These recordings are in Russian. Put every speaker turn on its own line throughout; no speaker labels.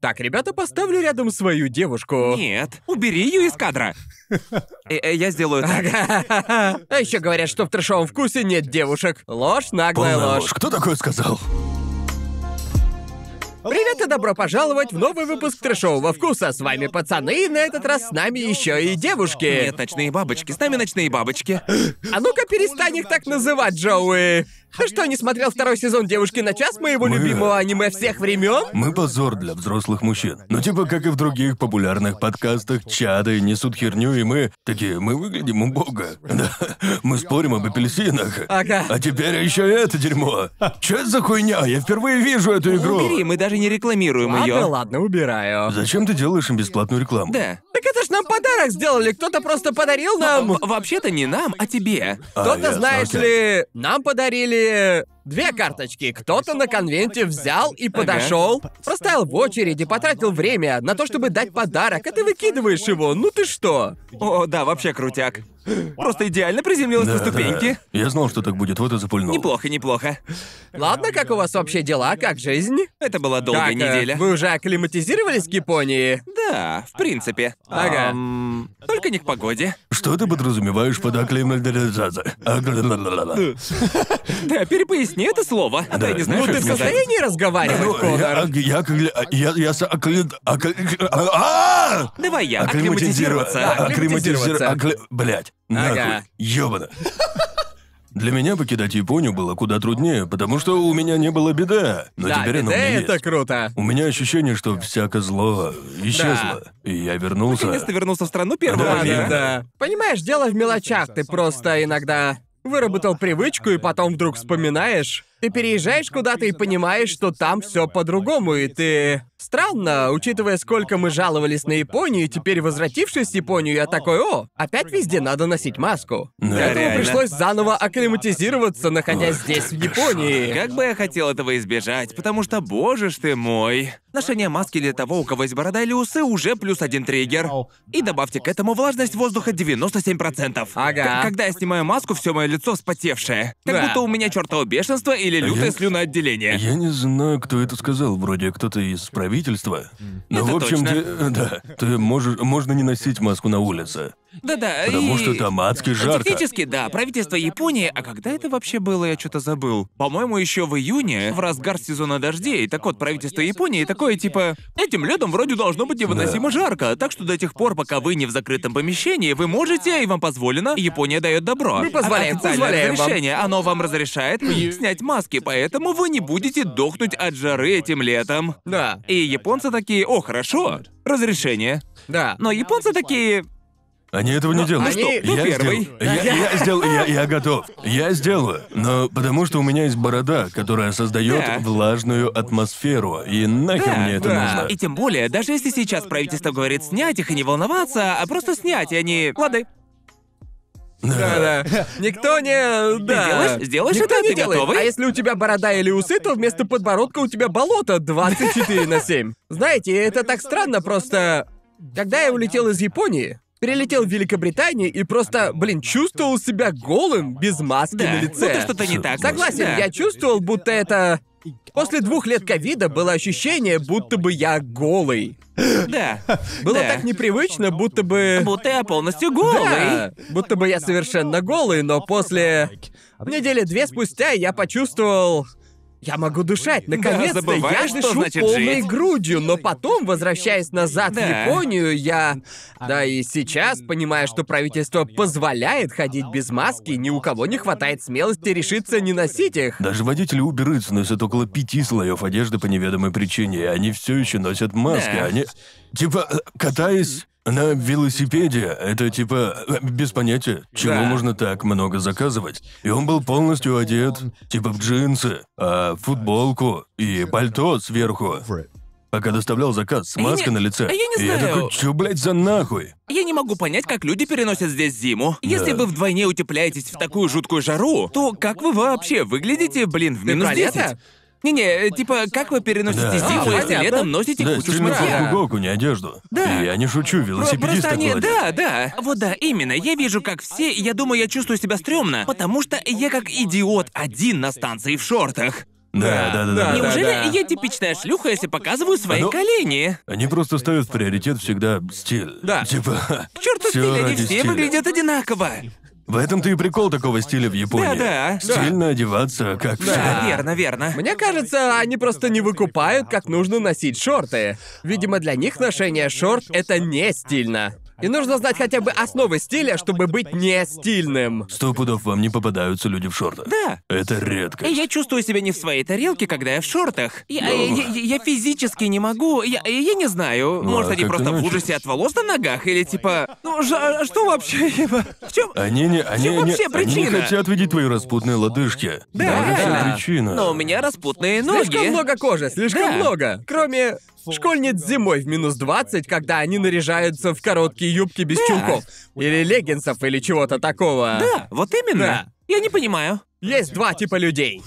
Так, ребята, поставлю рядом свою девушку.
Нет, Э, убери ее из кадра. Э, э, Я сделаю так.
Ага. А еще говорят, что в трешовом вкусе нет девушек. Ложь, наглая
Полная
ложь.
ложь. Кто такое сказал?
Привет и добро пожаловать в новый выпуск трешового вкуса. С вами пацаны, и на этот раз с нами еще и девушки.
Нет, ночные бабочки. С нами ночные бабочки.
А ну-ка перестань их так называть, Джоуи. Ты что, не смотрел второй сезон «Девушки на час» моего
Мы-
любимого аниме всех времен?
Мы позор для взрослых мужчин. Ну типа как и в других популярных подкастах, чады несут херню, и мы такие, мы выглядим убого. Да, мы спорим об апельсинах.
Ага.
А теперь еще и это дерьмо. Чё это за хуйня? Я впервые вижу эту
Убери,
игру.
мы даже не рекламируем
Ладно,
ее.
ладно, убираю.
Зачем ты делаешь им бесплатную рекламу?
Да.
Так это ж нам подарок сделали, кто-то просто подарил нам.
В- Вообще-то не нам, а тебе.
А,
Кто-то,
ясно,
знаешь
окей.
ли, нам подарили две карточки. Кто-то на конвенте взял и подошел, простоял в очереди, потратил время на то, чтобы дать подарок, а ты выкидываешь его. Ну ты что?
О, да, вообще крутяк. Просто идеально приземлилась на
Да,
ступеньки.
да. Я знал, что так будет, вот и запульнул.
Неплохо, неплохо.
Ладно, как у вас вообще дела? Как жизнь?
Это была долгая
Как, э,
неделя.
Вы уже акклиматизировались к Японии?
Да, в принципе.
Ага.
Ам, только не к погоде.
Что ты подразумеваешь под акклиматизацией? Агла-ла-ла-ла-ла.
Да, перепоясни это слово. А то я не знаю,
Ну,
что
Ты в
Слушай,
сказать.
состоянии разговаривать,
Ну,
Конор?
Я, я, аккли- я, я со- аккли- аккли- а!
Давай я,
Акклиматизироваться.
акклиматизироваться.
Акклиматизироваться.
Акклиматизироваться. Аккли- Блядь,
Ага.
нахуй. Ёбана. Для меня покидать Японию было куда труднее, потому что у меня не было беда. Но
Да,
теперь оно у
беда,
меня есть.
это круто.
У меня ощущение, что всякое зло исчезло. И я вернулся.
Наконец-то вернулся в страну первого
Да,
Да,
мира.
да,
верно.
да. Понимаешь, дело в мелочах. Ты просто иногда выработал привычку и потом вдруг вспоминаешь. Ты переезжаешь куда-то и понимаешь, что там все по-другому, и ты... Странно, учитывая, сколько мы жаловались на Японию, и теперь, возвратившись в Японию, я такой, о, опять везде надо носить маску.
Да,
Поэтому
реально.
пришлось заново акклиматизироваться, находясь здесь, в Японии.
Как бы я хотел этого избежать, потому что, боже ж ты мой. Ношение маски для того, у кого есть борода или усы, уже плюс один триггер. И добавьте к этому влажность воздуха 97%.
Ага.
К- когда я снимаю маску, все мое лицо вспотевшее. Как
Да.
будто у меня чертово бешенство или лютое
Я-
слюноотделение.
Я не знаю, кто это сказал, вроде кто-то из правительства. Но
Это
в общем,
точно.
те- да, ты можешь, можно не носить маску на улице,
Да-да,
потому
и-
что там адски жарко.
Технически, да, правительство Японии, а когда это вообще было, я что-то забыл. По-моему, еще в июне, в разгар сезона дождей, так вот, правительство Японии такое типа, этим летом вроде должно быть невыносимо жарко, так что до тех пор, пока вы не в закрытом помещении, вы можете, и вам позволено, Япония дает добро.
Мы позволяем,
Официальное
позволяем вам.
разрешение, оно вам разрешает снять маски, поэтому вы не будете дохнуть от жары этим летом.
Да,
И японцы такие, о, хорошо, разрешение.
да.
Но японцы такие,
Они этого не делают.
они-
Ну,
я
первый.
сделаю. Я, я сделаю. Я, я готов. Я сделаю. Но потому что у меня есть борода, которая создает
Да.
влажную атмосферу. И нахер
Да,
мне это
да.
нужно?
И тем более, даже если сейчас правительство говорит снять их и не волноваться, а просто снять, и они... Лады,
Да, да. Никто не... Да.
Ну, делаешь- сделаешь
Никто
это?
не
Ты
делает.
готовый?
А если у тебя борода или усы, то вместо подбородка у тебя болото 24 на 7. Знаете, это так странно просто... Когда я улетел из Японии, перелетел в Великобританию и просто, блин, чувствовал себя голым, без маски
да,
на лице.
будто что-то не так.
Согласен,
Да.
я чувствовал, будто это... После двух лет ковида было ощущение, будто бы я голый.
Да.
Было
Да.
так непривычно, будто бы...
Будто я полностью голый.
Да, будто бы я совершенно голый, но после
А
недели две спустя я почувствовал... Я могу дышать, наконец-то. я
забываешь, что
дышу
значит
полной
жить.
грудью, но потом, возвращаясь назад в
Да.
Японию, я... Да и сейчас, понимая, что правительство позволяет ходить без маски, ни у кого не хватает смелости решиться не носить их.
Даже водители Uber Eats носят около пяти слоев одежды по неведомой причине, и они все еще носят маски.
Да.
Они типа э, катаясь на велосипеде, это типа э, без понятия, чего
Да.
можно так много заказывать. И он был полностью одет, типа в джинсы, а, футболку и пальто сверху. Пока доставлял заказ с
я
маской
не-
на лице.
а я не
И я
знаю.
такой, чё, блядь, за нахуй?
Я не могу понять, как люди переносят здесь зиму. Если вы вдвойне утепляетесь в такую жуткую жару, то как вы вообще выглядите, блин, в
Ты
минус
про
10?
лето?
Не-не, э, типа, как вы переносите
Да.
зиму,
А,
если
понятно.
летом носите
Да,
кучу
стильную
шматья?
футболку, не одежду.
Типа, Да.
И я не шучу,
Про-
велосипедист
Просто
так
они,
ладит.
да, да. Вот да, именно. Я вижу, как все, и я думаю, я чувствую себя стрёмно, потому что я как идиот один на станции в шортах.
Да, да, да, да.
да.
Неужели я типичная шлюха, если показываю свои
Ну-
колени?
Они просто ставят в приоритет всегда стиль.
Да.
Типа,
К черту
Всё
стиль, они
ради
все
стиля.
выглядят одинаково.
в этом-то и прикол такого стиля в Японии.
Да-да.
Стильно одеваться, как
Да,
всегда.
верно, верно.
Мне кажется, они просто не выкупают, как нужно носить шорты. Видимо, для них ношение шорт — это не стильно. И нужно знать хотя бы основы стиля, чтобы быть не стильным.
Сто пудов вам не попадаются люди в шортах.
Да.
Это редко.
И Я чувствую себя не в своей тарелке, когда я в шортах.
Ну.
Я, я- я- я физически не могу. Я, я не знаю.
Ну,
Может,
а
они
как
просто
ты
в
научишь?
ужасе от волос на ногах или типа. Ну, жа- что вообще? типа, Э, В чем?
Они не, они,
чем
они-
вообще
они
причина?
хотят видеть твои распутные лодыжки. Да,
реально.
причина.
Но у меня распутные
Слишком
ноги.
много кожи, Ну, слишком
Да.
много. Кроме школьниц зимой в минус 20, когда они наряжаются в короткие юбки без чулков. Или леггинсов, или чего-то такого.
Да, вот именно. Я не понимаю.
Есть два типа людей.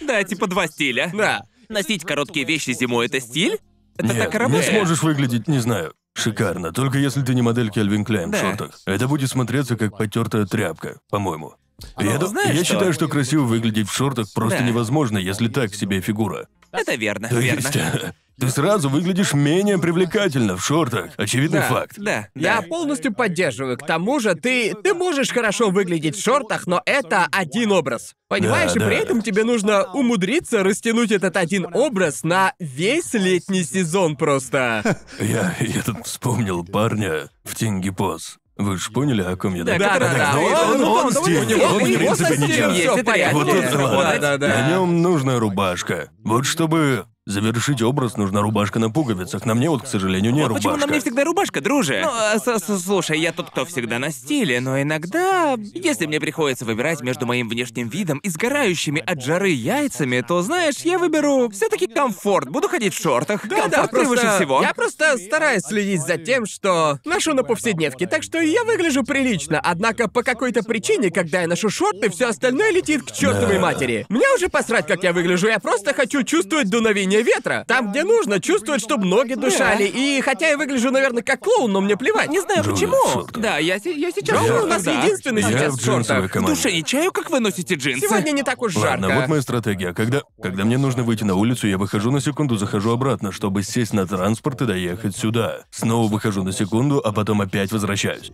Да, типа два стиля.
Да.
Носить короткие вещи зимой это стиль? Это
Нет,
А так и
не
работает.
сможешь выглядеть, не знаю. Шикарно, только если ты не модель Кельвин Клайн
Да.
в шортах. Это будет смотреться как потертая тряпка, по-моему. Я, ду-
А, Ну, знаешь
я
что?
считаю, что красиво выглядеть в шортах просто
Да.
невозможно, если так себе фигура.
Это верно,
То
верно.
есть, ты сразу выглядишь менее привлекательно в шортах. Очевидный
Да.
факт.
Да,
Я
да.
полностью поддерживаю. К тому же, ты, ты можешь хорошо выглядеть в шортах, но это один образ. Понимаешь,
Да,
и при
да.
этом тебе нужно умудриться растянуть этот один образ на весь летний сезон просто.
Я, я тут вспомнил парня в Тинги Поз. Вы же поняли, о ком я
Да,
думаю?
который
Так,
такой,
ну он,
ну,
он
он-
Стивен,
у него-
он,
у
в
него
со
принципе
Стивен
ничего.
есть,
Всё
это
понятно.
Вот это
да,
работает.
да,
На
да.
нем нужна рубашка. Вот чтобы завершить образ, нужна рубашка на пуговицах. На мне вот, к сожалению, не
Вот
рубашка.
А почему на мне всегда рубашка, друже? Ну, а, с- с- слушай, я тот, кто всегда на стиле, но иногда, если мне приходится выбирать между моим внешним видом и сгорающими от жары яйцами, то, знаешь, я выберу все таки комфорт. Буду ходить в шортах.
Да,
комфорт
да,
превыше
просто-
всего.
Я просто стараюсь следить за тем, что ношу на повседневке, так что я выгляжу прилично. Однако по какой-то причине, когда я ношу шорты, все остальное летит к чертовой
Да.
матери. Мне уже посрать, как я выгляжу, я просто хочу чувствовать дуновение ветра. Там, где нужно, чувствовать, чтобы ноги дышали. И хотя я выгляжу, наверное, как клоун, но мне плевать.
Не знаю
Джоуи в
почему.
шортах.
Да, я, се- я сейчас...
Джоуи
в
у нас
шортах, да.
единственный
Я
сейчас
в
в шортах.
джинсовой
В
команде.
душе не чаю, как вы носите джинсы.
Сегодня не так уж
Ладно,
жарко.
вот моя стратегия. Когда, когда мне нужно выйти на улицу, я выхожу на секунду, захожу обратно, чтобы сесть на транспорт и доехать сюда. Снова выхожу на секунду, а потом опять возвращаюсь.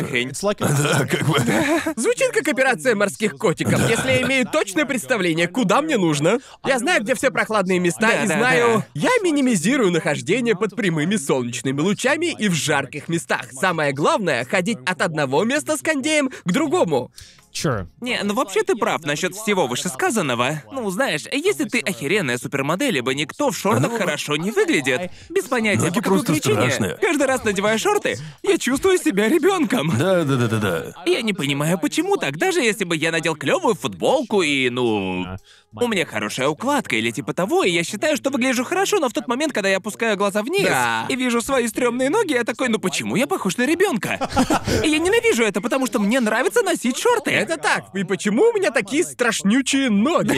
Да, да.
хрень.
Да, как бы.
Звучит как операция морских котиков, если я имею точное представление, куда мне нужно. Я знаю, где все прохладные места,
Да,
и
да,
знаю.
да.
Я минимизирую нахождение под прямыми солнечными лучами и в жарких местах. Самое главное — ходить от одного места с кондеем к другому.
Не, ну вообще ты прав насчет всего вышесказанного. Ну, знаешь, если ты охеренная супермодель, ибо никто в шортах хорошо не выглядит. Без понятия,
Ноги
по какой
просто
причине.
страшные.
Каждый раз надевая шорты, я чувствую себя ребенком.
Да, да, да, да, да.
Я не понимаю, почему так, даже если бы я надел клевую футболку и, ну... У меня хорошая укладка или типа того, и я считаю, что выгляжу хорошо, но в тот момент, когда я опускаю глаза вниз
Да.
и вижу свои стрёмные ноги, я такой, ну почему я похож на ребенка? Я ненавижу это, потому что мне нравится носить шорты.
Это так. И почему у меня такие страшнючие ноги?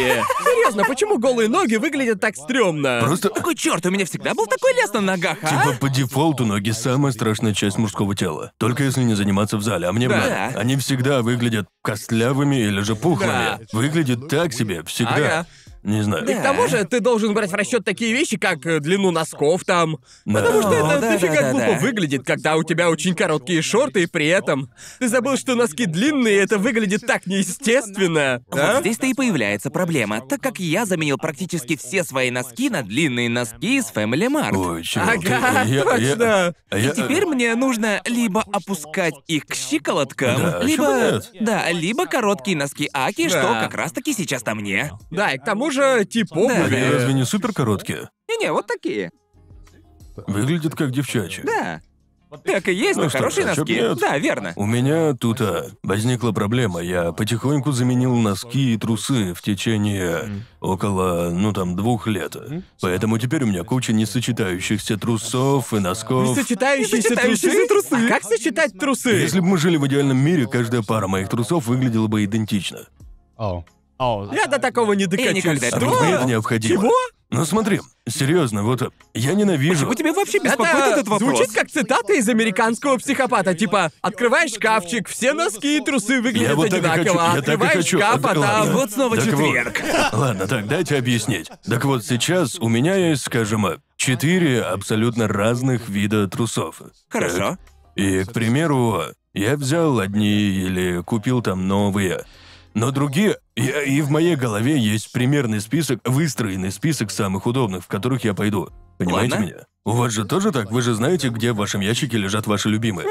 Серьезно, почему голые ноги выглядят так
А
стрёмно?
Просто
Какой черт, у меня всегда был такой лес на ногах, а?
Типа по дефолту ноги самая страшная часть мужского тела. Только если не заниматься в зале, а мне
Да.
блин, Они всегда выглядят костлявыми или же пухлыми.
Да.
Выглядит так себе всегда.
Ага.
Не знаю.
И к тому же ты должен брать в расчет такие вещи, как э, длину носков там. Потому что
О,
это
да,
дофига
да, да,
глупо
да.
выглядит, когда у тебя очень короткие шорты, и при этом ты забыл, что носки длинные, и это выглядит так неестественно.
Вот
А?
здесь-то и появляется проблема, так как я заменил практически все свои носки на длинные носки из Family Mart.
Ой, чувак,
Ага,
я- я-
точно.
а я-
И теперь мне нужно либо опускать их к щиколоткам,
Да, чего
либо...
нет?
Да, либо короткие носки Аки, что
Да.
как раз-таки сейчас на мне.
Да, и к тому же тип
Они
обуви.
а разве не супер короткие?
Не-не, вот такие.
Выглядят как девчачьи.
Да. Так и есть,
Ну
но
что,
хорошие
а чё б
носки.
нет?
Да, верно.
У меня тут а, возникла проблема. Я потихоньку заменил носки и трусы в течение около, ну там, двух лет. Поэтому теперь у меня куча несочетающихся трусов и носков.
Несочетающиеся трусы?
Несочетающиеся трусы.
А как сочетать трусы?
Если бы мы жили в идеальном мире, каждая пара моих трусов выглядела бы идентично.
Я до такого не докачусь.
никогда
Что?
этого не
Объясни, А это необходимо.
Чего?
Ну смотри, серьезно, вот э, я ненавижу.
Почему тебе вообще беспокоит
Это
этот вопрос?
звучит как цитата из американского психопата, типа «Открываешь шкафчик, все носки и трусы выглядят
Я вот так и
одинаково,
хочу, я так и
открываешь
хочу.
шкаф, а
Ладно.
там...»
И вот снова
Так вот.
четверг.
Ладно, так дайте объяснить. Так вот, сейчас у меня есть, скажем, э, четыре абсолютно разных вида трусов.
Хорошо.
И, к примеру, я взял одни или купил там новые. Но другие... я- и в моей голове есть примерный список, выстроенный список самых удобных, в которых я пойду. Понимаете
Ладно.
меня? У вас же тоже так? Вы же знаете, где в вашем ящике лежат ваши любимые.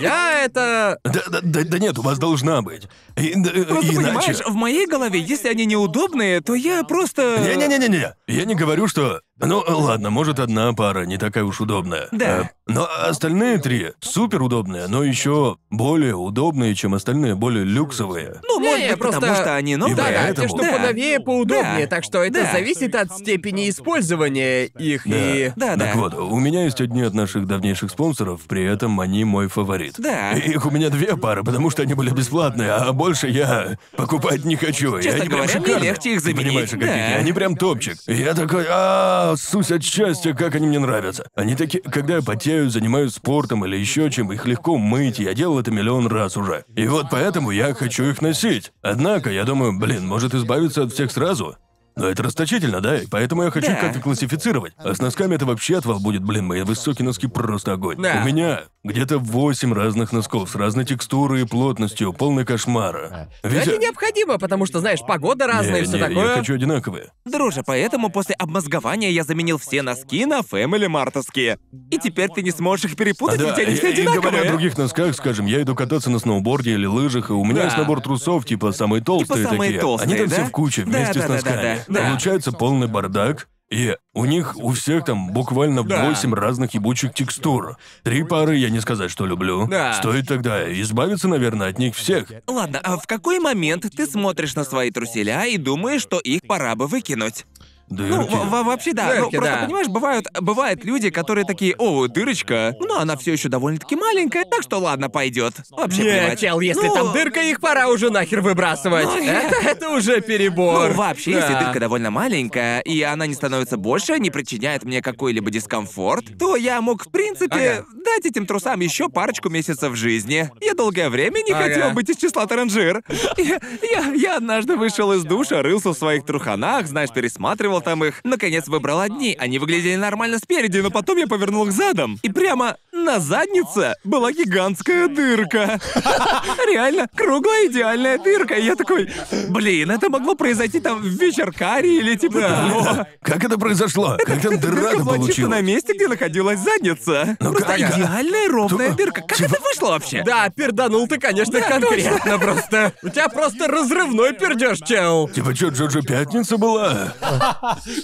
Я это...
Да, да, да, да нет, у вас должна быть. И- да, э,
Просто
иначе...
понимаешь, в моей голове, если они неудобные, то я просто...
Не-не-не-не-не. Я не говорю, что... Ну, ладно, может, одна пара не такая уж удобная.
Да.
Э, Но остальные три супер удобные, но еще более удобные, чем остальные, более люксовые.
Ну, может
Не,
быть,
просто-
потому что они новые.
И
ну, Да, да, те,
поэтому-
что
Да.
поновее, поудобнее,
Да.
так что это
Да.
зависит от степени использования их и...
Да, да.
Так вот, у меня есть одни от наших давнейших спонсоров, при этом они мой фаворит.
Да.
И Их у меня две пары, потому что они были бесплатные, а больше я покупать не хочу. И
Честно
они прям
говоря, мне
шикарные.
легче их
Ты
заменить,
Понимаешь, о каких я?
да.
Они прям топчик. И я такой, а сусь от счастья, как они мне нравятся. Они такие, когда я потею, занимаюсь спортом или еще чем, их легко мыть, я делал это миллион раз уже. И вот поэтому я хочу их носить. Однако, я думаю, блин, может избавиться от всех сразу? Но это расточительно, да, и поэтому я хочу
Да.
их как-то классифицировать. А с носками это вообще отвал будет, блин, мои высокие носки просто огонь.
Да.
У меня где-то 8 разных носков с разной текстурой и плотностью, полный кошмара.
Но
Ведь-
это необходимо, потому что, знаешь, погода разная и
Не,
все
не,
такое.
Я хочу одинаковые.
Друже, поэтому после обмозгования я заменил все носки на Family мартовские. И теперь ты не сможешь их перепутать,
А да,
ведь они
и-
все
и говоря о
одинаковые. а?
других носках, скажем, я иду кататься на сноуборде или лыжах, и у меня
Да.
есть набор трусов, типа самые толстые
самые
такие.
толстые,
Они там
да?
все в куче,
Да,
вместе с
да, да, да,
носками.
да, да.
Получается полный бардак. И у них у всех там буквально
Да.
8 разных ебучих текстур. Три пары я не сказать, что люблю.
Да.
Стоит тогда избавиться, наверное, от них всех.
Ладно, а в какой момент ты смотришь на свои труселя и думаешь, что их пора бы выкинуть? Ну,
Дырки.
во- во- вообще, да. ну,
Дырки,
просто,
да.
понимаешь, бывают, бывают люди, которые такие, о, дырочка, но она все еще довольно-таки маленькая, так что ладно, пойдет. Вообще
Нет,
плевать.
чел, если
Ну,
там дырка, их пора уже нахер выбрасывать.
Ну, я-
это, это уже перебор.
Ну, вообще, если
Да.
дырка довольно маленькая, и она не становится больше, не причиняет мне какой-либо дискомфорт, то я мог, в принципе,
Ага.
дать этим трусам еще парочку месяцев жизни. Я долгое время не
Ага.
хотел быть из числа таранжир. Я, я- я однажды вышел из душа, рылся в своих труханах, знаешь, пересматривал там их. Наконец выбрал одни. Они выглядели нормально спереди, но потом я повернул их задом. И прямо на заднице была гигантская дырка. Реально, круглая идеальная дырка. И я такой, блин, это могло произойти там в вечеркаре или типа того.
Как это произошло? Как там дыра
Дырка была чисто на
получилась?
месте, где находилась задница. Просто
как?
идеальная ровная
Что?
дырка. Как это вышло вообще?
Да, перданул ты, конечно, конкретно просто. У тебя просто разрывной пердеж, чел.
Типа, что, Джоджо, пятница была?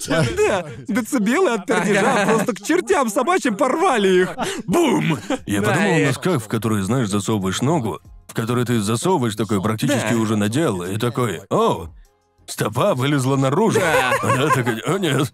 Да, децибелы от пердежа
Ага.
просто к чертям собачьим порвали их. Бум!
Я
Да,
подумал
и-
о носках, в которые, знаешь, засовываешь ногу, в которые ты засовываешь такой, практически
Да.
уже надел, и такой, о, стопа вылезла наружу.
Да.
Она такая, о нет.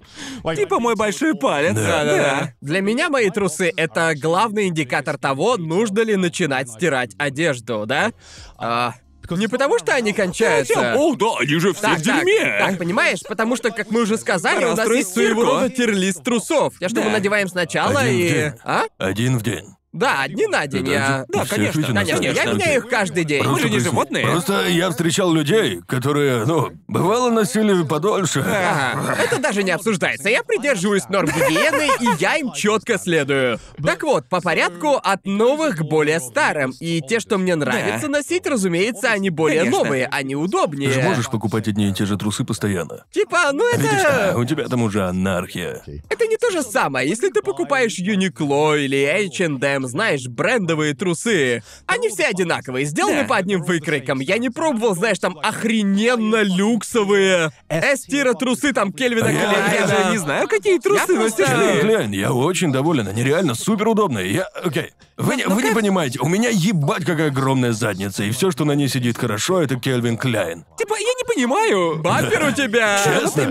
Типа мой большой палец.
Да.
Да-да-да. Для меня мои трусы — это главный индикатор того, нужно ли начинать стирать одежду, да? А, не потому, что они кончаются.
О, да, они же все
Так,
в
так,
дерьме.
так, понимаешь? Потому что, как мы уже сказали, у нас
Расстрой
есть своего
стирку.
рода тирлист трусов. Я что, мы
Да.
надеваем сначала
Один в
и...
день.
А?
Один в день.
Да, одни на день я...
Да,
Да,
всех
конечно,
ведь у нас
Конечно,
так,
я
кстати.
меняю их каждый день.
Мы же не
Просто-
животные.
Просто я встречал людей, которые, ну, бывало носили подольше.
Ага. Это даже не обсуждается. Я придерживаюсь норм гигиены, и я им четко следую. Так вот, по порядку от новых к более старым. И те, что мне нравится носить, разумеется, они более
Конечно.
новые, они удобнее.
Ты же можешь покупать одни и те же трусы постоянно.
Типа, ну
Видишь, а,
это...
у тебя там уже анархия.
Это не то же самое. Если ты покупаешь Uniqlo или H&M, знаешь, брендовые трусы, они все одинаковые, сделаны
Да.
по одним выкройкам. Я не пробовал, знаешь, там охрененно люксовые эстира трусы там Кельвина
Я-
Я, я
Кляйна.
же не знаю, какие трусы
просто-
носишь
Да.
Блин,
ты.
Глянь, я очень доволен, они реально суперудобные. Я, окей, вы,
Ну,
не, вы не понимаете, у меня ебать какая огромная задница, и все, что на ней сидит хорошо, это Кельвин Кляйн.
Типа, я не понимаю.
Бампер у тебя!
Честно?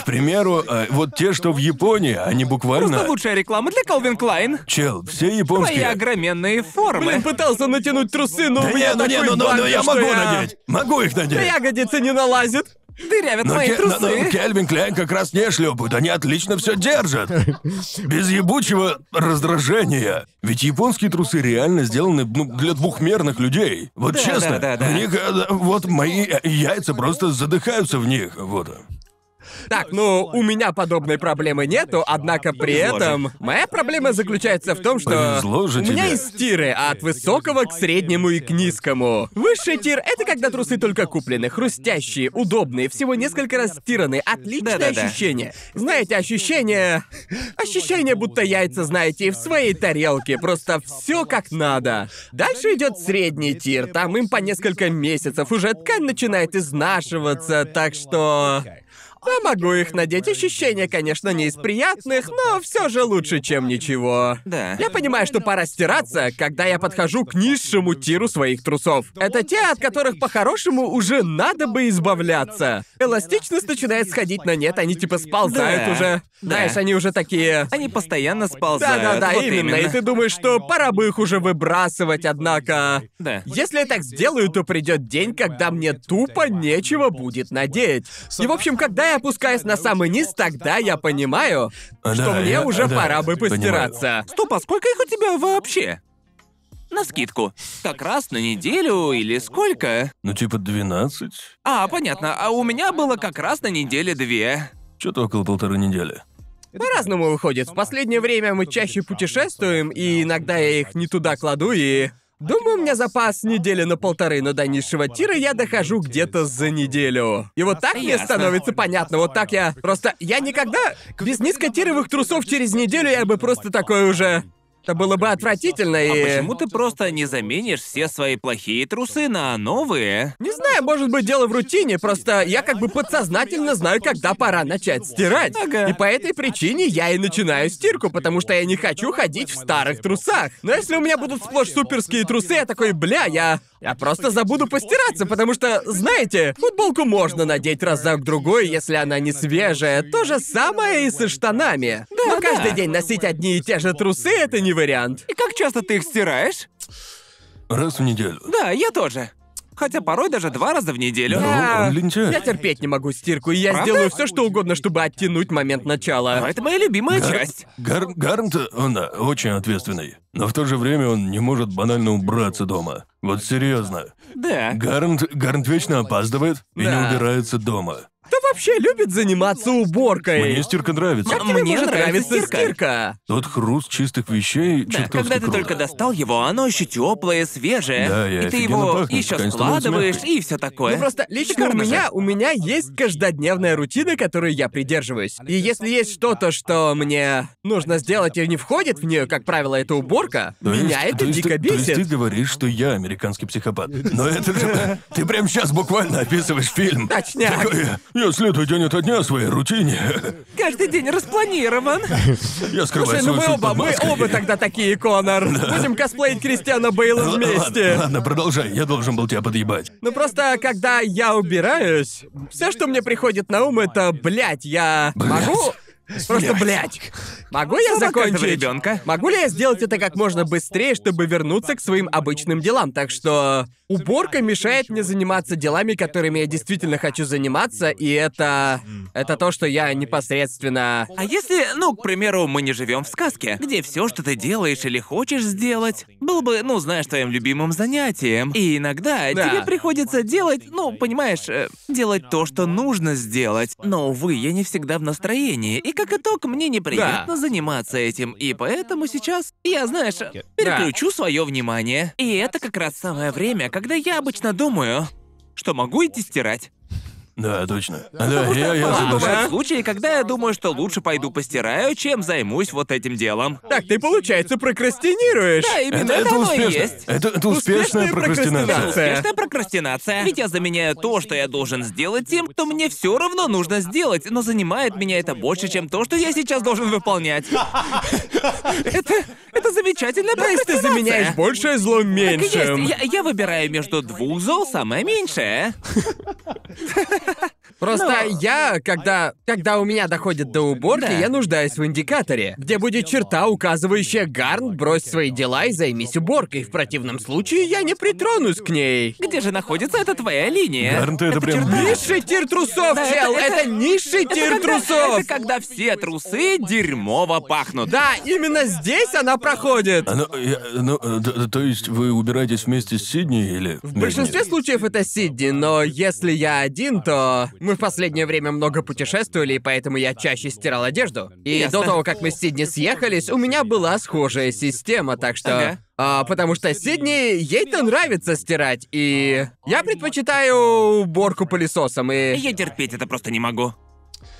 К примеру, э, вот те, что в Японии, они буквально...
Просто лучшая реклама для Калвин Клайн.
Чел, все твои
Твои
японские.
огроменные формы.
Блин, пытался натянуть трусы, но
Да
у меня
не, ну не,
такой
ну, ну,
банк,
ну я
что
могу
я-
надеть. Могу их надеть.
Ягодица не налазит.
Дырявят
Но,
мои
Ке-
трусы.
но- но Кельвин Кляйн как раз не шлепают, они отлично все держат. Без ебучего раздражения. Ведь японские трусы реально сделаны ну, для двухмерных людей. Вот
Да,
честно,
да, да, да.
у них э, да, вот мои э, яйца просто задыхаются в них. Вот.
Так, ну, у меня подобной проблемы нету, однако при
Повезло же.
этом... Моя проблема заключается в том, что...
Повезло же
У меня
тебе.
есть тиры от высокого к среднему и к низкому. Высший тир — это когда трусы только куплены, хрустящие, удобные, всего несколько раз стираны. Отличное
Да-да-да.
ощущение. Знаете, ощущение... Ощущение, будто яйца, знаете, и в своей тарелке. Просто все как надо. Дальше идет средний тир. Там им по несколько месяцев. Уже ткань начинает изнашиваться, так что... Я могу их надеть. Ощущения, конечно, не из приятных, но все же лучше, чем ничего.
Да.
Я понимаю, что пора стираться, когда я подхожу к низшему тиру своих трусов. Это те, от которых по-хорошему уже надо бы избавляться. Эластичность начинает сходить на нет, они типа сползают
Да.
уже.
Да.
Знаешь, они уже такие...
Они постоянно сползают.
Да-да-да,
вот
именно. И ты думаешь, что пора бы их уже выбрасывать, однако...
Да.
Если я так сделаю, то придет день, когда мне тупо нечего будет надеть. И, в общем, когда я опускаюсь на самый низ, тогда я понимаю,
А,
что
да,
мне
я-
уже
да,
пора бы
понимаю.
постираться.
Стоп, а сколько их у тебя вообще? На скидку. Как раз на неделю или сколько?
Ну типа 12?
А, понятно. А у меня было как раз на неделе две.
Что-то около полторы недели.
По-разному выходит. В последнее время мы чаще путешествуем, и иногда я их не туда кладу, и... Думаю, у меня запас недели на полторы, но до низшего тира я дохожу где-то за неделю. И вот так мне
Ясно.
становится понятно, вот так я... Просто я никогда... Без низкотировых трусов через неделю я бы просто такой уже... Это было бы отвратительно, и...
А
Э.
почему ты просто не заменишь все свои плохие трусы на новые?
Не знаю, может быть, дело в рутине, просто я как бы подсознательно знаю, когда пора начать стирать.
Ага.
И по этой причине я и начинаю стирку, потому что я не хочу ходить в старых трусах. Но если у меня будут сплошь суперские трусы, я такой, бля, я... Я просто забуду постираться, потому что, знаете, футболку можно надеть разок-другой, если она не свежая. То же самое и со штанами. Но каждый день носить одни и те же трусы — это не вариант.
И как часто ты их стираешь?
Раз в неделю.
Да, я тоже. Хотя порой даже два раза в неделю.
Да.
Я-
он лентяй.
Я терпеть не могу стирку, и я
Правда?
сделаю все, что угодно, чтобы оттянуть момент начала.
Но Ну, это моя любимая
Гар-
часть.
Гар- Гарнт, он да, очень ответственный. Но в то же время он не может банально убраться дома. Вот серьезно.
Да.
Гарнт, Гарнт вечно опаздывает и
Да.
не убирается дома.
Кто вообще любит заниматься уборкой?
Мне стирка нравится.
Как
Тебе
Мне
может
нравится
нравиться стирка. Ну,
стирка.
Тот хруст чистых вещей
Да,
чертовски
когда ты
круто.
только достал его, оно еще теплое, свежее.
Да, я
и ты
офигенно
его
пахнет,
еще
ткань становится
складываешь
мягкой.
и все такое.
Ну просто лично у
Шикарно же.
меня, у меня есть каждодневная рутина, которой я придерживаюсь. И если есть что-то, что мне нужно сделать и не входит в нее, как правило, это уборка,
То есть-
меня это
то есть,
дико
ты-
бесит.
То есть ты говоришь, что я американский психопат. Но это же... Ты прям сейчас буквально описываешь фильм.
Точняк.
Такой, я следую день ото дня своей рутине.
Каждый день распланирован.
Я скрываю
Слушай, ну
свой
мы
суд
оба,
под
мы
маской.
оба тогда такие, Конор. Будем косплеить Кристиана Бейла
Л-
вместе.
Ладно, ладно, продолжай, я должен был тебя подъебать.
Ну просто, когда я убираюсь, все, что мне приходит на ум, это, блядь, я могу... Просто, блядь. Могу я
Слова каждого
закончить?
ребёнка.
Могу ли я сделать это как можно быстрее, чтобы вернуться к своим обычным делам? Так что уборка мешает мне заниматься делами, которыми я действительно хочу заниматься, и это... Это то, что я непосредственно...
А если, ну, к примеру, мы не живем в сказке, где все, что ты делаешь или хочешь сделать, было бы, ну, знаешь, твоим любимым занятием. И иногда
Да.
тебе приходится делать, ну, понимаешь, э, делать то, что нужно сделать. Но, увы, я не всегда в настроении, и как итог, мне неприятно заниматься этим. И поэтому сейчас я, знаешь, э, переключу свое внимание. И это как раз самое время, когда я обычно думаю, что могу идти стирать.
Да, точно. Да, я, я
А
забыл.
бывают случаи, когда я думаю, что лучше пойду постираю, чем займусь вот этим делом.
Так, ты, получается, прокрастинируешь.
Да, именно
Это,
это,
это
оно и
успешно.
есть.
Это, это успешная
Успешная
прокрастинация.
прокрастинация.
Успешная прокрастинация. Ведь я заменяю то, что я должен сделать, тем, что мне все равно нужно сделать, но занимает меня это больше, чем то, что я сейчас должен выполнять. Это, это замечательная
То есть
прокрастинация.
ты заменяешь большее злом
Так и есть.
меньшим.
Я, я выбираю между двух зол самое меньшее.
Просто
Ну,
я, когда, когда у меня доходит до уборки,
Да.
я нуждаюсь в индикаторе, где будет черта, указывающая Гарн, брось свои дела и займись уборкой. В противном случае я не притронусь к ней.
Где же находится эта твоя линия?
Гарн, ты это прям
черта.
бесит.
Низший тир трусов,
Да,
чел!
это-
Это,
это-
низший тир
когда-
трусов!
это когда все трусы дерьмово пахнут.
Да, именно здесь она проходит.
А, ну, я- ну, э, д- то есть вы убираетесь вместе с Сидни или...
В большинстве случаев это Сидни, но если я один, то мы в последнее время много путешествовали, и поэтому я чаще стирал одежду. И
Ясно.
до того, как мы с Сидни съехались, у меня была схожая система, так что...
Ага.
а, потому что Сидни, ей-то нравится стирать, и я предпочитаю уборку пылесосом, и...
Я терпеть это просто не могу.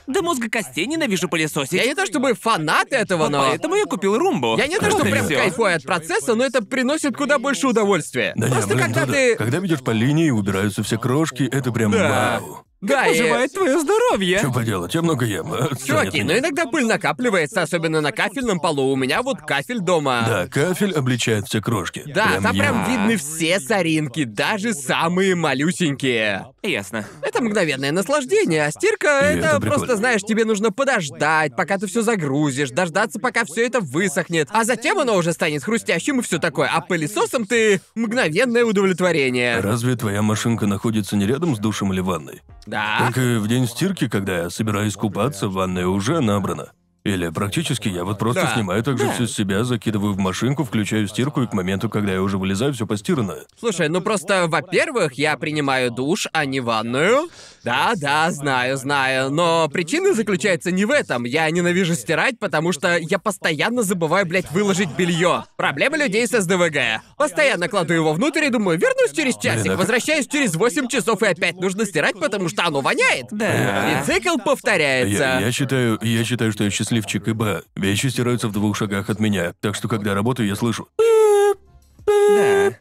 До мозга костей ненавижу пылесосить.
Я не то чтобы фанат этого, но...
Поэтому я купил румбу.
Я не то, что
Вот и
прям
всё.
кайфую от процесса, но это приносит куда больше удовольствия.
Да не,
Просто
блин,
когда
да-да.
ты...
Когда ведешь по линии и убираются все крошки, это прям
Да.
вау.
Да, и-
Поживает твое здоровье.
Что поделать, я много ем. а, отстань от
Чуваки,
меня.
но иногда пыль накапливается, особенно на кафельном полу. У меня вот кафель дома.
Да, кафель обличает все крошки.
Да, там прям
я-
видны все соринки, даже самые малюсенькие.
Ясно.
Это мгновенное наслаждение, а стирка
И
это,
это прикольно.
просто, знаешь, тебе нужно подождать, пока ты все загрузишь, дождаться, пока все это высохнет, а затем оно уже станет хрустящим и все такое. А пылесосом ты мгновенное удовлетворение.
Разве твоя машинка находится не рядом с душем или ванной?
А?
Да.
Как и в день стирки, когда я собираюсь купаться, ванная уже набрана. Или практически я вот просто
Да.
снимаю также
Да.
все с себя, закидываю в машинку, включаю стирку, и к моменту, когда я уже вылезаю, все постирано.
Слушай, ну просто, во-первых, я принимаю душ, а не ванную. Да, да, знаю, знаю. Но причина заключается не в этом. Я ненавижу стирать, потому что я постоянно забываю, блядь, выложить белье. Проблема людей с СДВГ. Постоянно кладу его внутрь и думаю, вернусь через
Блин,
часик,
а-
возвращаюсь через 8 часов и опять нужно стирать, потому что оно воняет.
Да.
И цикл
Я, я
повторяется.
считаю, я считаю, что я счастливчик, ибо вещи стираются в двух шагах от меня, так что когда работаю, я слышу.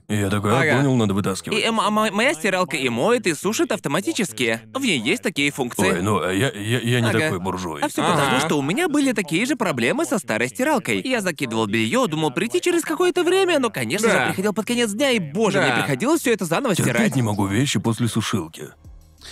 И я такой, а,
Ага.
понял, надо
И
вытаскивать.
э, мо- мо- моя стиралка и моет, и сушит автоматически. В ней есть такие функции.
Ой, ну а я, я, я не
Ага.
такой буржуй.
А все
Ага.
потому, что у меня были такие же проблемы со старой стиралкой. Я закидывал белье, думал прийти через какое-то время, но, конечно
Да.
же, приходил под конец дня, и боже,
Да.
мне приходилось все это заново стирать.
Терпеть не могу вещи после сушилки.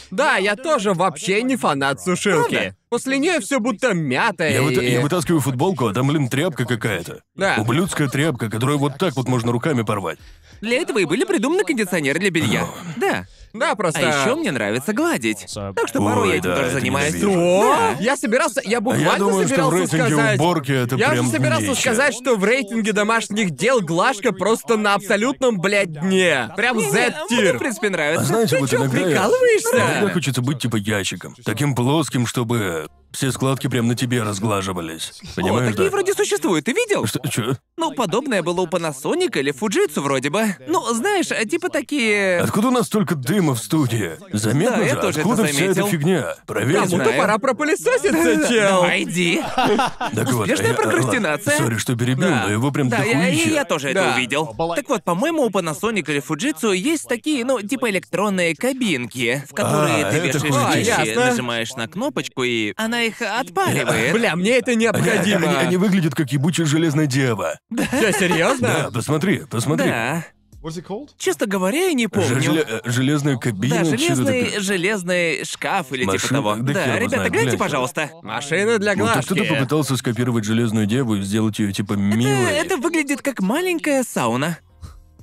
Да, я тоже вообще не фанат сушилки. После нее все будто мятое.
Я, выта-
и-
Э.
я вытаскиваю футболку, а там, блин, тряпка какая-то.
Да.
Ублюдская тряпка, которую вот так вот можно руками порвать.
Для этого и были придуманы кондиционеры для белья. Да.
Да, просто.
А еще мне нравится гладить. Так что
Ой,
порой я этим
да,
тоже
это
занимаюсь.
ненавижу.
Что? Я собирался, я
А
буквально
я думаю, что в
собирался
рейтинге
сказать.
уборки это
Я
прям
же собирался
днище.
сказать, что в рейтинге домашних дел Глашка просто на абсолютном, блядь, дне. Прям
Не, Мне, в
Z-тир.
принципе,
А
нравится.
знаете,
Ты
вот
чё,
иногда я-
прикалываешься?
Иногда хочется быть типа ящиком. Таким плоским, чтобы все складки прям на тебе разглаживались.
О,
Понимаешь,
такие
да?
вроде существуют, ты видел?
Что, чё?
Ну, подобное было у Panasonic или Fujitsu вроде бы. Ну, знаешь, а типа такие...
Откуда у нас столько дыма в студии? Заметно
Да, я
же,
тоже это
откуда вся эта
заметил. ну
фигня? Проверьте.
Кому-то
знаю.
Ну пора пропылесоситься, чел.
Давай, ну, иди.
Так вот, а
Успешная
я-
прокрастинация.
Сори, что перебил,
Да.
но его ну, прям
Да, я,
дохуище.
и я тоже
Да.
это увидел. Так вот, по-моему, у Panasonic или Fujitsu есть такие, ну, типа электронные кабинки, в которые
А,
ты
это
вешаешь
хуйня.
А,
вещи,
ясно.
нажимаешь на кнопочку, и она их отпаривает.
Бля, мне это
Они, они- они
необходимо.
выглядят как ебучая железная дева.
Что,
Да,
серьезно?
посмотри, посмотри.
Да.
What is it called?
Честно говоря, я не
Ж-
помню.
желе- э, Железная кабина,
Да,
чё-то
железный,
такое.
железный шкаф или типа
Машина,
того.
да хер
Да,
его
ребята,
знает,
гляньте,
глянь.
пожалуйста.
Машина для
Ну, так кто-то
глажки.
попытался скопировать железную деву и сделать ее типа
Э,
милой.
Это выглядит как маленькая сауна.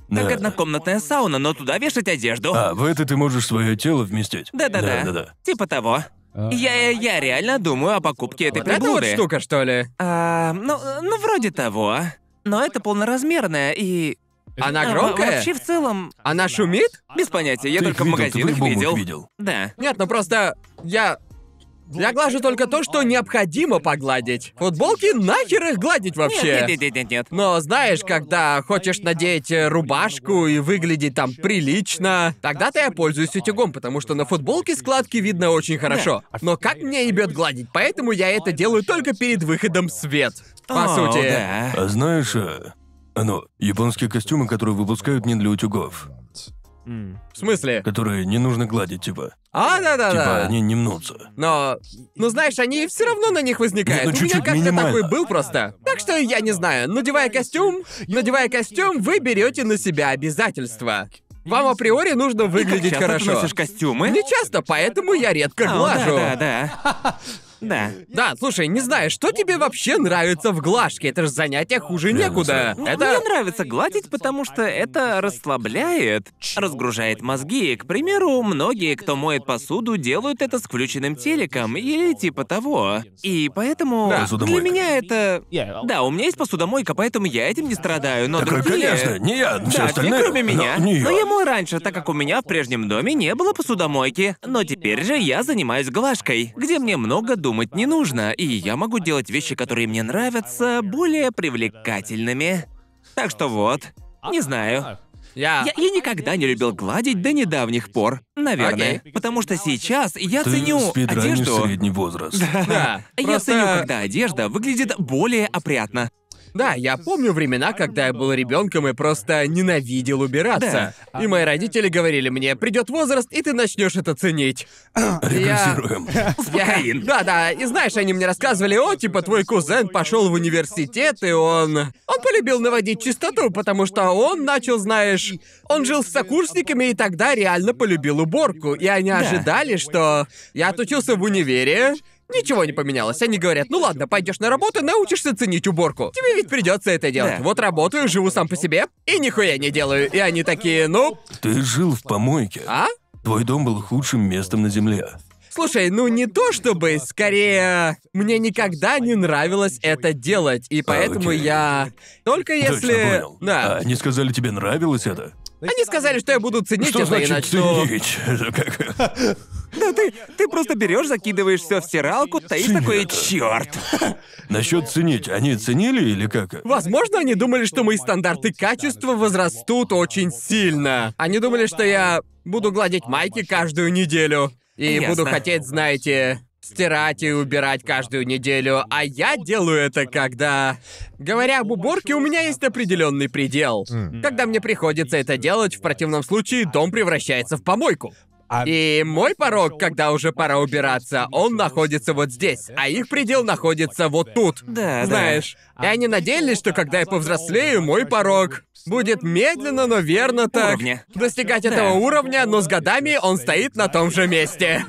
Да.
Как однокомнатная сауна, но туда вешать одежду.
А, в это ты можешь свое тело вместить.
Да-да-да.
Да-да-да.
Типа того. Я, я реально думаю о покупке этой
Вот это вот
приблуды.
штука, что ли?
А, ну, ну, вроде того. Но это полноразмерная и...
Она
а, во-
громкая?
Вообще в целом...
Она шумит?
Без понятия, я
Ты их
только в
видел, ты
магазинах
по-любому их
видел.
видел.
Да.
Нет, ну просто я... Я глажу только то, что необходимо погладить. Футболки нахер их гладить вообще?
Нет, нет, нет, нет, нет.
Но знаешь, когда хочешь надеть э, рубашку и выглядеть там прилично, тогда-то я пользуюсь утюгом, потому что на футболке складки видно очень хорошо. Но как мне ебет гладить, поэтому я это делаю только перед выходом в свет. По
О,
сути.
Да.
А знаешь, э, оно, японские костюмы, которые выпускают не для утюгов,
В смысле?
которые не нужно гладить, типа.
А, да-да-да.
Типа они не мнутся.
Но. Ну знаешь, они все равно на них возникают.
Не, ну,
У меня
чуть-чуть,
как-то
минимально.
такой был просто. Так что я не знаю, надевая костюм, надевая костюм, вы берете на себя обязательства. Вам априори нужно выглядеть
Часто ты
хорошо.
носишь костюмы?
Не часто, поэтому я редко
Ну, А,
глажу.
Да, да, да. Да.
Да, слушай, не знаю, что тебе вообще нравится в глажке? Это же занятие хуже
не
некуда.
знаю.
Это...
Ну, Мне нравится гладить, потому что это расслабляет, разгружает мозги. К примеру, многие, кто моет посуду, делают это с включенным телеком или типа того. И поэтому
Да.
для
Посудомойка.
меня это... Да, у меня есть посудомойка, поэтому я этим не страдаю, но
Так,
другие...
конечно, не я, все
Да, все
остальные...
кроме меня.
Но, не я.
Но я мою раньше, так как у меня в прежнем доме не было посудомойки. Но теперь же я занимаюсь глажкой, где мне много думать не нужно, и я могу делать вещи, которые мне нравятся, более привлекательными. Так что вот. Не знаю.
Я...
Я, я никогда не любил гладить до недавних пор, наверное.
Окей.
Потому что сейчас я
Ты
ценю
спидранишь
одежду.
средний возраст.
Да,
Я
просто-
ценю, когда одежда выглядит более опрятно.
Да, я помню времена, когда я был ребенком и просто ненавидел убираться. И мои родители говорили мне, придет возраст, и ты начнешь это ценить.
Регрессируем.
Кокаин.
Да, да. И знаешь, они мне рассказывали, о, типа, твой кузен пошел в университет, и он. Он полюбил наводить чистоту, потому что он начал, знаешь, он жил с сокурсниками и тогда реально полюбил уборку. И они ожидали, что я отучился в универе. Ничего не поменялось. Они говорят, ну ладно, пойдешь на работу, научишься ценить уборку. Тебе ведь придется это делать.
Да.
Вот работаю, живу сам по себе, и нихуя не делаю. И они такие, ну,
Ты жил в помойке.
а?
Твой дом был худшим местом на земле.
Слушай, ну не то чтобы, скорее, мне никогда не нравилось это делать, и поэтому
окей.
я... Только если...
Точно понял.
Да.
А, они сказали, тебе нравилось это?
Они сказали, что я буду ценить
Что
это, ну,
значит
и начну...
ценить? Это как-
Да ты, ты просто берешь, закидываешь все в стиралку, стоишь такой, черт.
Насчет ценить, они ценили или как?
Возможно, они думали, что мои стандарты качества возрастут очень сильно. Они думали, что я буду гладить майки каждую неделю. И
Ясно.
буду хотеть, знаете, стирать и убирать каждую неделю. А я делаю это, когда... Говоря об уборке, у меня есть определенный предел. Когда мне приходится это делать, в противном случае дом превращается в помойку. И мой порог, когда уже пора убираться, он находится вот здесь, а их предел находится вот тут.
Да, да.
Знаешь, и они надеялись, что когда я повзрослею, мой порог будет медленно, но верно так
Уровня.
достигать этого уровня, но с годами он стоит на том же месте.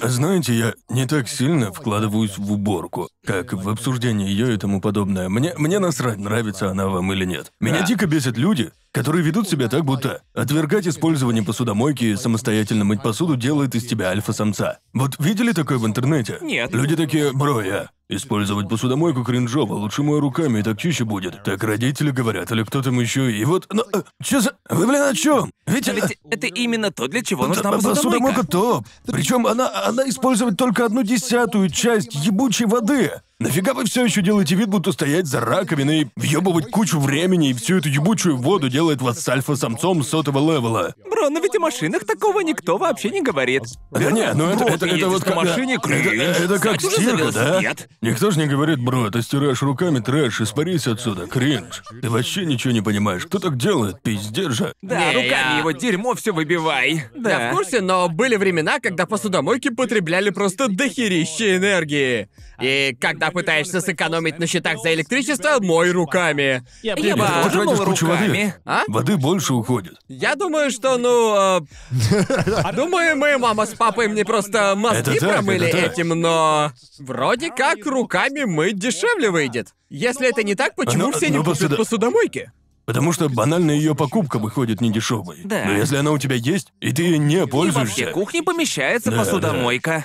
Знаете, я не так сильно вкладываюсь в уборку, как в обсуждение ее и тому подобное. Мне, мне насрать, нравится она вам или нет. Меня дико бесят люди, которые ведут себя так, будто отвергать использование посудомойки и самостоятельно мыть посуду делает из тебя альфа-самца. Вот видели такое в интернете?
Нет.
Люди такие, бро, я Использовать посудомойку кринжово, лучше мою руками, и так чище будет. Так родители говорят, или кто там еще, и вот... Ну, э, чё за... Вы, блин, о чем? Ведь...
Да
э,
А ведь это именно то, для чего
Ну, да,
нужна посудомойка.
Посудомойка топ. Причем она, она использует только одну десятую часть ебучей воды. Нафига вы все еще делаете вид, будто стоять за раковиной и въебывать кучу времени, и всю эту ебучую воду делает вас с альфа-самцом сотого левела?
Бро, но ведь о машинах такого никто вообще не говорит.
Да не, ну это,
Бро,
это,
ты
это
едешь
вот
на
когда-
машине,
это-
кринж.
Это, как
Садишься за
стирка, да?
велосипед.
Никто же не говорит, бро, ты стираешь руками трэш, испарись отсюда, кринж. Ты вообще ничего не понимаешь, кто так делает, пиздец же.
Да,
Не,
руками
я-
его дерьмо все выбивай.
Я
Да.
в курсе, но были времена, когда посудомойки потребляли просто дохерища энергии. И когда пытаешься сэкономить на счетах за электричество, мой руками.
Я бы
Либо-
Ты тоже
думал
тратишь кучу воды.
руками.
А?
Воды больше уходит.
Я думаю, что, ну... э, думаю, мы, мама с папой, мне просто мозги
Это так,
промыли
это так.
этим, но... Вроде как руками мыть дешевле выйдет. Если это не так, почему
Ну,
все не
ну,
купят
посуда-
посудомойки?
Потому что банально ее покупка выходит недешевой.
Да.
Но если она у тебя есть, и ты ею не
И во все
пользуешься,
кухни помещается
Да,
посудомойка.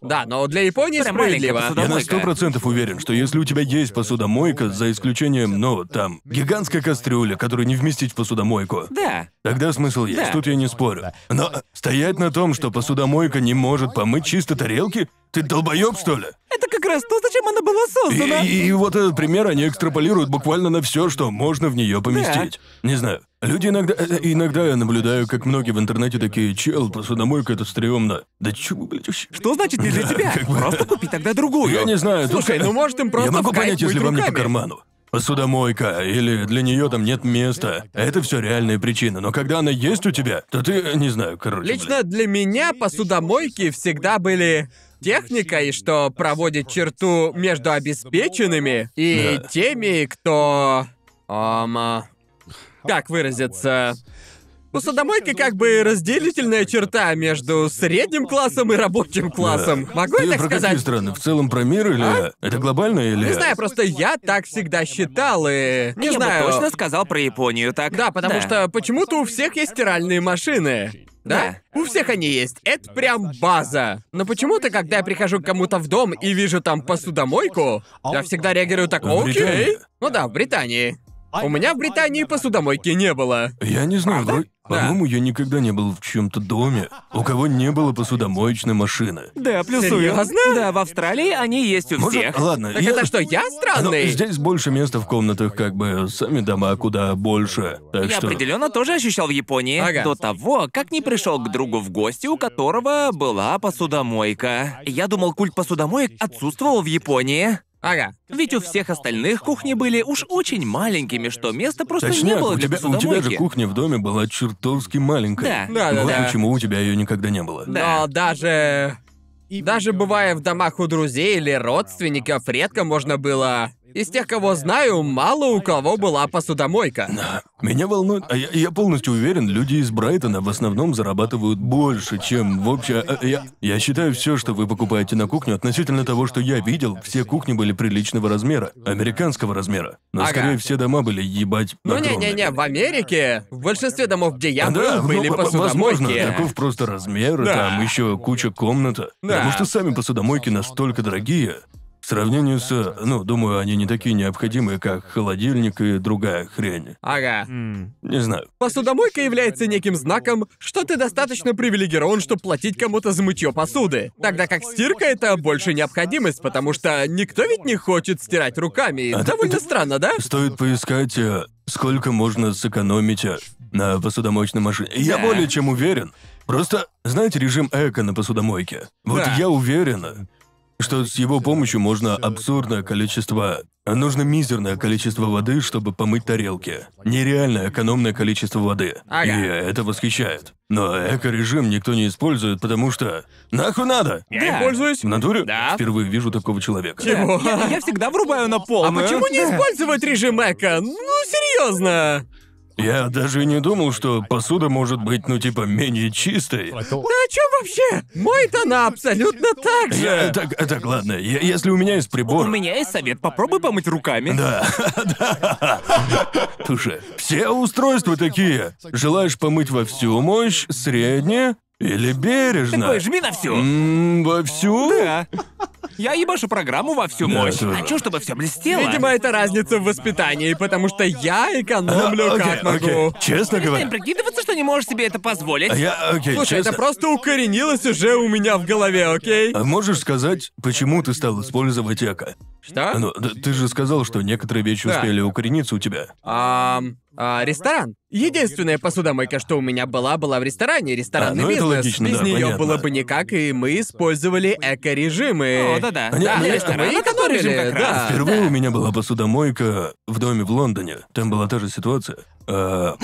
Да, но для Японии
Прям маленькая
справедливо.
посуда-
я на
Посудомойка.
сто процентов уверен, что если у тебя есть посудомойка, за исключением, ну, там, гигантская кастрюля, которую не вместить в посудомойку,
Да.
тогда смысл есть,
Да.
тут я не спорю. Но э, стоять на том, что посудомойка не может помыть чисто тарелки, ты долбоеб, что ли?
Это как раз то, зачем она была
И,
создана.
и- и вот этот пример они экстраполируют буквально на все, что можно в нее поместить. Не знаю. Люди иногда... э, Иногда я наблюдаю, как многие в интернете такие, чел, посудомойка, это стрёмно. Да чё вы, блядь, вообще?
Что значит не для тебя? Просто купи тогда другую.
Я не знаю, тут-
Слушай, ну может им просто
Я могу
в кайф
понять, если
мыть
вам не по
руками.
карману. Посудомойка, или для нее там нет места. Это все реальная причина. Но когда она есть у тебя, то ты, э, не знаю, короче. блядь.
Лично для меня посудомойки всегда были техникой, что проводит черту между обеспеченными и
Да.
теми, кто... ам, а, как выразиться, у садомойки Ну, как бы разделительная черта между средним классом и рабочим классом. Могу
Ты
я
про
так
какие
сказать? А?
страны? В целом про мир или... Это глобально или...
Не знаю, просто я так всегда считал и... Не
я
ну,
знаю.
бы точно сказал про Японию, так?
Да, потому что А почему-то у всех есть стиральные машины. Да? У всех они есть. Это прям база. Но почему-то, когда я прихожу к кому-то в дом и вижу там посудомойку, я всегда реагирую так,
В Британии?
окей. Ну да, в Британии. У меня в Британии посудомойки не было.
Я не знаю, вро- по-моему, я никогда не был в чем-то доме, у кого не было посудомоечной машины.
Да, плюсую.
Серьёзно?
Да, в Австралии они есть у
Может, а
всех.
Ладно,
Так
я...
это что, я
Ну,
странный?
здесь больше места в комнатах, как бы сами дома куда больше. Так
Я
что.
определенно тоже ощущал в Японии
Ага.
до того, как не пришел к другу в гости, у которого была посудомойка. Я думал, культ посудомоек отсутствовал в Японии.
Ага.
Ведь у всех остальных кухни были уж очень маленькими, что места просто не
Точняк,
было
у,
для
тебя, у тебя
посудомойки.
же кухня в доме была чертовски маленькая.
Да.
Да, да,
вот
да.
почему у тебя ее никогда не было.
Но даже... Даже бывая в домах у друзей или родственников, редко можно было... Из тех, кого знаю, мало у кого была посудомойка.
Меня волнует, а я, я полностью уверен, люди из Брайтона в основном зарабатывают больше, чем в общем. Я, я считаю, все, что вы покупаете на кухню, относительно того, что я видел, все кухни были приличного размера, американского размера. Но
Ага.
скорее все дома были ебать.
Ну
огромными.
не-не-не, в Америке в большинстве домов, где я
А,
был,
да,
были
ну, в- возможно,
посудомойки.
таков просто размер,
Да.
там еще куча комнат. Потому что сами посудомойки настолько дорогие. В сравнении с, ну, думаю, они не такие необходимые, как холодильник и другая хрень.
Ага.
Не знаю.
Посудомойка является неким знаком, что ты достаточно привилегирован, чтобы платить кому-то за мытье посуды. Тогда как стирка — это больше необходимость, потому что никто ведь не хочет стирать руками.
А,
Довольно
это-
странно, да?
Стоит поискать, э, сколько можно сэкономить э, на посудомоечной машине. Я
Да.
более чем уверен. Просто, знаете, режим эко на посудомойке. Вот
Да.
я уверен, что с его помощью можно абсурдное количество... Нужно мизерное количество воды, чтобы помыть тарелки. Нереально экономное количество воды.
Ага.
И это восхищает. Но эко-режим никто не использует, потому что... Нахуй надо!
Я им пользуюсь.
В натуре?
Да.
Впервые вижу такого человека.
Чего?
Я, я всегда врубаю на пол.
А почему не использовать режим эко? Ну, серьезно.
Я даже и не думал, что посуда может быть, ну, типа, менее чистой.
Да о чем вообще? Моет она абсолютно так же.
Я- так, так, ладно, я- если у меня есть
У
прибор...
меня есть совет, попробуй помыть руками.
Да, да. Слушай, все устройства такие. Желаешь помыть во всю мощь, средне или бережно?
Такой, жми на всю.
М, Во всю?
Да. Я ебашу программу во всю
Да,
мощь.
тоже.
Хочу, чтобы все блестело.
Видимо, это разница в воспитании, потому что я экономлю
А, Окей,
ну, как могу.
окей. Честно
Перестань
говоря...
прикидываться, что не можешь себе это позволить.
а Я, окей,
Слушай,
честно.
это просто укоренилось уже у меня в голове, окей?
А можешь сказать, почему ты стал использовать эко?
Что?
Ну, да ты же сказал, что некоторые вещи
А? Да.
успели укорениться у тебя.
Ам, а, ресторан. Единственная посудомойка, что у меня была, была в ресторане. Ресторанный
А, ну это
бизнес.
логично,
Без
да,
нее
понятно.
было бы никак, и мы использовали эко-режимы.
О, да-да.
Они-
Да,
они-
ресторан,
мы
который режим
экономили,
как
А, да.
раз.
Впервые у меня была посудомойка в доме в Лондоне. Там была та же ситуация. А,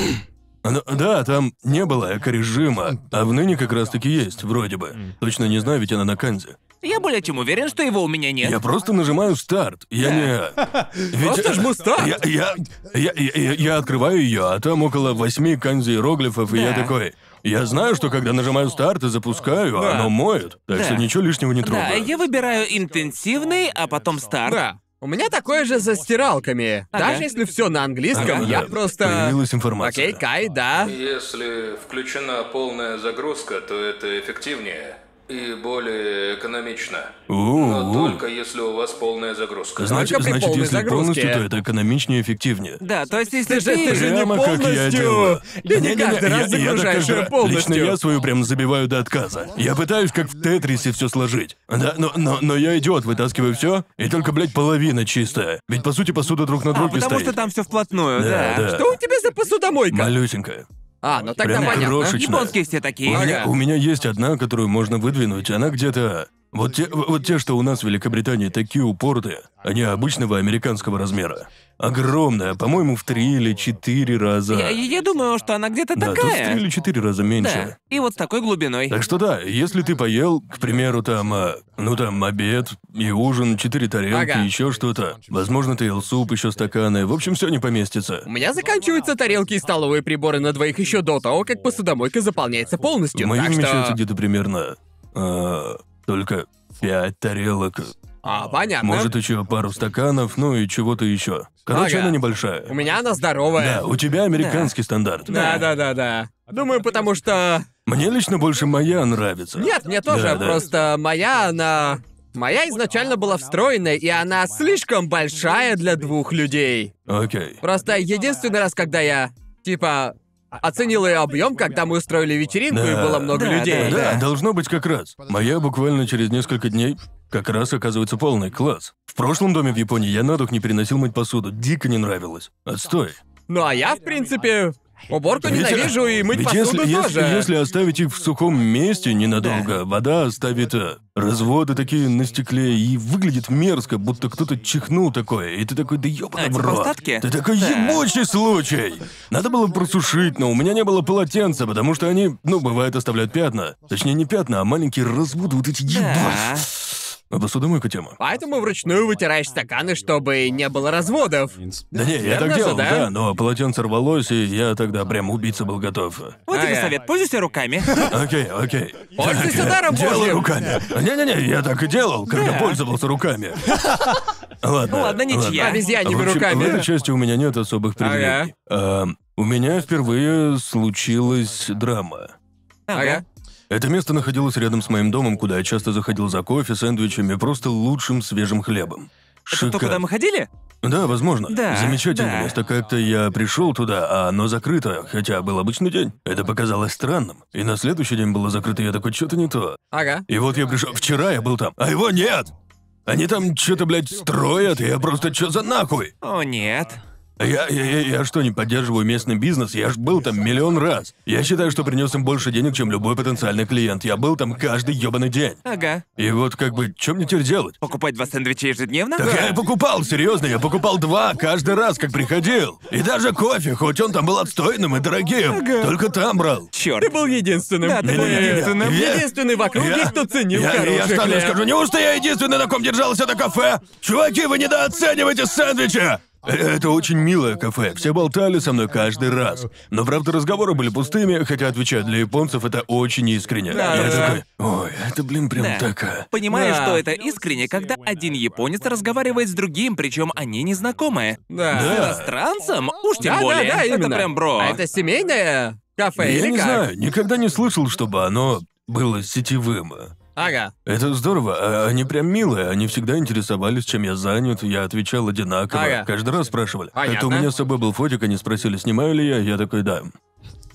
ну, да, там не было эко-режима, а в ныне как раз-таки есть, вроде бы. Точно не знаю, ведь она на Канзе.
Я более чем уверен, что его у меня нет.
Я просто нажимаю старт. Я не... Ведь-
Просто жму старт.
Я, я, я, я- я- я открываю ее, а там около восьми канзи иероглифов, и я
Да.
такой... Я знаю, что когда нажимаю старт и запускаю,
Да.
оно моет. Так
Да.
что ничего лишнего не
Да,
трогаю.
я выбираю интенсивный, а потом старт.
Да. У меня такое же за стиралками.
Ага.
Даже если все на английском,
Да.
я просто.
Появилась информация.
Окей, Кай, да.
Если включена полная загрузка, то это эффективнее и более экономично. Но
У-у-у.
только если у вас полная загрузка.
Значит,
Только при
значит
полной
если
загрузке.
полностью, то это экономичнее и эффективнее.
Да, то есть
Ты
если
же, ты же не
Прямо как я
полностью.
делаю.
Ты не каждый раз
я- я так
загружаешь
каждый
ее
раз-
полностью.
Лично я свою прям забиваю до отказа. Я пытаюсь как в Тетрисе все сложить. Да, но, но, но я идиот, вытаскиваю все, и только, блядь, половина чистая. Ведь по сути посуда друг на
А,
друге
потому
стоит.
что там все вплотную, да.
да.
Что у тебя за посудомойка?
Малюсенькая.
А, ну тогда
Прям
понятно.
крошечная.
Японские все
У
такие.
меня,
Ага.
у меня есть одна, которую можно выдвинуть. Она где-то Вот те, вот те, что у нас в Великобритании такие упорты, они обычного американского размера. Огромная, по-моему, в три или четыре раза.
Я, я думаю, что она где-то
да, тут А в три
такая.
или четыре раза меньше.
да. И вот с такой глубиной.
Так что да, если ты поел, к примеру, там, а, ну там, обед и ужин, четыре тарелки,
Ага.
еще что-то. Возможно, ты ел суп, еще стаканы. В общем, все не поместится.
У меня заканчиваются тарелки и столовые приборы на двоих еще до того, как посудомойка заполняется
В
полностью.
моем
так что...
счете где-то примерно а, только пять тарелок.
А, понятно.
Может, еще пару стаканов, ну и чего-то еще. Короче,
Ага.
она небольшая.
У меня она здоровая.
Да, у тебя американский стандарт.
Да, да, да, да. Думаю, потому что...
Мне лично больше моя нравится.
Нет, мне тоже,
Да, да.
просто моя, она... Моя изначально была встроенная, и она слишком большая для двух людей.
Окей.
Просто единственный раз, когда я, типа, оценил ее объем, когда мы устроили вечеринку, и
Да.
было много
Да,
людей.
Да, должно быть как раз. Моя буквально через несколько дней как раз оказывается полный класс. В прошлом доме в Японии я на дух не переносил мыть посуду, дико не нравилось. Отстой.
Ну а я, в принципе, уборку
Ведь-
ненавижу и мыть
ведь
посуду
если,
тоже.
Если, если оставить их в сухом месте ненадолго, вода оставит э, разводы такие на стекле и выглядит мерзко, будто кто-то чихнул такое, и ты такой, да ёбаный
А,
в
типа
рот.
остатки?
Ты такой,
Да.
ебучий случай! Надо было просушить, но у меня не было полотенца, потому что они, ну, бывает, оставляют пятна. Точнее, не пятна, а маленькие разводы, вот эти
Да.
ебать. А посудомойка тема.
Поэтому вручную вытираешь стаканы, чтобы не было разводов.
Да не, я
Верно
так
же,
делал,
да?
да, но полотенце рвалось, и я тогда прям убийца был готов.
Вот тебе
Ага.
совет, пользуйся руками.
Окей, окей.
Пользуйся
Так,
даром
Делай
Божьим.
руками. Не-не-не, я так и делал, когда
Да.
пользовался руками. Ладно.
Ладно, ничья. А
Обезьяньими
В общем,
А руками.
В этой части у меня нет особых привилегий. Эм, У меня впервые случилась драма.
Ага.
Это место находилось рядом с моим домом, куда я часто заходил за кофе, сэндвичами, просто лучшим свежим хлебом.
Это то,
Шикарно.
куда мы ходили?
Да, возможно.
Да,
Замечательное
да.
место. Как-то я пришел туда, а оно закрыто, хотя был обычный день. Это показалось странным. И на следующий день было закрыто, и я такой, что-то не то.
Ага.
И вот я пришел. Вчера я был там, а его нет! Они там что-то, блядь, строят, и я просто что за нахуй?
О, нет.
Я, я, я, я что, не поддерживаю местный бизнес? Я ж был там миллион раз. Я считаю, что принес им больше денег, чем любой потенциальный клиент. Я был там каждый ебаный день.
Ага.
И вот как бы, что мне теперь делать?
Покупать два сэндвича ежедневно?
Так я и покупал, серьезно, я покупал два каждый раз, как приходил. И даже кофе, хоть он там был отстойным и дорогим, только там брал.
Черт.
Ты был единственным.
Да, ты был
Э,
единственным.
Я-
Единственный в округе, кто ценил
я,
хороший
я встану и
хлеб.
скажу, неужто я единственный, на ком держалось это кафе? Чуваки, вы недооцениваете сэндвичи! Э, Это очень милое кафе, все болтали со мной каждый раз. Но, правда, разговоры были пустыми, хотя, отвечаю, для японцев это очень искренне.
Да,
я
да.
такой, ой, это, блин, прям а,
Да.
такая.
Понимаешь,
Да.
что это искренне, когда один японец разговаривает с другим, причем они не знакомы.
Да.
Да.
С иностранцем? Уж тем
Да, да,
более.
да, именно.
Это прям бро.
А это семейное кафе
Я
или
не
как?
знаю, никогда не слышал, чтобы оно было сетевым.
Ага.
Это здорово, а они прям милые, они всегда интересовались, чем я занят, я отвечал одинаково.
Ага.
Каждый раз спрашивали. Как-то у
Понятно.
меня с собой был фотик, они спросили, снимаю ли я, я такой, да.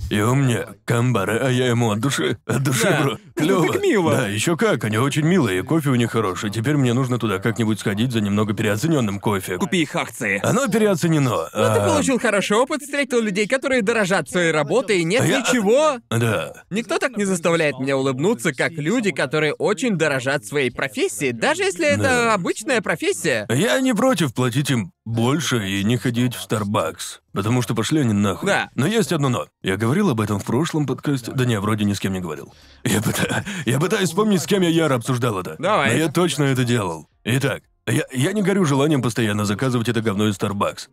И у меня камбары, а я ему от души, от души,
Да.
бро.
Ну,
Клево.
так мило.
Да, еще как, они очень милые, и кофе у них хороший. Теперь мне нужно туда как-нибудь сходить за немного переоцененным кофе.
Купи Ну, их акции.
Оно переоценено.
Ну, Ты
а,
получил хороший опыт, встретил людей, которые дорожат своей работой, и нет
А я-
ничего.
Да.
Никто так не заставляет меня улыбнуться, как люди, которые очень дорожат своей профессией, даже если это
Да.
обычная профессия.
Я не против платить им больше и не ходить в Starbucks, потому что пошли они нахуй.
Да.
Но есть одно но. Я говорил об этом в прошлом подкасте. Да не, вроде ни с кем не говорил. Я, пыта- я пытаюсь вспомнить, с кем я яро обсуждал это.
Давай.
Но я точно это делал. Итак, я, я не горю желанием постоянно заказывать это говно из Starbucks.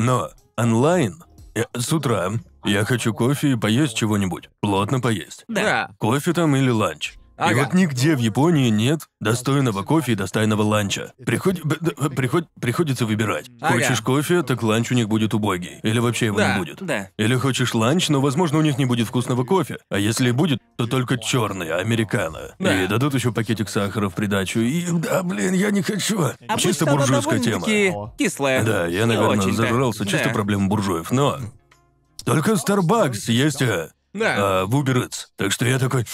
Но онлайн э, с утра я хочу кофе и поесть чего-нибудь. Плотно поесть.
Да.
Кофе там или ланч. И
Ага.
вот нигде в Японии нет достойного кофе и достойного ланча. Приход- б- д- приход- приходится выбирать.
Ага.
Хочешь кофе, так ланч у них будет убогий. Или вообще его
Да,
не будет.
Да.
Или хочешь ланч, но, возможно, у них не будет вкусного кофе. А если и будет, то только черный, американо.
Да.
И дадут еще пакетик сахара в придачу. И да, блин, я не хочу. А
Обычно
Чисто
она
буржуйская тема.
довольно-таки Кислая.
Да, я,
Не
наверное,
очень-то.
зажрался. Чисто
Да.
проблема буржуев. Но только Starbucks есть э,
Да.
а, в Uber Eats. Так что я такой...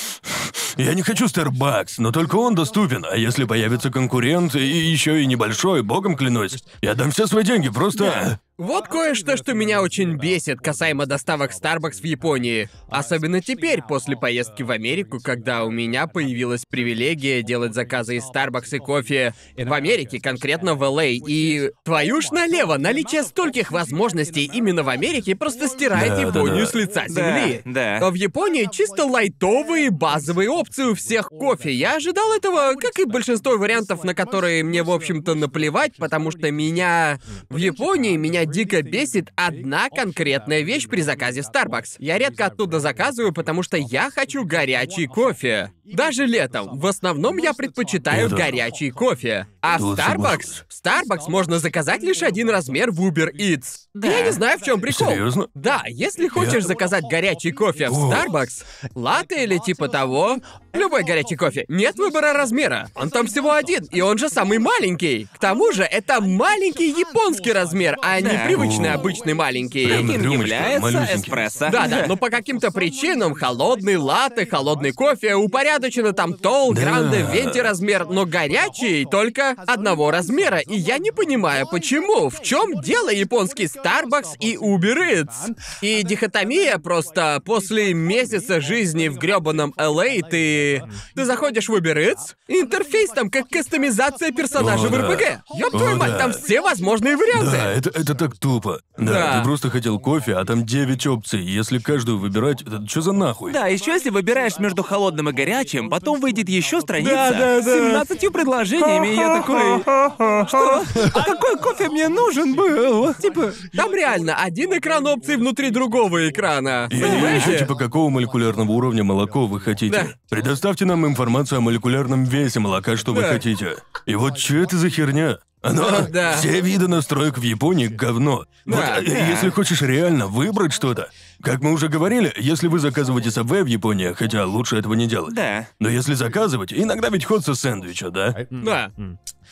Я не хочу Starbucks, но только он доступен. А если появится конкурент, и еще и небольшой, богом клянусь, я дам все свои деньги, просто...
Вот кое-что, что меня очень бесит касаемо доставок Starbucks в Японии. Особенно теперь, после поездки в Америку, когда у меня появилась привилегия делать заказы из Starbucks и кофе в Америке, конкретно в LA. И твою ж налево, наличие стольких возможностей именно в Америке просто стирает
Да, да,
Японию
да.
с лица
Да,
земли.
да.
А в Японии чисто лайтовые базовые опции у всех кофе. Я ожидал этого, как и большинство вариантов, на которые мне, в общем-то, наплевать, потому что меня... В Японии меня дико бесит одна конкретная вещь при заказе в Starbucks. Я редко оттуда заказываю, потому что я хочу горячий кофе. Даже летом. В основном я предпочитаю
Это-
горячий кофе. А в
Тут
Starbucks... В Starbucks можно заказать лишь один размер в Uber Eats. Я не знаю, в чем прикол.
Серьезно?
Да, если хочешь заказать горячий кофе в
О.
Starbucks, латте или типа того, любой горячий кофе, нет выбора размера. Он там всего один, и он же самый маленький. К тому же, это маленький японский размер, а не
Да.
привычный
О.
обычный маленький.
Прям
Таким
рюмочка,
является
малюсенький.
эспрессо.
Да-да, но по каким-то причинам холодный латте, холодный кофе упорядочено там тол, гранде, венти размер, но горячий только одного размера. И я не понимаю, почему, в чем дело японский Starbucks и Uber Eats? И дихотомия просто после месяца жизни в грёбаном LA ты... Ты заходишь в Uber Eats, интерфейс там как кастомизация персонажа
О,
в
да.
РПГ. Ёб твою
О,
мать,
да.
там все возможные варианты.
Да, это, это так тупо. Да,
Да.
ты просто хотел кофе, а там 9 опций. Если каждую выбирать, это что за нахуй?
Да, еще если выбираешь между холодным и горячим, потом выйдет еще страница
Да, да, да.
с 17 предложениями, и я такой... Что? А какой кофе мне нужен был? Типа...
Там реально один экран опций внутри другого экрана.
И
Понимаете?
еще типа какого молекулярного уровня молоко вы хотите?
Да.
Предоставьте нам информацию о молекулярном весе молока, что вы
Да.
хотите. И вот что это за херня? Оно,
Да, да.
все виды настроек в Японии говно. Вот,
Да,
э,
да.
если хочешь реально выбрать что-то, как мы уже говорили, если вы заказываете Subway в Японии, хотя лучше этого не делать.
Да.
Но если заказывать, иногда ведь ход со сэндвича, да?
Да.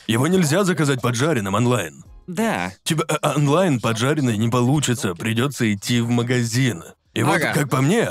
Его нельзя заказать поджаренным онлайн.
Да.
Типа э, онлайн поджаренный не получится, придется идти в магазин. И вот,
Ага.
как по мне,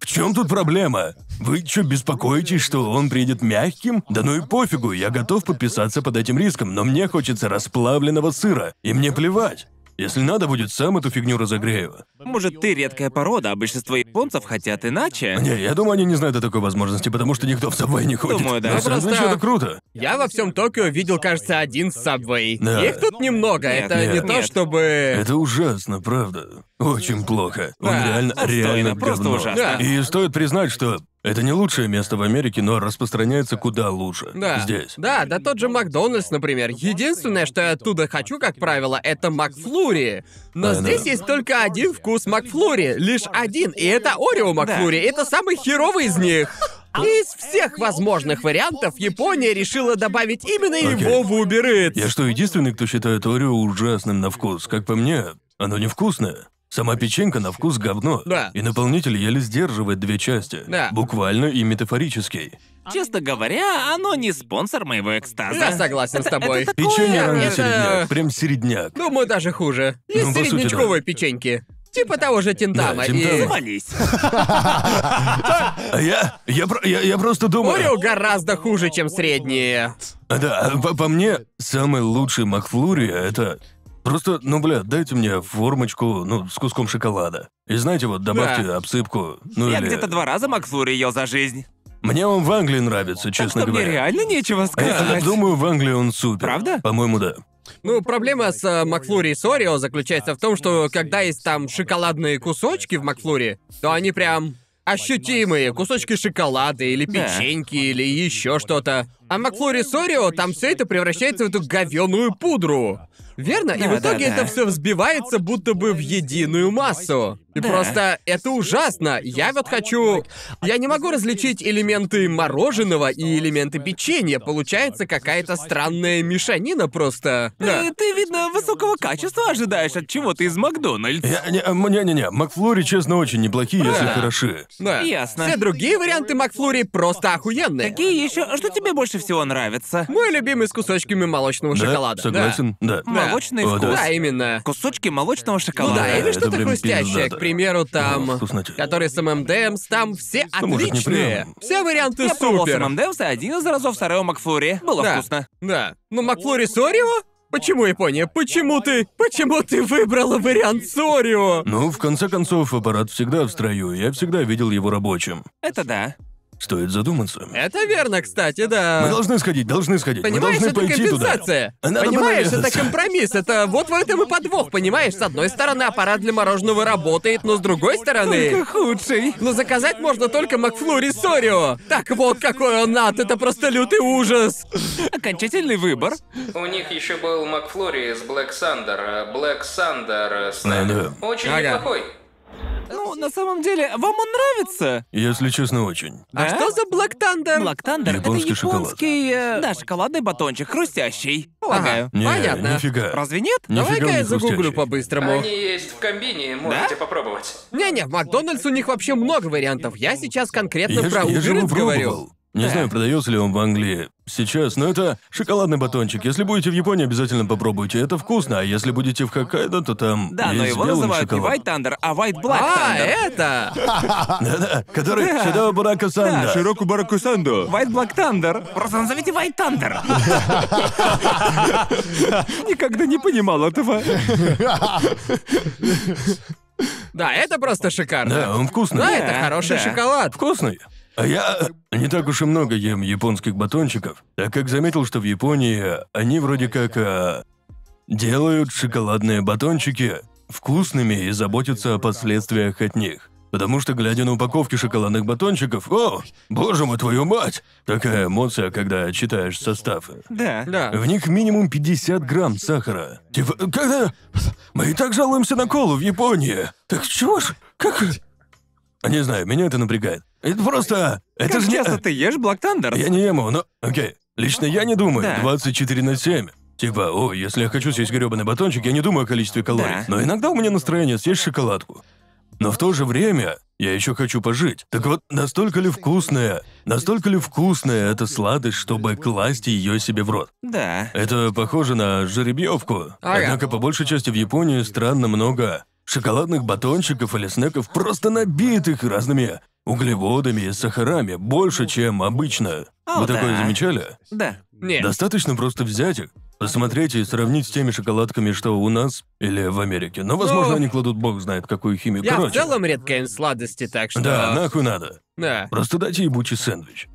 в чем тут проблема? Вы что, беспокоитесь, что он приедет мягким? Да ну и пофигу, я готов подписаться под этим риском, но мне хочется расплавленного сыра, и мне плевать. Если надо будет, сам эту фигню разогрею.
Может, ты редкая порода, а большинство японцев хотят иначе?
Не, я думаю, они не знают о такой возможности, потому что никто в собой не ходит.
Думаю, да.
Но
Ну,
сэндвич
просто-
это круто.
Я во всем Токио видел, кажется, один сабвей.
Да.
Их тут немного,
Нет,
это
нет,
не то
нет.
чтобы.
Это ужасно, правда. Очень плохо. Он
Да,
реально,
отстойно,
реально
просто
говно.
ужасно.
Да.
И стоит признать, что это не лучшее место в Америке, но распространяется куда лучше.
Да.
Здесь.
Да, да тот же Макдональдс, например. Единственное, что я оттуда хочу, как правило, это Макфлури. Но
Да, да.
здесь есть только один вкус Макфлури. Лишь один. И это Орео Макфлури. Это самый херовый из них. Из всех возможных вариантов Япония решила добавить именно
Окей.
его в Uber Eats.
Я что, единственный, кто считает Орео ужасным на вкус? Как по мне, оно невкусное. Сама печенька на вкус говно.
Да.
И наполнитель еле сдерживает две части.
Да.
Буквально и метафорически.
Честно говоря, оно не спонсор моего экстаза.
Я согласен с тобой.
Печенье равно
это-
середняк. Прям середняк.
Думаю, даже хуже. Есть
Ну, по сути,
середнячковые печеньки. Типа того же Тинтама
Да, Тинтама.
и...
Завались.
А я... Я, про- я, я просто думаю...
Орео гораздо хуже, чем средние.
А, Да, по, по мне, самый лучший Макфлури это. Просто, ну, бля, дайте мне формочку, ну, с куском шоколада. И знаете, вот добавьте
Да.
обсыпку. Ну
Я
или.
где-то два раза Макфлури ел за жизнь.
Мне он в Англии нравится,
Так
честно
что мне
говоря.
реально нечего
А я
сказать.
думаю, в Англии он супер.
Правда?
По-моему, да.
Ну, проблема с э, Макфлури и с Орео заключается в том, что когда есть там шоколадные кусочки в Макфлури, то они прям ощутимые. Кусочки шоколада или
Да.
печеньки или еще что-то. А Макфлури с Орео, там все это превращается в эту говёную пудру. Верно? И
Да,
в итоге
да, да.
это все взбивается будто бы в единую массу. И
Да.
просто это ужасно. Я вот хочу... Я не могу различить элементы мороженого и элементы печенья. Получается какая-то странная мешанина просто. Да.
Ты, ты, видно, высокого качества ожидаешь от чего-то из Макдональдс.
Я- не- а, Не-не-не, Макфлури, честно, очень неплохие, если
Да.
хороши.
Да.
Ясно.
Все другие варианты Макфлури просто охуенные.
Какие еще? Что тебе больше больше всего нравится?
Мой любимый с кусочками молочного
Да,
шоколада. да.
согласен, да.
Молочный
О, да.
вкус.
Да, именно.
Кусочки молочного
Ну
шоколада.
да, или
это
что-то
прям
хрустящее,
пиздато.
к примеру,
О,
там,
вкуснотень.
который с ММДМС, там все
может, не
отличные.
прям?
Все варианты
Я пробовал с
супер.
ММДМС, а один из разов с Орео Макфлури. Было
Да.
вкусно.
Да. Ну, Макфлори с Орео? Почему Япония? Почему ты... Почему ты выбрала вариант с Орео?
Ну, в конце концов, аппарат всегда в строю, я всегда видел его рабочим.
Это да.
Стоит задуматься.
Это верно, кстати,
Мы
да.
должны сходить, должны сходить.
А. Понимаешь,
мы должны
это
пойти туда.
компенсация.
Надо
понимаешь, это
понравиться.
компромисс. Это вот в этом и подвох, понимаешь? С одной стороны, аппарат для мороженого работает, но с другой стороны...
худший.
Но заказать можно только Макфлури с Орео. Так вот, какой он ад, это просто лютый ужас.
Окончательный выбор.
У них еще был Макфлори из Блэк Сандер. Блэк Сандер а с
Да,
нами.
да.
Очень
Ага.
неплохой.
Ну, на самом деле, вам он нравится?
Если честно, очень.
А
Да?
что за Блэк Тандер?
Black Thunder
Японский
это
шоколад.
японский... э, да, шоколадный батончик, хрустящий. Полагаю.
Ага,
Не,
понятно.
нифига.
Разве нет?
Нифига
Давай-ка
он не
я загуглю
хрустящий.
по-быстрому.
Они есть в комбине, можете попробовать.
Не-не, в Макдональдс у них вообще много вариантов. Я сейчас конкретно
Я, ж-
про
я же его
Угерец
пробовал.
говорю.
Не
Да.
знаю, продается ли он в Англии сейчас, но это шоколадный батончик. Если будете в Японии, обязательно попробуйте. Это вкусно, а если будете в Хоккайдо, то там
Да, но
есть
его
белый
называют
шоколад.
не White Thunder, а White Black
А,
Thunder.
это!
Да-да, который Широ Барака Санда.
Широку Бараку Санду. White Black Thunder. Просто назовите White Thunder. Никогда не понимал этого.
Да, это просто шикарно.
Да, он вкусный.
Да, это хороший
да.
шоколад.
Вкусный. А я не так уж и много ем японских батончиков, так как заметил, что в Японии они вроде как а, делают шоколадные батончики вкусными и заботятся о последствиях от них. Потому что, глядя на упаковки шоколадных батончиков, о, боже мой, твою мать! Такая эмоция, когда читаешь составы.
Да.
Да.
В них минимум 50 грамм сахара. Типа, когда... Мы и так жалуемся на колу в Японии. Так чего ж... Как... Не знаю, меня это напрягает. Это просто... Это
Как
же не...
часто ты ешь Black Thunder?
Я не ем его, но... Окей. Лично я не думаю.
Да.
24 на 7. Типа, о, если я хочу съесть грёбаный батончик, я не думаю о количестве калорий.
Да.
Но иногда у меня настроение съесть шоколадку. Но в то же время я еще хочу пожить. Так вот, настолько ли вкусная, настолько ли вкусная эта сладость, чтобы класть ее себе в рот?
Да.
Это похоже на жеребьевку.
Ага.
Однако, по большей части, в Японии странно много шоколадных батончиков или снеков, просто набитых разными углеводами и сахарами, больше, чем обычно.
О,
Вы такое
да.
замечали?
Да.
Нет.
Достаточно просто взять их, посмотреть и сравнить с теми шоколадками, что у нас или в Америке. Но, возможно,
Ну,
они кладут бог знает какую химию.
Я в
Короче,
целом редко ем сладости, так что...
да, нахуй надо.
Да.
Просто дайте ебучий сэндвич.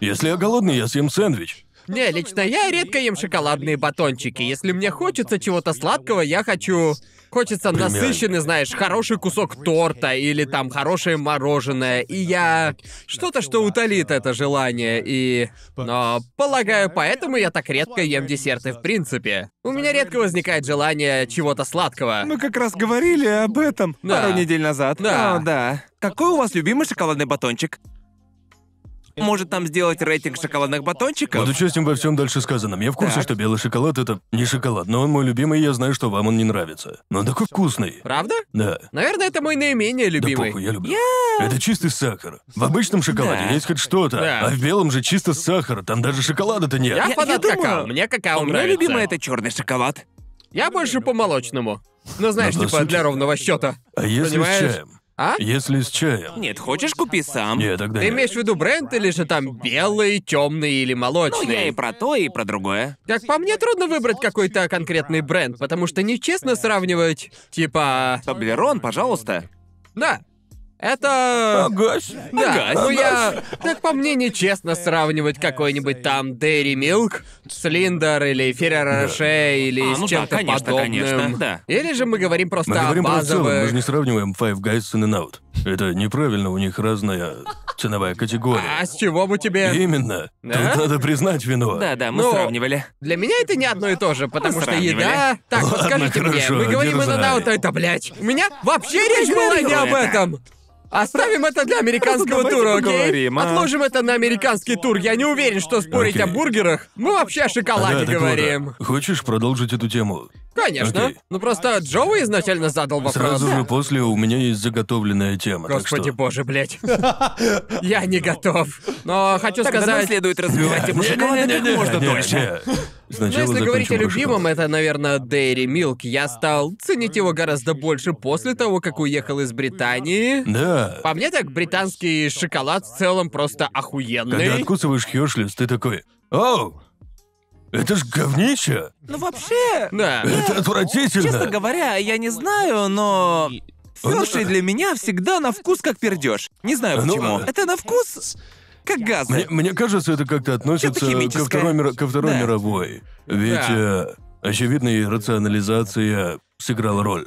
Если я голодный, я съем сэндвич.
Не, лично я редко ем шоколадные батончики. Если мне хочется чего-то сладкого, я хочу... Хочется
Примерно.
насыщенный, знаешь, хороший кусок торта или там хорошее мороженое. И я... Что-то, что утолит это желание. И... Но, полагаю, поэтому я так редко ем десерты в принципе. У меня редко возникает желание чего-то сладкого.
Ну,
Мы как раз говорили об этом
Да.
пару недель назад.
Да.
О, да. Какой у вас любимый шоколадный батончик? Может, нам сделать рейтинг шоколадных батончиков?
Под участием во всем дальше сказанном. Я в курсе,
Так.
что белый шоколад это не шоколад, но он мой любимый, и я знаю, что вам он не нравится. Но он такой вкусный.
Правда?
Да.
Наверное, это мой наименее
Да
любимый.
похуй, я люблю. Это чистый сахар. В обычном шоколаде
Да.
есть хоть что-то,
Да.
а в белом же чисто сахар, там даже шоколада-то нет.
я,
я
фанат
думаю,
какао. Мне
А
какао
У меня
нравится.
любимый это черный шоколад.
Я больше по молочному. Ну, знаешь,
Ну, по
типа
сути-
для ровного счета.
А если
Понимаешь?
с чаем?
А?
Если с чаем.
Нет, хочешь, купи сам.
Не, тогда
Ты
нет.
имеешь в виду бренд или же там белый, темный или
Ну, я
молочный?
и про то, и про другое.
Как по мне, трудно выбрать какой-то конкретный бренд, потому что нечестно сравнивать, типа...
Таблерон, пожалуйста.
Да, это...
Ага.
Да,
ага.
ну я... Как по мне, нечестно сравнивать какой-нибудь там Dairy Milk с Линдер или Ферреро Роше или
А, ну
с
да,
чем-то
конечно,
подобным.
конечно, да.
Или же мы говорим просто
Мы
о
говорим про в целом, мы
базовых...
же не сравниваем Five Guys с In Out. Это неправильно, у них разная ценовая
А
категория.
с чего бы тебе...
Именно.
Да?
Тут надо признать вину.
Да, да, мы
Ну,
сравнивали.
Для меня это не одно и то же, потому
Мы
что
сравнивали.
еда... Так, вот
Ладно,
скажите мне,
хорошо, Ну,
мы говорим
дерзай.
инаута, это, блядь, у меня вообще речь была не
говорила
об
это.
этом. Оставим это для американского
Давайте
тура, окей?
поговорим, а?
Отложим это на американский тур. Я не уверен, что спорить
Окей.
о бургерах. Мы вообще о
Да,
шоколаде
так вот,
говорим.
а, Хочешь продолжить эту тему?
Конечно.
Окей.
Ну просто Джоуи изначально задал вопрос.
Сразу же после у меня есть заготовленная тема, так
Господи
что...
боже, блядь. Я не готов. Но хочу
Тогда нам
сказать...
следует развивать тему шоколада как можно
Не,
дольше.
не.
Ну,
Сначала
если говорить о
закончим про
любимом,
шоколад.
это, наверное, Dairy Milk. Я стал ценить его гораздо больше после того, как уехал из Британии.
Да.
По мне так, британский шоколад в целом просто
Когда
охуенный.
откусываешь Хёшлис, ты такой... Оу! Это ж говнище!
Ну вообще,
Да.
Это отвратительно!
честно говоря, я не знаю, но...
Ну,
Фёши для меня всегда на вкус как пердеж. Не знаю
Ну,
почему.
э.
Это на вкус как газ.
Мне, мне кажется, это как-то относится ко
химическое.
Второй, миро- ко Второй
Да.
мировой. Ведь,
Да.
э, очевидно, и рационализация сыграла роль.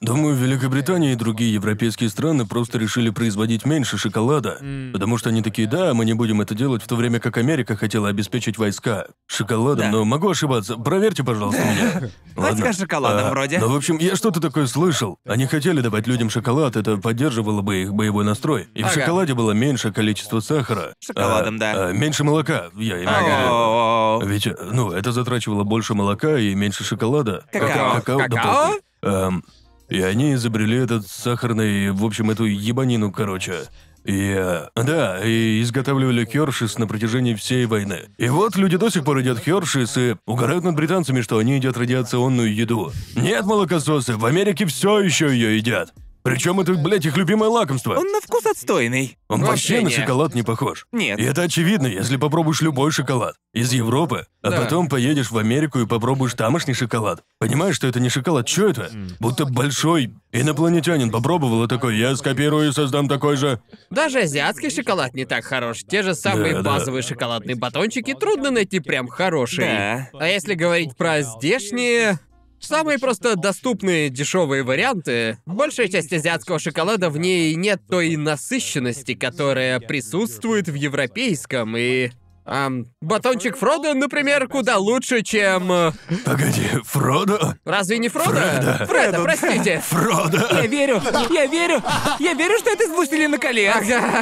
Думаю, Великобритания и другие европейские страны просто решили производить меньше шоколада, потому что они такие, да, мы не будем это делать, в то время как Америка хотела обеспечить войска шоколадом,
Да.
но могу ошибаться, проверьте, пожалуйста, меня.
Батька с шоколадом
А,
вроде.
Ну, в общем, я что-то такое слышал. Они хотели давать людям шоколад, это поддерживало бы их боевой настрой. И в
Ага.
шоколаде было меньше количества сахара.
Шоколадом,
А,
да.
а, меньше молока, я имею в виду.
О-о-о.
Ведь, э, ну, это затрачивало больше молока и меньше шоколада.
Какао.
да
Какао?
похуй. Эм, и они изобрели этот сахарный, в общем, эту ебанину, короче. И, э, да, и изготавливали Хершис на протяжении всей войны. И вот люди до сих пор едят Хершис и угорают над британцами, что они едят радиационную еду. Нет молокососы, в Америке все еще ее едят. Причем это, блядь, их любимое лакомство.
Он на вкус отстойный.
Он вообще
Вообще
на
не.
шоколад не похож.
Нет.
И это очевидно, если попробуешь любой шоколад из Европы, а
Да.
потом поедешь в Америку и попробуешь тамошний шоколад. Понимаешь, что это не шоколад, что это? Будто большой инопланетянин попробовал и такой, я скопирую и создам такой же.
Даже азиатский шоколад не так хорош. Те же самые
Да, да.
базовые шоколадные батончики трудно найти прям хорошие.
Да.
А если говорить про здешние... Самые просто доступные дешевые варианты. Большая часть азиатского шоколада в ней нет той насыщенности, которая присутствует в европейском. И ам, батончик Фродо, например, куда лучше, чем э,
Погоди, Фродо?
разве не Фродо? Фредо, простите.
Фродо!
Я верю, я верю, я верю, что это из «Властелина колец».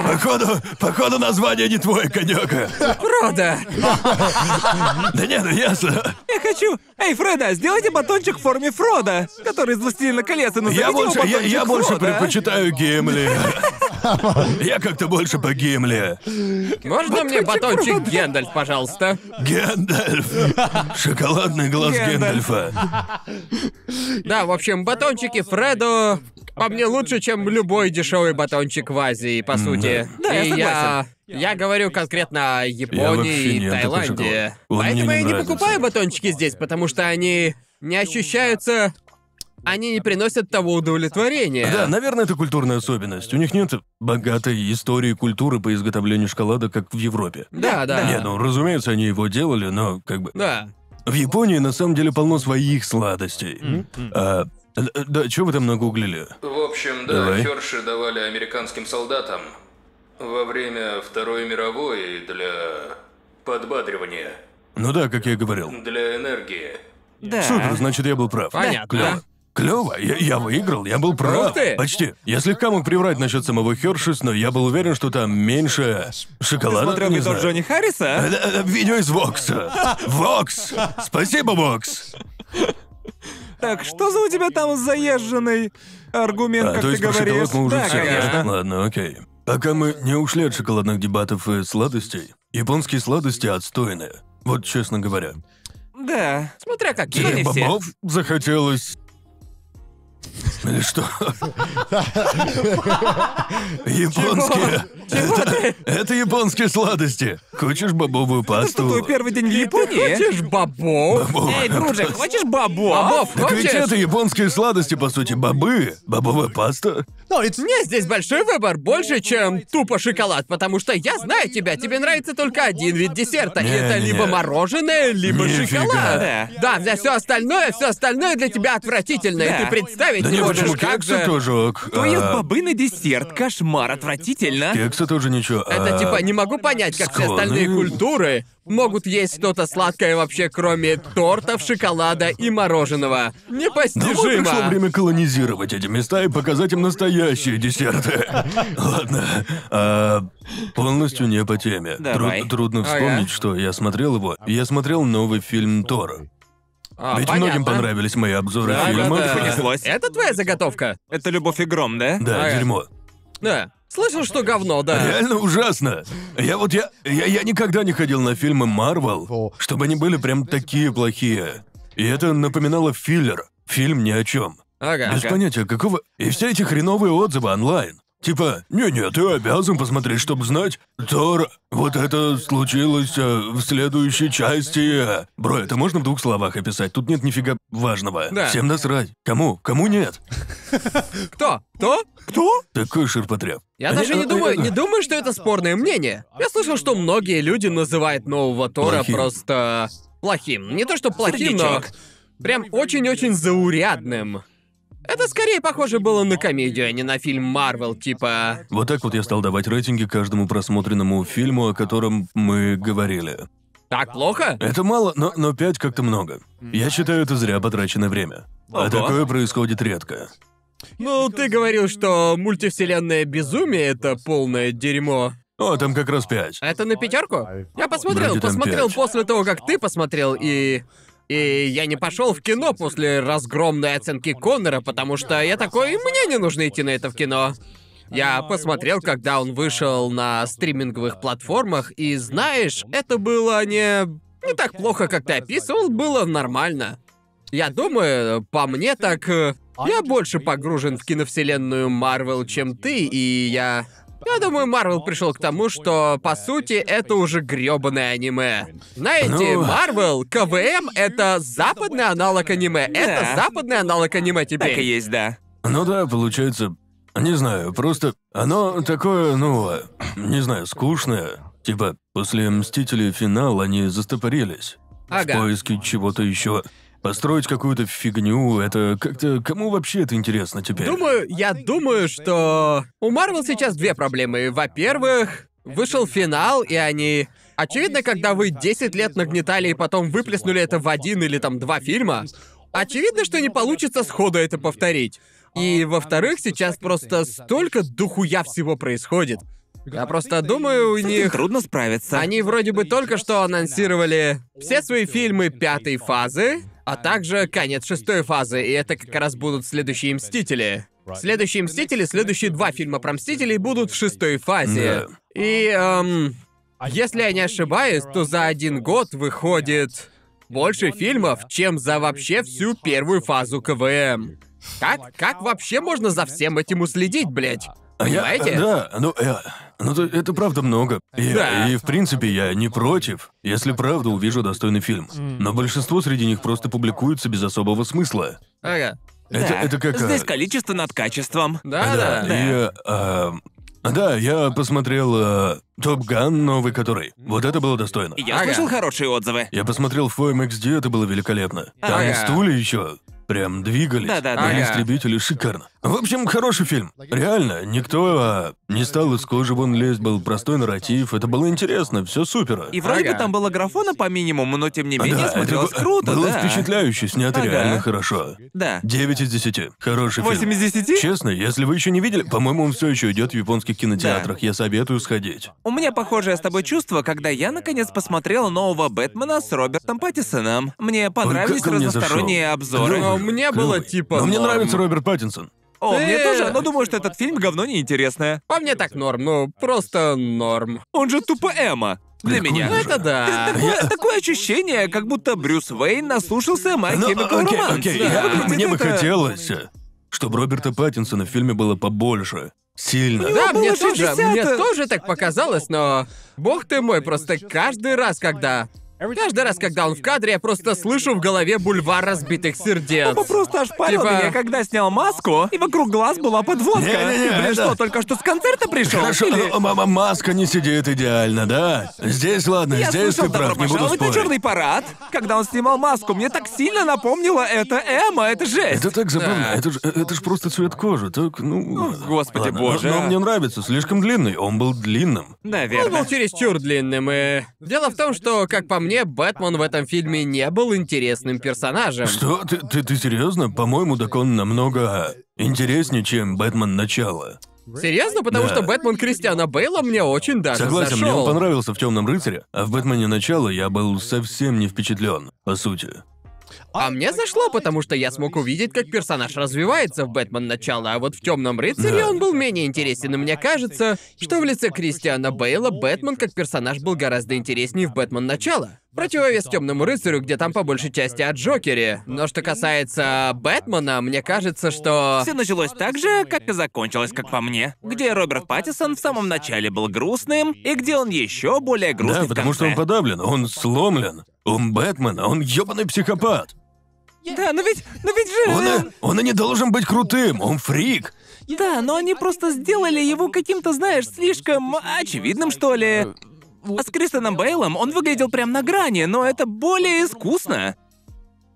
Походу, походу название не твой конёк.
Фродо.
Да не, ну ясно.
Я хочу... Эй, Фреда, сделайте батончик в форме Фрода, который из «Властелина колец», и назовите
Я
ну, его
больше, я, я
«Батончик
больше
Фрода».
предпочитаю Гимли. Я как-то больше по Гимли.
Можно мне батончик Гендальф, пожалуйста?
Гендальф. Шоколадный глаз
Гендальф.
Гендальфа.
Да, в общем, батончики Фредо по мне лучше, чем любой дешевый батончик в Азии, по сути.
Да, я
И я... Я говорю конкретно о
вообще
Японии
не
и
ем такой шоколад.
Таиланде.
Он мне
Поэтому
не
я не
нравится.
покупаю батончики здесь, потому что они не ощущаются... Они не приносят того удовлетворения.
А Да, наверное, это культурная особенность. У них нет богатой истории и культуры по изготовлению шоколада, как в Европе.
да, да.
Не, ну, разумеется, они его делали, но как бы...
Да.
В Японии на самом деле полно своих сладостей.
М-м-м.
А, э, э, да, что вы там нагуглили?
В общем, да,
Давай.
Херши давали американским солдатам во время Второй мировой для подбадривания,
Ну да, как я и говорил.
для энергии.
Да.
Супер, значит, я был прав.
А. Понятно.
Клево. Клево, я, я выиграл, я был прав.
Ух ты.
Почти. Я слегка мог приврать насчет самого Хершис, но я был уверен, что там меньше шоколада.
Смотрел
не
не
знаю.
Джонни Харриса? а?
Это- это Видео из Вокса. Вокс! Спасибо, Вокс!
Так что за у тебя там заезженный аргумент,
А,
как
то
ты
есть про
говоришь?
шоколад мы уже
да,
все. Ну
конечно.
Ладно, окей. Пока мы не ушли от шоколадных дебатов и сладостей, японские сладости отстойные. Вот честно говоря.
Да.
Смотря как.
Ну,
Тебе
не все.
бобов захотелось. Или что? Японские. Это- Это японские сладости. Хочешь бобовую
Что, твой
пасту?
первый день в Японии?
Хочешь бобов?
Эй, дружи, хочешь бабо?
Бобов
Так ведь
хочешь?
это японские сладости, по сути, бобы, бобовая паста.
Мне здесь большой выбор, больше, чем тупо шоколад, потому что я знаю тебя, тебе нравится только один вид десерта, и это
Не-не.
либо мороженое, либо
Нифига. А,
шоколад.
Да.
Да, за все остальное, все остальное для тебя отвратительно, и
Да.
ты представить
Да
не
не, почему
можешь, как
кексы
же...
тоже ок.
Кто ест
А,
бобы на десерт? Кошмар, отвратительно.
Кексы тоже ничего.
Это
а,
типа не могу понять, как все
склонны.
остальные культуры могут есть что-то сладкое вообще, кроме тортов, шоколада и мороженого.
Думаю, пришло
Непостижимо.
время колонизировать эти места и показать им настоящие десерты. Ладно. а, полностью не по теме. Тру-
Давай.
трудно
Ага.
вспомнить, что я смотрел его. Я смотрел новый фильм Тора.
А,
Ведь
понятно.
многим понравились мои обзоры
Да,
фильмов.
да, да.
Понеслось.
Это твоя заготовка?
Это любовь игром, да?
Да,
Ага.
дерьмо.
Да. Слышал, что говно, да.
Реально ужасно. Я вот я, я. я никогда не ходил на фильмы Марвел, чтобы они были прям такие плохие. И это напоминало филлер. Фильм ни о чем.
Ага.
Без понятия, какого. И все эти хреновые отзывы онлайн. Типа, не-не, ты обязан посмотреть, чтобы знать. Тор, вот это случилось э, в следующей части. Бро, это можно в двух словах описать? Тут нет нифига важного.
Да.
Всем насрать. Кому? Кому нет?
Кто? Кто? Кто?
Такой ширпотреб.
Я даже не думаю, не думаю, что это спорное мнение. Я слышал, что многие люди называют нового Тора
Плохим.
просто плохим. Не то что плохим, но
Среднячок.
прям очень-очень заурядным. Это скорее похоже было на комедию, а не на фильм Марвел, типа.
Вот так вот я стал давать рейтинги каждому просмотренному фильму, о котором мы говорили.
Так плохо?
Это мало, но, но пять как-то много. Я считаю, это зря потраченное время. А
Ого.
такое происходит редко.
Ну, ты говорил, что мультивселенная безумие это полное дерьмо.
О, там как раз пять.
А Это на пятерку? Я посмотрел,
Вроде там
посмотрел
пять.
после того, как ты посмотрел, и. И я не пошел в кино после разгромной оценки Коннора, потому что я такой, мне не нужно идти на это в кино. Я посмотрел, когда он вышел на стриминговых платформах, и знаешь, это было не. не так плохо, как ты описывал, было нормально. Я думаю, по мне так. э, Я больше погружен в киновселенную Марвел, чем ты, и я. Я думаю, Марвел пришел к тому, что, по сути, это уже грёбаное аниме. Знаете,
Ну.
Марвел, КВМ — это западный аналог аниме. Это
Да.
западный аналог аниме
Так и
теперь.
есть, да.
Ну да, получается, не знаю, просто оно такое, ну, э, не знаю, скучное. Типа, после Мстителей финал они застопорились. В
Ага.
поиске чего-то еще. Построить какую-то фигню, это как-то... Кому вообще это интересно теперь?
Думаю, я думаю, что... У Марвел сейчас две проблемы. Во-первых, вышел финал, и они... Очевидно, когда вы 10 лет нагнетали и потом выплеснули это в один или там два фильма, очевидно, что не получится сходу это повторить. И во-вторых, сейчас просто столько духуя всего происходит. Я просто думаю, у
С этим
них...
трудно справиться.
Они вроде бы только что анонсировали все свои фильмы пятой фазы, а также конец шестой фазы, и это как раз будут следующие «Мстители». Следующие «Мстители», следующие два фильма про «Мстителей» будут в шестой фазе. И, эм, если я не ошибаюсь, то за один год выходит больше фильмов, чем за вообще всю первую фазу КВМ. Как, как вообще можно за всем этим уследить, блядь?
А я-
Понимаете?
Да, ну, э, ну то- это правда много. И,
Да.
и, в принципе я не против, если правда увижу достойный фильм. Но большинство среди них просто публикуются без особого смысла.
Ага.
Это,
Да.
это как... э,
Здесь количество над качеством.
Да-да.
Да, и, э, э, да, я посмотрел э, Топ Ган новый, который. Вот это было достойно.
И Я
Ага.
слышал хорошие отзывы.
Я посмотрел Foam XD, это было великолепно. Там
Ага.
стулья еще прям двигались.
Да-да-да.
Были
Ага.
истребители, шикарно. В общем, хороший фильм. Реально, никто а, не стал из кожи вон лезть, был простой нарратив, это было интересно, все супер.
И вроде
Ага.
бы там было графона по минимуму, но тем не менее
А, Да,
смотрелось
это б-
круто,
было
да.
впечатляюще, снято
Ага.
реально хорошо.
Да.
9 из 10. Хороший
Восемь из
фильм.
десяти?
Честно, если вы еще не видели, по-моему, он все еще идет в японских кинотеатрах. Я советую сходить.
У меня похожее с тобой чувство, когда я наконец посмотрел нового Бэтмена с Робертом Паттисоном. Мне понравились
как он мне зашел.
А
ну,
разносторонние обзоры.
Клёво. Но мне было
Клёвый.
типа
Но мне
норм.
нравится Роберт Паттинсон.
О, мне
Э.
тоже, но думаю, что этот фильм говно неинтересное.
По мне так норм, ну, просто норм.
Он же тупо Эмма. Для
Прикольно
меня.
Ну это да.
А,
Такое, такое ощущение, как будто Брюс Уэйн наслушался My
Ну,
Chemical
окей,
Romance.
окей.
А Да.
Я-
Выглядит
Мне бы
это-
хотелось, э, чтобы Роберта Паттинсона в фильме было побольше. Сильно.
Да,
было
мне тоже,
60.
мне тоже так показалось, но бог ты мой, просто каждый раз, когда каждый раз, когда он в кадре, я просто слышу в голове бульвар разбитых сердец.
Ну,
Папа просто ошпарил
Типа-
меня, когда снял маску, и вокруг глаз была подводка.
Не-не-не,
Ты, блин,
это-
что, только что с концерта пришел?
Хорошо, а,
Или-
но мама маска не сидит идеально, да? Здесь, ладно,
Я
здесь
слышал
ты прав,
«Добро
не буду
пожаловать на
спорить.
черный парад», когда он снимал маску. Мне так сильно напомнило это Эмма, это жесть.
Это так забавно, это ж, э, это ж просто цвет кожи, так, ну...
господи
ладно.
боже. а.
Но, но мне нравится, слишком длинный, он был длинным.
Он был
Наверное.
чересчур длинным, и... Дело в том, что, как по мне, Бэтмен в этом фильме не был интересным персонажем.
Что, ты, ты, ты серьезно? По-моему, так он намного интереснее, чем «Бэтмен. Начало».
Серьезно? Потому
Да.
что Бэтмен Кристиана Бейла мне очень даже
Согласен, мне
зашёл.
он а понравился в Темном рыцаре, а в Бэтмене начало я был совсем не впечатлен, по сути.
А мне зашло, потому что я смог увидеть, как персонаж развивается в Бэтмен начала, а вот в Темном рыцаре
Да.
он был менее интересен, и мне кажется, что в лице Кристиана Бейла Бэтмен как персонаж был гораздо интереснее в Бэтмен начала. Противовес темному рыцарю, где там по большей части о Джокере. Но что касается Бэтмена, мне кажется, что.
Все началось так же, как и закончилось, как по мне. Где Роберт Паттисон в самом начале был грустным, и где он еще более грустный
Да,
в
потому что он
конце.
подавлен, он сломлен. Он Бэтмен, а он ёбаный психопат.
Да, но ведь, но ведь же...
Он, и- он и не должен быть крутым, он фрик.
Да, но они просто сделали его каким-то, знаешь, слишком очевидным, что ли. А с Кристоном Бейлом он выглядел прям на грани, но это более искусно.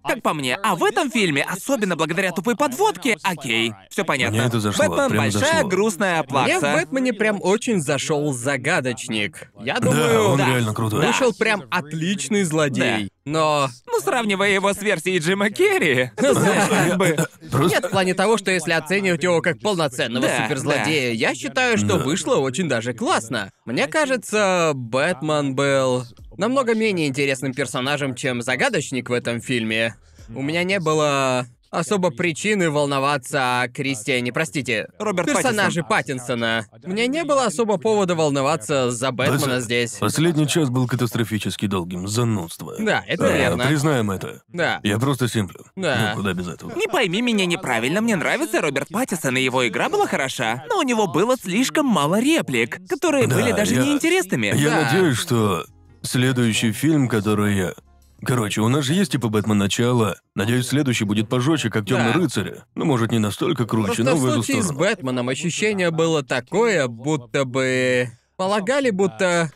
Как по мне, а в этом фильме, особенно благодаря тупой подводке, окей, все понятно.
Мне это зашло,
Бэтмен
прям
большая
зашло.
грустная
Мне в
плакса.
Бэтмене прям очень зашел загадочник. Я думаю,
Да, он
да.
реально крутой.
вышел прям отличный злодей. Но
Ну, сравнивая его с версией Джима Керри, это как бы...
Просто
Нет, в плане того, что если оценивать его как полноценного
Да,
суперзлодея, я считаю, что
Да.
вышло очень даже классно. Мне кажется, Бэтмен был намного менее интересным персонажем, чем загадочник в этом фильме. У меня не было особо причины волноваться о Кристиане, простите,
Роберт
персонаже Паттинсона. Мне не было особо повода волноваться за Бэтмена
Даже-
здесь.
Последний час был катастрофически долгим, занудство.
Да, это
Э,
верно.
Признаем это.
Да.
Я просто симплю.
Да.
Ну, куда без этого.
Не пойми меня неправильно, мне нравится Роберт Паттисон, и его игра была хороша, но у него было слишком мало реплик, которые
Да,
были даже
я-
неинтересными.
Я
Да.
надеюсь, что следующий фильм, который я... Короче, у нас же есть типа Бэтмен начало. Надеюсь, следующий будет пожестче, как Темный
Да.
рыцарь. Ну, может, не настолько круче,
Просто
но
в
в эту
случае с
сторону.
Бэтменом ощущение было такое, будто бы... Полагали, будто...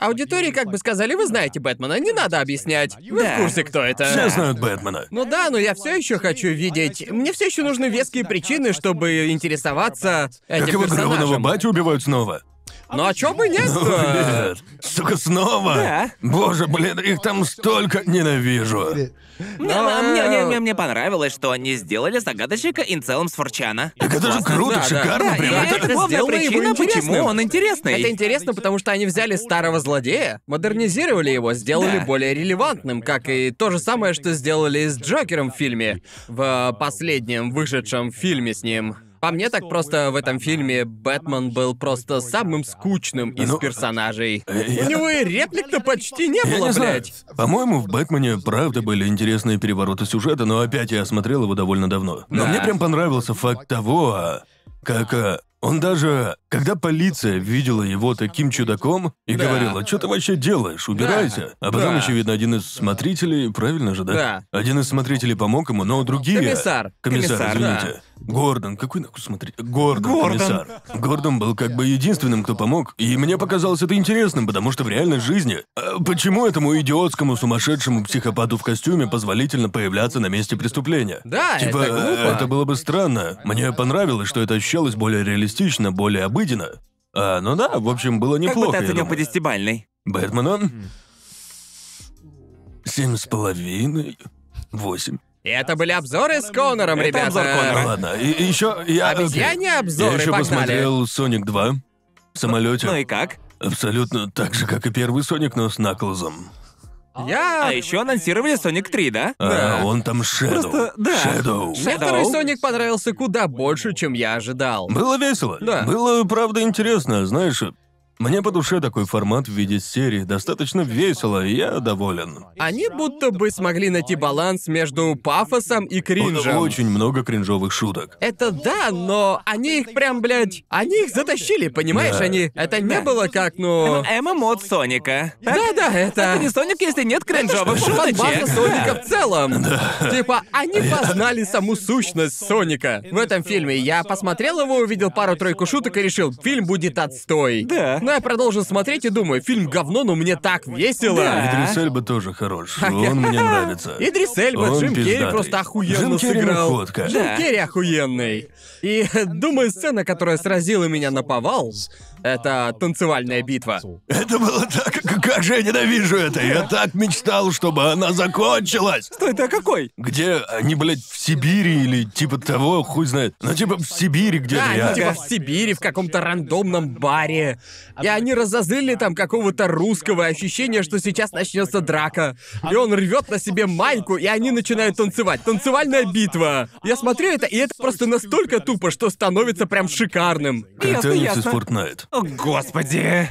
Аудитории как бы сказали, вы знаете Бэтмена, не надо объяснять. Вы
Да.
в курсе, кто это.
Все знают Бэтмена.
Ну да, но я все еще хочу видеть. Мне все еще нужны веские причины, чтобы интересоваться этим
Как его грёбаного
персонажем.
батю убивают снова?
Ну а чё бы нет?
О, нет. Сука, снова?
Да.
Боже, блин, их там столько ненавижу.
Мне,
Да.
мне, мне, мне- мне понравилось, что они сделали загадочника инцелом с Форчана.
Так это же
Классно,
круто,
да, да.
шикарно,
Да,
прям.
я-
это-
это сделало его
причина, почему
интересным.
он интересный.
Это интересно, потому что они взяли старого злодея, модернизировали его, сделали
Да.
более релевантным, как и то же самое, что сделали с Джокером в фильме, в э, последнем вышедшем фильме с ним. По мне так просто в этом фильме Бэтмен был просто самым скучным из
Ну,
персонажей.
э, я-
У него и реплик-то почти не
Я
было,
не знаю.
блядь.
По-моему, в Бэтмене правда были интересные перевороты сюжета, но опять я смотрел его довольно давно. Но
Да.
мне прям понравился факт того, а, как а, он даже, когда полиция видела его таким чудаком и
Да.
говорила, что ты вообще делаешь, убирайся. А потом,
Да.
очевидно, один из смотрителей, правильно же, да?
Да.
Один из смотрителей помог ему, но другие...
Комиссар.
Комиссар,
Комиссар,
извините. Гордон, какой нахуй смотри? Гордон,
Гордон.
комиссар. Гордон был как бы единственным, кто помог, и мне показалось это интересным, потому что в реальной жизни... э, Почему этому идиотскому сумасшедшему психопату в костюме позволительно появляться на месте преступления?
Да,
Типа,
это глупо.
э, это было бы странно. Мне понравилось, что это ощущалось более реалистично, более обыденно. А, ну да, в общем, было
Как бы
неплохо.
ты
я
оценил
думаю.
по десятибальной?
Бэтмена? Семь с половиной? Восемь.
Это были обзоры с Конором,
Это
ребята.
обзор Конора.
Ну Ладно, и, еще я... окей.
Обезьяне обзоры,
Я еще
погнали.
посмотрел Соник 2 в самолете.
Ну и как?
Абсолютно так же, как и первый Соник, но с Наклзом.
Я...
А еще анонсировали Соник 3, да?
Да.
А он там Шэдоу.
Просто- да.
Шэдоу.
Мне второй
Shadow.
Соник понравился куда больше, чем я ожидал.
Было весело.
Да.
Было, правда, интересно, знаешь. Мне по душе такой формат в виде серии. Достаточно весело, и я доволен.
Они будто бы смогли найти баланс между пафосом и кринжем.
Очень много кринжовых шуток.
Это да, но они их прям, блядь, они их затащили, понимаешь?
Да.
Они... Это не было как, ну...
Эмма мод эм, Соника.
Да-да, это...
Это не Соник, если нет кринжовых
Фанбаза
шуточек.
Соника в целом. Типа, они познали саму сущность Соника. В этом фильме я посмотрел его, увидел пару-тройку шуток и решил, фильм будет отстой.
Да.
Но я продолжил смотреть и думаю, фильм говно, но мне так весело.
Да.
Идрис Эльба тоже хорош. Он мне нравится.
Идрис Эльба,
Он
Джим Керри
пиздатый.
просто охуенно
Джим Керри
сыграл.
находка.
Джим
Да.
Керри охуенный. И думаю, сцена, которая сразила меня на повал, это танцевальная битва.
Это было так, как же я ненавижу это. Я так мечтал, чтобы она закончилась.
Кто это какой?
Где они, блядь, в Сибири или типа того, хуй знает. Ну, типа в Сибири где-то
Да,
я.
они типа в Сибири, в каком-то рандомном баре. И они разозлили там какого-то русского, ощущение, что сейчас начнется драка. И он рвет на себе майку, и они начинают танцевать. Танцевальная битва. Я смотрю это, и это просто настолько тупо, что становится прям шикарным.
Как
Ясно,
танец из
ясно.
Fortnite.
О, господи!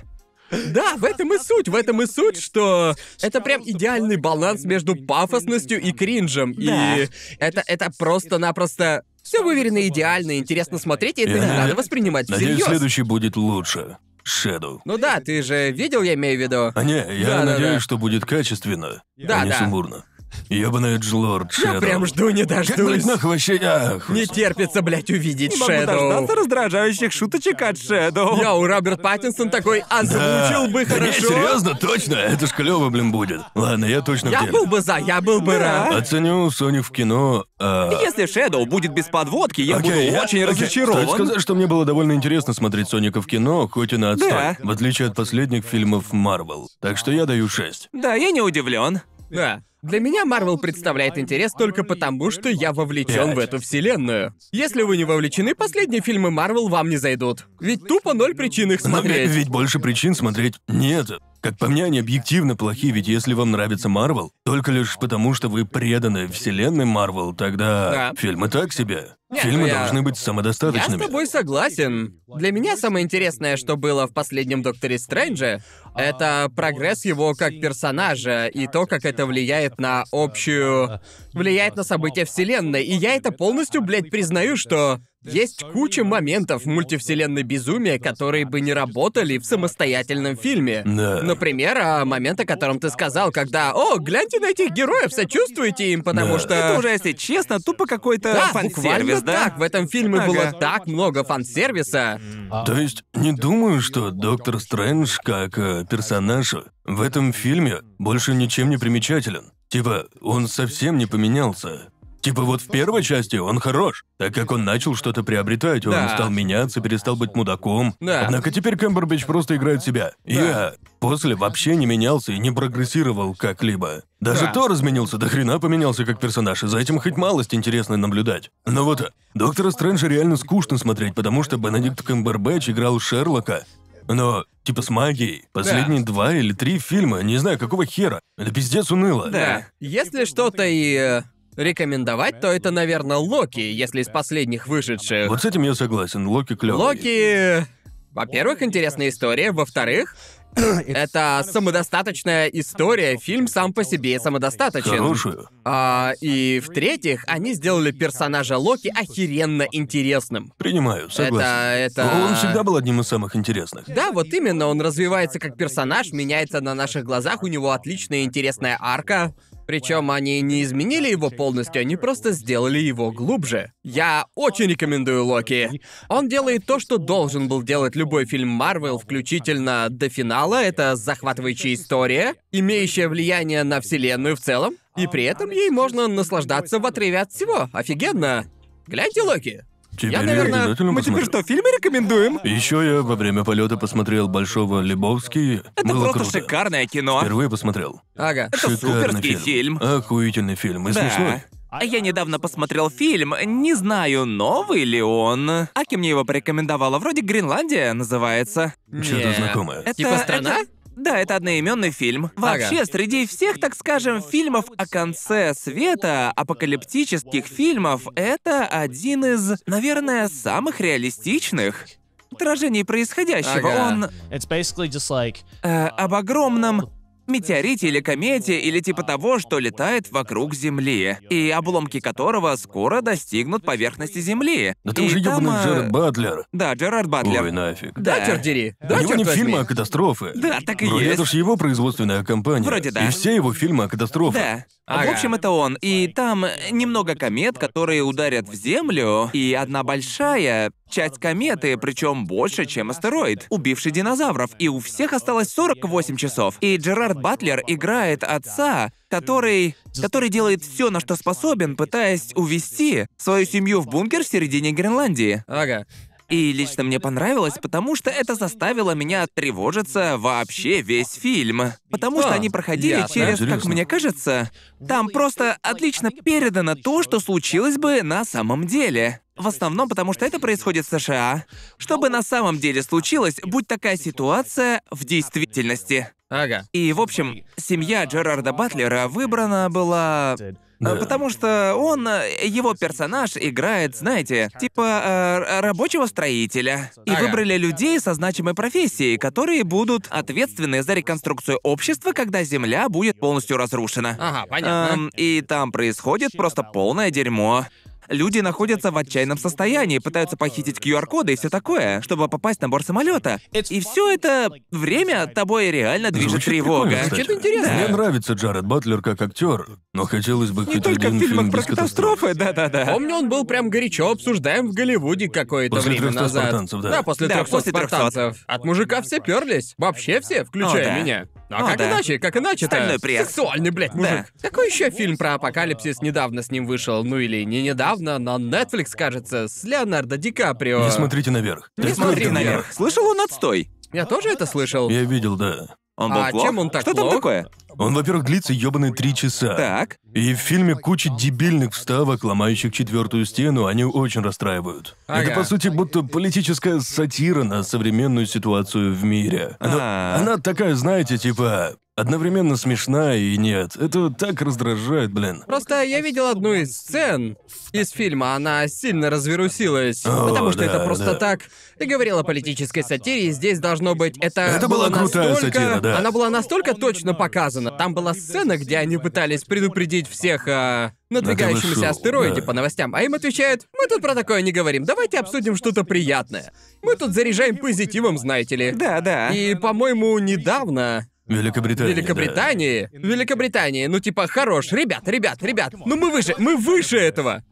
Да, в этом и суть, в этом и суть, что это прям идеальный баланс между пафосностью и кринжем.
Да.
И это, это просто-напросто все выверено идеально, интересно смотреть, и это
Я
не
надеюсь-
надо воспринимать
Надеюсь,
всерьез.
следующий будет лучше. Shadow.
Ну да, ты же видел, я имею в виду.
А не, я
Да-да-да.
надеюсь, что будет качественно,
Да,
а не
да.
сумбурно. Ёбаный Джлорд Shadow.
Я прям жду не
Как, блядь,
дождусь.
нахуй вообще... а, Ах,
Не терпится, блядь, увидеть
Не могу
Шэдоу.
дождаться раздражающих шуточек от Шэдоу.
Йоу, Роберт Паттинсон такой
Да.
озвучил ну, бы
Да не,
хорошо.
серьезно, точно? Это ж клево, блин, будет. Ладно, я точно в
Я
деле.
был бы за, я был бы
Да.
рад.
Оценю Соник в кино, а...
Если Шэдоу будет без подводки, я
Окей,
буду
я-
очень
окей,
разочарован.
Стоит сказать, что мне было довольно интересно смотреть Соника в кино, хоть и на отстой.
Да.
В отличие от последних фильмов Марвел. Так что я даю 6.
Да, я не удивлен.
Да. Для меня Марвел представляет интерес только потому, что я вовлечен в эту вселенную. Если вы не вовлечены, последние фильмы Марвел вам не зайдут. Ведь тупо ноль причин их смотреть.
Ведь больше причин смотреть нет. Как по мне, они объективно плохи, ведь если вам нравится Марвел, только лишь потому, что вы преданы вселенной Марвел, тогда
Да.
фильмы так себе.
Нет,
фильмы
ну я-
должны быть самодостаточными.
Я с тобой согласен. Для меня самое интересное, что было в последнем Докторе Стрэнджа, это прогресс его как персонажа и то, как это влияет на общую... влияет на события Вселенной. И я это полностью, блядь, признаю, что есть куча моментов мультивселенной безумия, которые бы не работали в самостоятельном фильме.
Да.
Например, а, момент, о котором ты сказал, когда «О, гляньте на этих героев, сочувствуйте им, потому
Да.
что...»
Это уже, если честно, тупо какой-то
да,
фан-сервис,
буквально
да?
так. В этом фильме
Ага.
было так много фан-сервиса.
То есть, не думаю, что Доктор Стрэндж, как э, персонаж, в этом фильме больше ничем не примечателен. Типа, он совсем не поменялся. Типа вот в первой части он хорош, так как он начал что-то приобретать, он
Да.
стал меняться, перестал быть мудаком.
Да.
Однако теперь Кэмбербич просто играет себя. Я после вообще не менялся и не прогрессировал как-либо. Даже
Да.
Тор изменился, до хрена поменялся как персонаж, и за этим хоть малость интересно наблюдать. Но вот э, Доктора Стрэнджа реально скучно смотреть, потому что Бенедикт Кэмбербэтч играл Шерлока. Но, типа, с магией. Последние два или три фильма, не знаю, какого хера. Это пиздец уныло.
Да.
Если что-то и э, рекомендовать, то это, наверное, Локи, если из последних вышедших.
Вот с этим я согласен, Локи клёвый.
Локи... Во-первых, интересная история. Во-вторых, это самодостаточная история. Фильм сам по себе самодостаточен.
Хорошую.
А, и в-третьих, они сделали персонажа Локи охеренно интересным.
Принимаю, согласен.
Это- это-
Но Он всегда был одним из самых интересных.
Да, вот именно, он развивается как персонаж, меняется на наших глазах, у него отличная и интересная арка. Причем они не изменили его полностью, они просто сделали его глубже. Я очень рекомендую Локи. Он делает то, что должен был делать любой фильм Марвел, включительно до финала. Это захватывающая история, имеющая влияние на вселенную в целом. И при этом ей можно наслаждаться в отрыве от всего. Офигенно. Гляньте, Локи.
Теперь
наверное,
обязательно
Мы теперь
посмотрю.
что, фильмы рекомендуем?
Еще я во время полета посмотрел Большого Лебовски.
Это
Было
просто
круто.
шикарное кино.
Впервые посмотрел.
Ага.
Это
Шикарный
суперский фильм.
Охуительный фильм. И
Да.
смешной.
А Я недавно посмотрел фильм, не знаю, новый ли он. Аки мне его порекомендовала, вроде «Гренландия» называется.
Что-то
Не.
знакомое.
Это,
Типа страна?
это- Да, это одноименный фильм. Вообще, среди всех, так скажем, фильмов о конце света, апокалиптических фильмов, это один из, наверное, самых реалистичных отражений происходящего.
Ага.
Он
It's basically just like
э, об огромном метеорите или комете или типа того, что летает вокруг Земли, и обломки которого скоро достигнут поверхности Земли.
Да там
И
же
там,
ебаный
э,
Джеред Батлер.
Да, Джерард Батлер.
Ой, нафиг.
Да,
Да.
черт дери.
У
Да,
него не
черт возьми.
фильмы, а катастрофы.
Да, так и
Вроде
есть.
это же его производственная компания.
Вроде да.
И все его фильмы о катастрофах.
Да. А
Ага.
В общем, это он. И там немного комет, которые ударят в Землю, и одна большая часть кометы, причем больше, чем астероид, убивший динозавров. И у всех осталось 48 часов. И Джерард Батлер играет отца, который... который делает все, на что способен, пытаясь увести свою семью в бункер в середине Гренландии.
Ага.
И лично мне понравилось, потому что это заставило меня тревожиться вообще весь фильм. Потому что
А,
они проходили
ясно.
через, как
Интересно.
мне кажется, там просто отлично передано то, что случилось бы на самом деле. В основном, потому что это происходит в США. Что бы на самом деле случилось, будь такая ситуация в действительности.
Ага.
И, в общем, семья Джерарда Батлера выбрана была... э,
Да.
Потому что он, э, его персонаж играет, знаете, типа э, р- рабочего строителя. И
Ага.
выбрали людей со значимой профессией, которые будут ответственны за реконструкцию общества, когда Земля будет полностью разрушена.
Ага, А, понятно.
А,
Эм, и там происходит просто полное дерьмо. Люди находятся в отчаянном состоянии, пытаются похитить QR-коды и все такое, чтобы попасть на борт самолета. И все это время тобой реально движет
Звучит
тревога.
прикольно, кстати.
Звучит интересно.
Мне нравится Джаред Батлер как актер, но хотелось бы
Не
хоть
только в
один фильм
фильмах про
без катастроф.
катастрофы, да-да-да.
Помню, он был прям горячо обсуждаем в Голливуде какое-то
После
время
300
назад.
спартанцев, да.
после
Да,
300
после 300.
спартанцев. От мужика все перлись. Вообще все, включая
О, да.
меня. А
О,
как
да.
иначе? Как иначе-то?
Стальной пресс.
Сексуальный, блядь, мужик. Какой еще фильм про апокалипсис недавно с ним вышел? Ну или не недавно, на Netflix, кажется, с Леонардо Ди Каприо.
Не смотрите наверх.
Не
Ты
смотри
смотри
наверх.
наверх.
Слышал он отстой?
Я тоже это слышал.
Я видел, да.
Он был
А
плох?
чем он так
Что
плох?
там такое?
Он, во-первых, длится ёбаные три часа.
Так.
И в фильме куча дебильных вставок, ломающих четвертую стену, они очень расстраивают.
Ага.
Это, по сути, будто политическая сатира на современную ситуацию в мире. Но
А.
она такая, знаете, типа, одновременно смешная и нет. Это так раздражает, блин.
Просто я видел одну из сцен из фильма, она сильно разверусилась.
О,
потому что
да,
это просто
да.
так. Ты говорил о политической сатире, и здесь должно быть это.
Это
было
была крутая
настолько-
сатира, да.
Она была настолько точно показана. Там была сцена, где они пытались предупредить всех о надвигающемся
шоу,
астероиде
да.
по новостям, а им отвечают: мы тут про такое не говорим, давайте обсудим что-то приятное. Мы тут заряжаем позитивом, знаете ли.
Да, да.
И, по-моему, недавно
Великобритания. да.
Великобритании. Великобритании. Ну, типа, хорош. Ребят, ребят, ребят. Ну, мы выше, мы выше этого.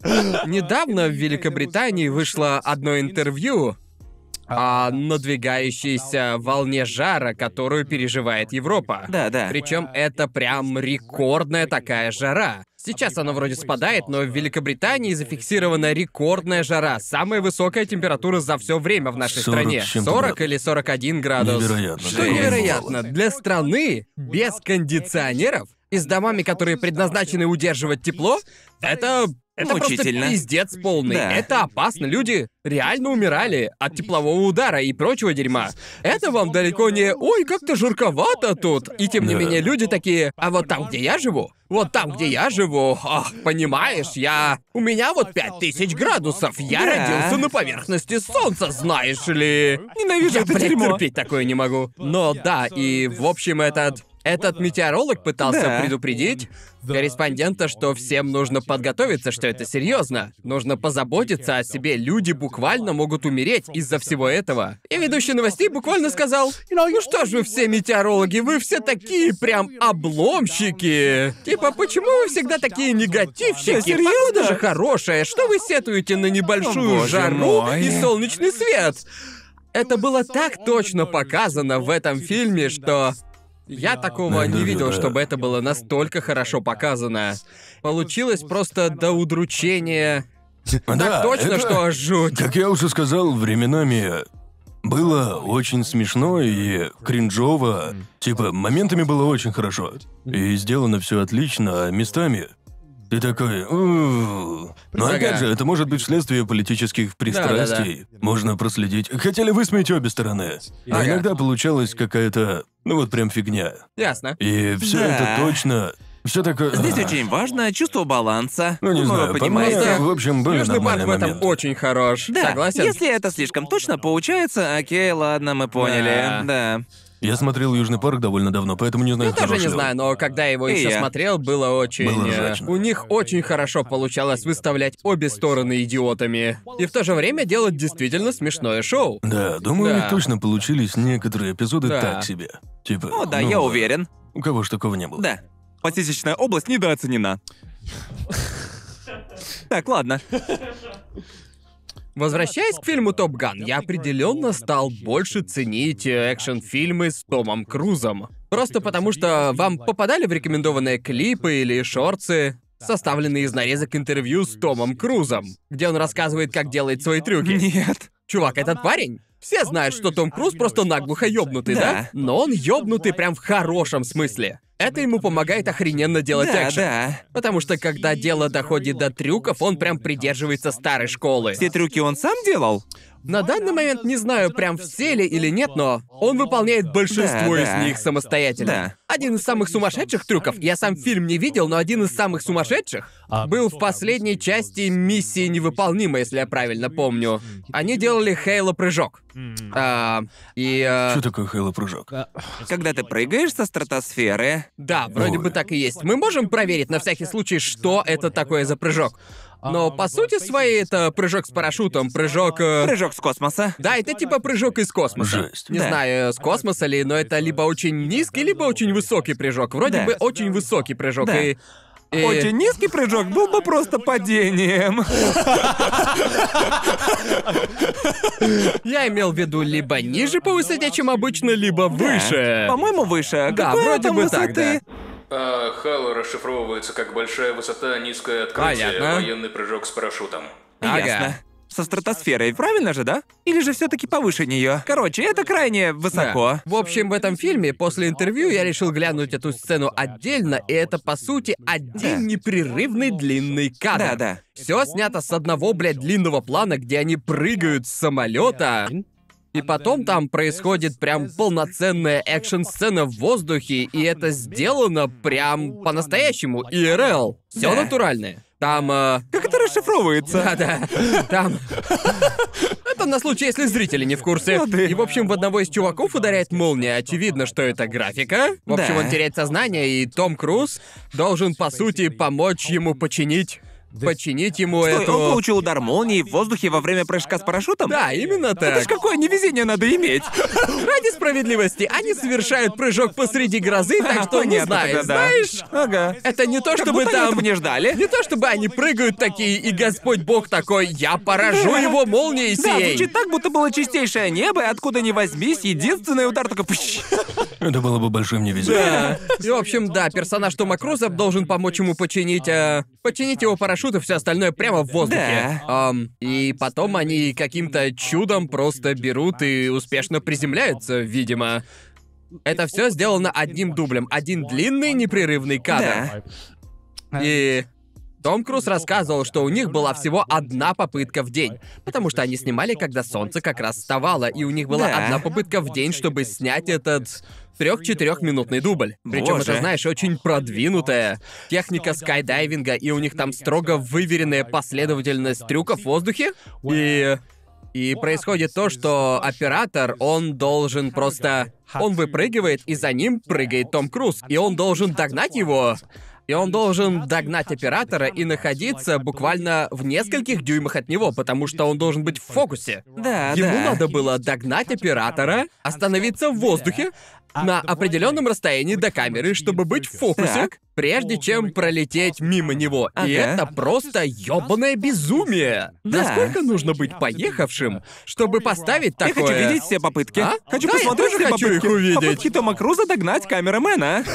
Недавно в Великобритании вышло одно интервью о надвигающейся волне жара, которую переживает Европа.
Да, да.
Причем это прям рекордная такая жара. Сейчас она вроде спадает, но в Великобритании зафиксирована рекордная жара. Самая высокая температура за все время в нашей
40
стране.
с чем-то
40 или 41 градус.
Невероятно.
Что
Такого не
невероятно.
бывало.
Для страны без кондиционеров и с домами, которые предназначены удерживать тепло, это... Это
Мучительно.
просто пиздец полный.
Да.
Это опасно. Люди реально умирали от теплового удара и прочего дерьма. Это вам далеко не «Ой, как-то жарковато тут». И тем не
Да.
менее люди такие «А вот там, где я живу, вот там, где я живу, ах, понимаешь, я... У меня вот пять тысяч градусов, я
Да.
родился на поверхности солнца, знаешь ли».
Ненавижу
Я,
это
блядь,
дерьмо.
терпеть такое не могу. Но да, и в общем этот... Этот метеоролог пытался
Да.
предупредить корреспондента, что всем нужно подготовиться, что это серьезно. Нужно позаботиться о себе. Люди буквально могут умереть из-за всего этого. И ведущий новостей буквально сказал, ну что ж вы все метеорологи, вы все такие прям обломщики. Типа, почему вы всегда такие негативщики?
Да, серьезно?
Погода же хорошая, что вы сетуете на
О,
небольшую
боже
жару
мой.
и солнечный свет? Это было так точно показано в этом фильме, что я такого
Да,
не
да,
видел,
да.
чтобы это было настолько хорошо показано. Получилось просто до удручения.
Да,
Так точно,
это-
что жуть.
Как я уже сказал, временами было очень смешно и кринжово. Типа, моментами было очень хорошо. И сделано все отлично, а местами... Ты такой... «У-у-у». Но
Ага.
опять же, это может быть вследствие политических пристрастий. Можно проследить. Хотели высмеять обе стороны. Но
Ага.
иногда получалась какая-то... Ну вот прям фигня.
Ясно.
И все
Да.
это точно... Все такое...
Здесь
«А».
очень важно чувство баланса.
Ну, не
вы
знаю, по
понимаете.
мне, в общем, были
Южный парк
нормальные
в этом
моменты.
очень хорош.
Да,
Согласен?
если это слишком точно получается, окей, ладно, мы поняли. Да.
Я смотрел Южный парк довольно давно, поэтому не знаю,
Я тоже
хороший
не
ли он.
знаю, но когда я его
И
еще
я.
смотрел, было очень.
Было
э,
ржачно.
у них очень хорошо получалось выставлять обе стороны идиотами. И в то же время делать действительно смешное шоу.
Да, думаю, у
ну, Да.
них точно получились некоторые эпизоды
Да. Ну
так себе. Типа.
О, да, я уверен.
У кого ж такого не было?
Да. Посисечная область недооценена. Так, ладно.
Возвращаясь к фильму Топ Ган, я определенно стал больше ценить э, экшн-фильмы с Томом Крузом. Просто потому что вам попадали в рекомендованные клипы или шорцы, составленные из нарезок интервью с Томом Крузом, где он рассказывает, как делает свои трюки.
Нет.
Чувак, этот парень. Все знают, что Том Круз просто наглухо ёбнутый, да?
Да.
Но он ёбнутый прям в хорошем смысле. Это ему помогает охрененно делать
Да,
экшен.
да.
Потому что когда дело доходит до трюков, он прям придерживается старой школы.
Все трюки он сам делал?
На данный момент не знаю, прям все ли или нет, но он выполняет большинство
Да,
из
да.
них самостоятельно.
Да.
Один из самых сумасшедших трюков, я сам фильм не видел, но один из самых сумасшедших был в последней части миссии невыполнима, если я правильно помню. Они делали Хейла прыжок. А, и а,
Что такое Хейла прыжок?
Когда ты прыгаешь со стратосферы,
да, вроде бы
Ой.
так и есть. Мы можем проверить на всякий случай, что это такое за прыжок. Но по сути своей это прыжок с парашютом, прыжок. э,
прыжок с космоса.
Да, это типа прыжок из космоса.
Жесть.
Не
Да.
знаю, с космоса ли, но это либо очень низкий, либо очень высокий прыжок. Вроде
Да.
бы очень высокий прыжок.
Да.
И, и-
Очень низкий прыжок был бы просто падением.
Я имел в виду либо ниже по высоте, чем обычно, либо выше.
По-моему, выше.
Да,
Какой
вроде
там
бы
высоты?
так, да.
А Хала расшифровывается как большая высота, низкое открытие,
Понятно.
военный прыжок с парашютом.
Ага.
Ясно. Со стратосферой, правильно же, да? Или же все-таки повыше нее? Короче, это крайне
Да.
высоко.
В общем, в этом фильме после интервью я решил глянуть эту сцену отдельно, и это по сути один
Да.
непрерывный длинный кадр.
Да, да.
Все снято с одного, блядь, длинного плана, где они прыгают с самолета. И потом там происходит прям полноценная экшн-сцена в воздухе, и это сделано прям по-настоящему, ИРЛ. Все
Да.
натуральное. Там... э,
Как это расшифровывается?
да-да, там... Это на случай, если зрители не в курсе.
Ну ты.
И, в общем, в одного из чуваков ударяет молния. Очевидно, что это графика. В общем,
Да.
он А? теряет сознание, и Том Круз должен, по сути, помочь ему починить... Починить ему
Стой,
эту...
он получил удар молнии в воздух во время прыжка с парашютом?
Да, именно
Это ж
так.
какое невезение надо иметь.
Ради справедливости, они совершают прыжок посреди грозы, так что не
Понятно,
знаю,
тогда да.
знаешь?
Ага.
Это не то,
Как
чтобы
будто они
там...
этого не ждали.
Не то, чтобы они прыгают такие, и Господь Бог такой, я поражу его молнией
Да,
сей.
звучит так, будто было чистейшее небо, и откуда ни возьмись, единственный удар такой... пш.
Это было бы большим невезением.
Да. И, в общем, да, персонаж Тома Круза должен помочь ему починить... э, починить его парашют и все остальное прямо в воздухе. Ам, и потом они каким-то чудом просто берут и успешно приземляются, видимо. Это все сделано одним дублем. Один длинный непрерывный кадр.
Да.
И Том Круз рассказывал, что у них была всего одна попытка в день. Потому что они снимали, когда солнце как раз вставало, и у них была
Да.
одна попытка в день, чтобы снять этот трех-четырехминутный дубль. Причем это,
Боже.
знаешь, очень продвинутая техника скайдайвинга, и у них там строго выверенная последовательность трюков в воздухе. И э, и происходит то, что оператор, он должен просто... Он выпрыгивает, и за ним прыгает Том Круз. И он должен догнать
А
его. И он должен догнать оператора и находиться буквально в нескольких дюймах от него, потому что он должен быть в фокусе.
Да,
Ему
да.
надо было догнать оператора, остановиться в воздухе на определенном расстоянии до камеры, чтобы быть в фокусе,
Так.
прежде чем пролететь мимо него. И
Ага.
это просто ёбаное безумие.
Да.
Насколько нужно быть поехавшим, чтобы поставить
Я
такое?
хочу видеть все попытки.
А?
Хочу
Да, я
посмотреть
тоже
все
хочу их
попытки.
увидеть.
Попытки Тома Круза догнать камерамена.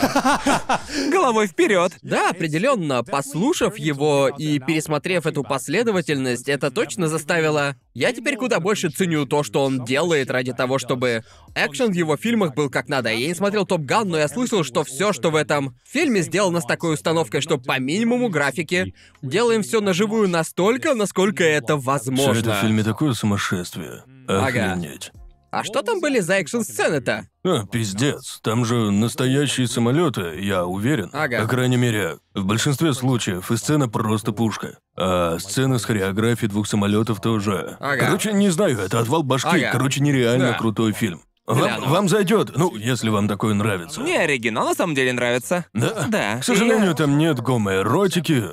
Головой вперед.
Да, определенно. Послушав его и пересмотрев эту последовательность, это точно заставило... Я теперь куда больше ценю то, что он делает ради того, чтобы экшен в его фильмах был как надо. Я не смотрел Топ Ган, но я слышал, что все, что в этом фильме сделано с такой установкой, что по минимуму графики делаем все на живую настолько, насколько это
Все это
возможно.
в фильме такое сумасшествие.
Ага.
Охренеть.
А что там были за экшн-сцены-то?
А, пиздец. Там же настоящие самолеты, я уверен.
Ага.
По крайней мере, в большинстве случаев и сцена просто пушка. А сцена с хореографией двух самолетов тоже.
Ага.
Короче, не знаю, это отвал башки.
Ага.
Короче, нереально
Да.
крутой фильм. Вам,
Гляну.
вам зайдет, ну, если вам такое нравится.
Мне оригинал на самом деле нравится.
Да?
Да.
К сожалению, там нет гомоэротики.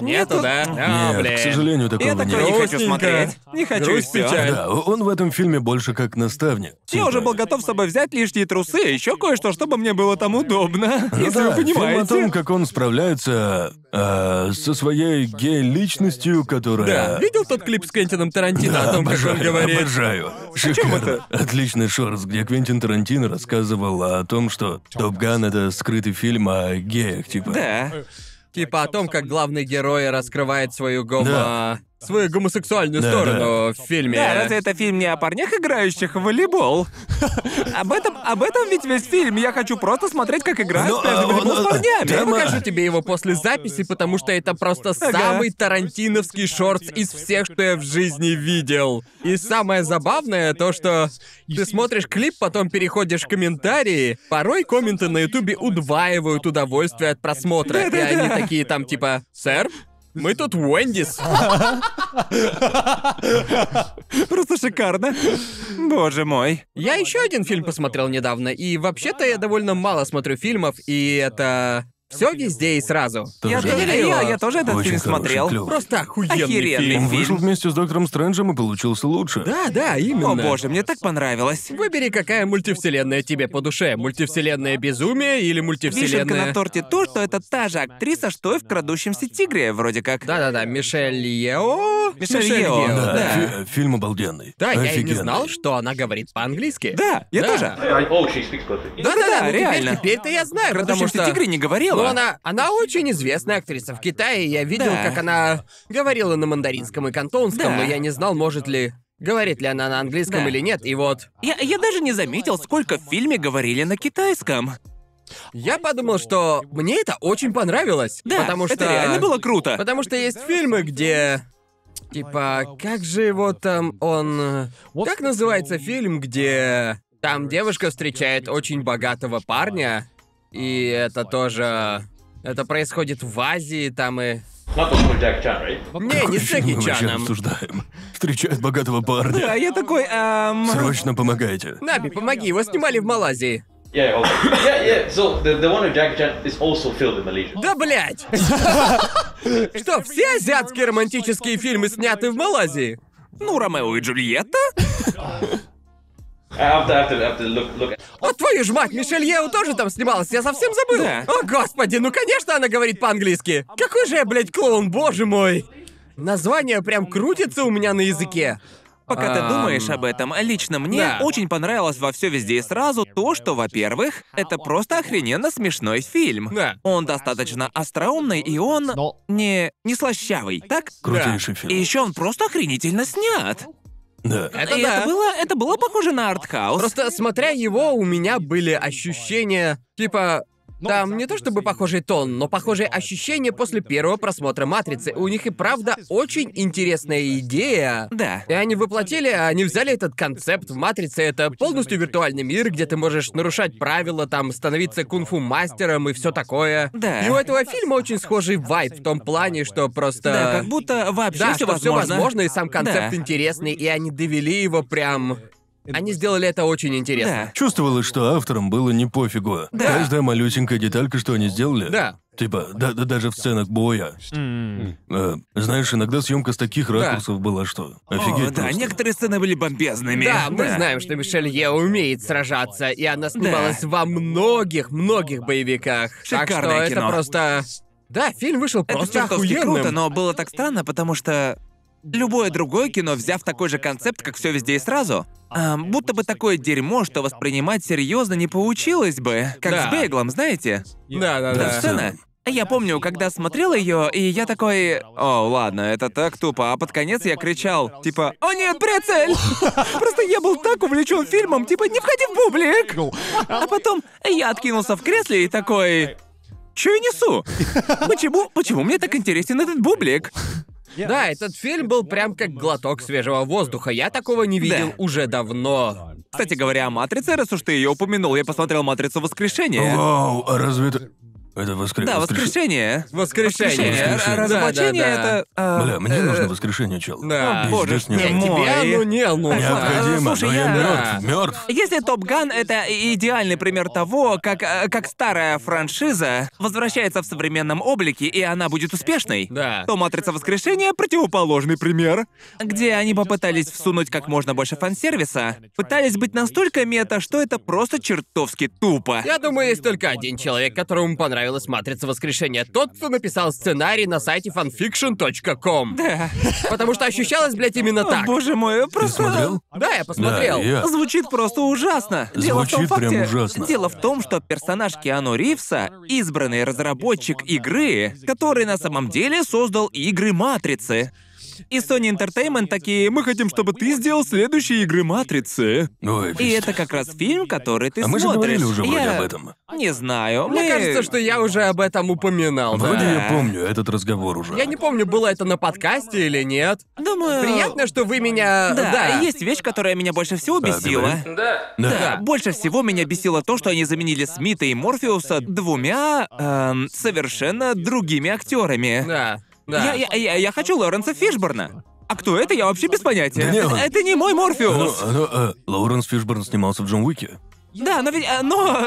Нету, да? Да,
нет,
блин.
к сожалению, такого
А, Я такое не
нет.
хочу
Грустненько.
смотреть. Не хочу и
Грусть,
всё.
печаль.
Да, он в этом фильме больше как наставник.
Я
Типа,
уже был готов с собой взять лишние трусы, и еще кое-что, чтобы мне было там удобно.
Ну
Если
да,
вы
Фильм о том,
понимаете.
как он справляется э, со своей гей-личностью, которая...
Да. Видел тот клип с Квентином Тарантино о том, как он
Обожаю,
говорит?
обожаю. Шикарно. Отличный шорс, где Квентин Тарантино рассказывал о том, что Топ Ган это скрытый фильм о геях, типа.
Да.
Типа о том, как главный герой раскрывает свою гомо...
Да.
свою гомосексуальную
Да,
сторону в фильме.
Да, разве это фильм не о парнях, играющих в волейбол? Об этом, об этом ведь весь фильм. Я хочу просто смотреть, как играют
Ну,
в пляжный
а,
волейбол с
он, а,
парнями. Ну,
да,
Я
Тема.
покажу тебе его после записи, потому что это просто
Ага.
самый тарантиновский шорт из всех, что я в жизни видел. И самое забавное то, что ты смотришь клип, потом переходишь в комментарии. Порой комменты на ютубе удваивают удовольствие от просмотра. И они такие там типа «Сэр, мы тут Уэндис».
Просто шикарно. Боже мой.
Я еще один фильм посмотрел недавно, и вообще-то я довольно мало смотрю фильмов, и это все везде и сразу.
Я,
Тоже
тоже-
видел
я-
его.
я тоже этот
Очень
фильм
хороший,
смотрел.
клёвый.
Просто охуенный
Охеренный.
фильм.
Он
фильм.
вышел вместе с доктором Стрэнджем и получился лучше.
Да, да, именно.
О боже, мне так понравилось.
Выбери, какая мультивселенная тебе по душе. Мультивселенная безумия или
Вишенка на
мультивселенная...
торте то, что это та же актриса, что и в «Крадущемся тигре», вроде как.
Да-да-да, Мишель Ео.
Мишель Ео,
Да,
да.
фи- фильм обалденный.
Да, я и не
Офигенный.
знал, что она говорит по-английски.
Да, я
Да.
тоже.
Да-да-да,
Да-да-да,
ну теперь-
реально.
Теперь-то я знаю, потому
«Крадущемся
что...
тигре» не говорила.
Ну, она, она очень известная актриса в Китае. и Я видел,
Да.
как она говорила на мандаринском и кантонском,
Да.
но я не знал, может ли... Говорит ли она на английском
Да.
или нет, и вот...
Я, я даже не заметил, сколько в фильме говорили на китайском.
Я подумал, что мне это очень понравилось.
Да,
потому что...
это реально было круто.
Потому что есть фильмы, где... Типа, как же его там он... э, Как называется фильм, где... Там девушка встречает очень богатого парня, и это тоже... Это происходит в Азии, там и... Не, не с
Фильм мы
Джеки
вообще
Чаном. А
обсуждаем. Встречает богатого парня.
Да, я такой, эм...
Срочно помогайте.
Наби, помоги, его снимали в Малайзии.
Yeah, okay. yeah, yeah. So the, the one with Jackie Chan is also filmed in Malaysia.
Да блять! Что, все азиатские романтические фильмы сняты в Малайзии?
Ну, Ромео и Джульетта?
I have to, I have to, I have to look, look.
О, А твою ж мать, Мишель Еу тоже там снималась, я совсем забыл.
Да.
О, господи, ну конечно она говорит по-английски. Какой же я, блядь, клоун, боже мой. Название прям крутится у меня на языке.
Пока ты
Ам.
думаешь об этом, лично мне
А. Да.
очень понравилось во все везде и сразу то, что, во-первых, это просто охрененно смешной фильм.
Да.
Он достаточно остроумный, и он не, не слащавый, так?
Крутейший
И
фильм.
еще он просто охренительно снят.
Да.
Это
и
да.
это было, это было похоже на артхаус.
Просто смотря его, у меня были ощущения, типа, там не то чтобы похожий тон, но похожие ощущения после первого просмотра «Матрицы». У них и правда очень интересная идея.
Да.
И они воплотили, а они взяли этот концепт в «Матрице». Это полностью виртуальный мир, где ты можешь нарушать правила, там, становиться кунг-фу мастером и все такое.
Да.
И у этого фильма очень схожий вайб в том плане, что просто...
Да, как будто вообще
э, Да,
все
что все
возможно.
возможно, и сам концепт
Да.
интересный, и они довели его прям... Они сделали это очень интересно.
Да.
Чувствовалось, что авторам было не пофигу. Каждая малюсенькая деталька, что они сделали.
Да.
Типа, да, да даже в сценах боя. Э, знаешь, иногда съемка с таких ракурсов была, что
О,
офигеть
да,
просто.
некоторые сцены были бомбезными.
Да, мы знаем, что Мишель Е умеет сражаться, и она снималась во многих, многих боевиках. так что
Шикарное кино.
это просто... Да, фильм вышел
Это
просто
чертовски
охуенным.
круто, но было так странно, потому что любое другое кино, взяв такой же концепт, как все везде и сразу, а, будто бы такое дерьмо, что воспринимать серьезно не получилось бы, как
Да.
с Бейглом, знаете?
Да, да,
Та
Да.
да.
сцена. Я помню, когда смотрел ее, и я такой, о, ладно, это так тупо, а под конец я кричал, типа, о нет, прицель! Просто я был так увлечен фильмом, типа, не входи в бублик! А потом я откинулся в кресле и такой, Чё я несу? Почему, почему мне так интересен этот бублик?
Да, этот фильм был прям как глоток свежего воздуха. Я такого не видел
Да.
уже давно.
Кстати говоря, о матрице, раз уж ты ее упомянул, я посмотрел матрицу воскрешения.
Вау, а разве это... Это воскре...
Да,
воскреш-
воскрешение.
Воскрешение.
Воскрешение. Р- Разоблачение
Да, да, да.
это. а,
Бля, мне нужно воскрешение, чел.
Да.
Пиздец,
Боже ж
не
ты
могу.
мой.
Тебя, ну не, ну.
Необходимо,
Слушай,
но я,
я-
да.
мертв, мертв.
э, Если Топ Ган это идеальный пример того, как, э, как старая франшиза возвращается в современном облике, и она будет успешной,
Да.
то матрица воскрешения противоположный пример, где они попытались всунуть как можно больше фан-сервиса, пытались быть настолько мета, что это просто чертовски тупо.
Я думаю, есть только один человек, которому понравилась «Матрица воскрешения». Тот, кто написал сценарий на сайте fanfiction.com.
Да.
Потому что ощущалось, блядь, именно
О,
так.
боже мой, просто.
смотрел?
Да, я посмотрел.
Да, я-
Звучит просто ужасно. Дело в том
Звучит прям
факте-
ужасно.
Дело в том, что персонаж Киану Ривза — избранный разработчик игры, который на самом деле создал игры Матрицы. И Sony Entertainment такие, мы хотим, чтобы ты сделал следующие игры Матрицы.
Ой,
И
пиздец.
это как раз фильм, который ты
А мы же
смотришь.
говорили уже вроде
Я
об этом.
Не знаю.
Мне
мы-
кажется, что я уже об этом упоминал. да.
Вроде я помню этот разговор уже.
Я не помню, было это на подкасте или нет.
Думаю...
Приятно, что вы меня...
А. Да, есть вещь, которая меня больше всего бесила.
говори.
Да,
Да, больше всего меня бесило то, что они заменили Смита и Морфеуса двумя эм, совершенно другими актерами.
Да, да.
Я, я- я- я хочу Лоренса Фишборна. А кто это, я вообще без понятия.
Да не, он-
Это не мой
Ну,
Морфеус.
а, ну, э, Лоуренс Фишборн снимался в Джон Уике.
Да, но ведь... а, Но...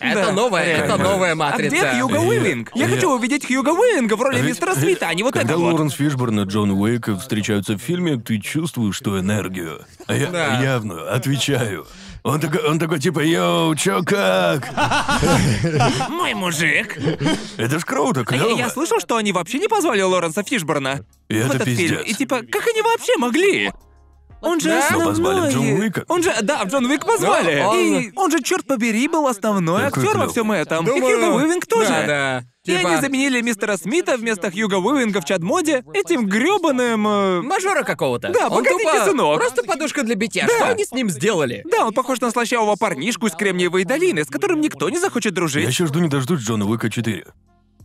Это
Да.
новая, это
Конечно.
новая
А
матрица.
где Хьюго
Я-
Уивинг? Я
я-
хочу увидеть Хьюго Уивинга в роли
Э, Ведь- э,
мистера Смита, а не вот
Когда
это вот.
Лоуренс Фишборн и Джон Уик встречаются в фильме, ты чувствуешь ту энергию. А я
Да.
явную, отвечаю. Он такой, он такой типа, йоу, чё как?
Мой мужик.
Это ж круто,
А Я,
клёво.
я слышал, что они вообще не позвали Лоренса Фишборна
И
в
это
этот
пиздец.
фильм. И типа, как они вообще могли? Он же
Да?
основной.
Но позвали в Джон Уика.
Он же, да, в Джон Уик позвали.
Да, он-
И он же, черт побери, был основной
Какой
актер во
клёв.
всем этом.
Думаю,
И Хьюго Уивинг тоже.
Да, да.
И
Типа,
они заменили мистера Смита вместо Хьюго Уивинга в Чадмоде этим грёбаным... э,
мажора какого-то.
Да,
он
погодите,
тупо-
сынок.
Просто подушка для битья.
Да.
Что они с ним сделали?
Да, он похож на слащавого парнишку из Кремниевой долины, с которым никто не захочет
Я
дружить.
еще жду не дождусь Джона Уика 4.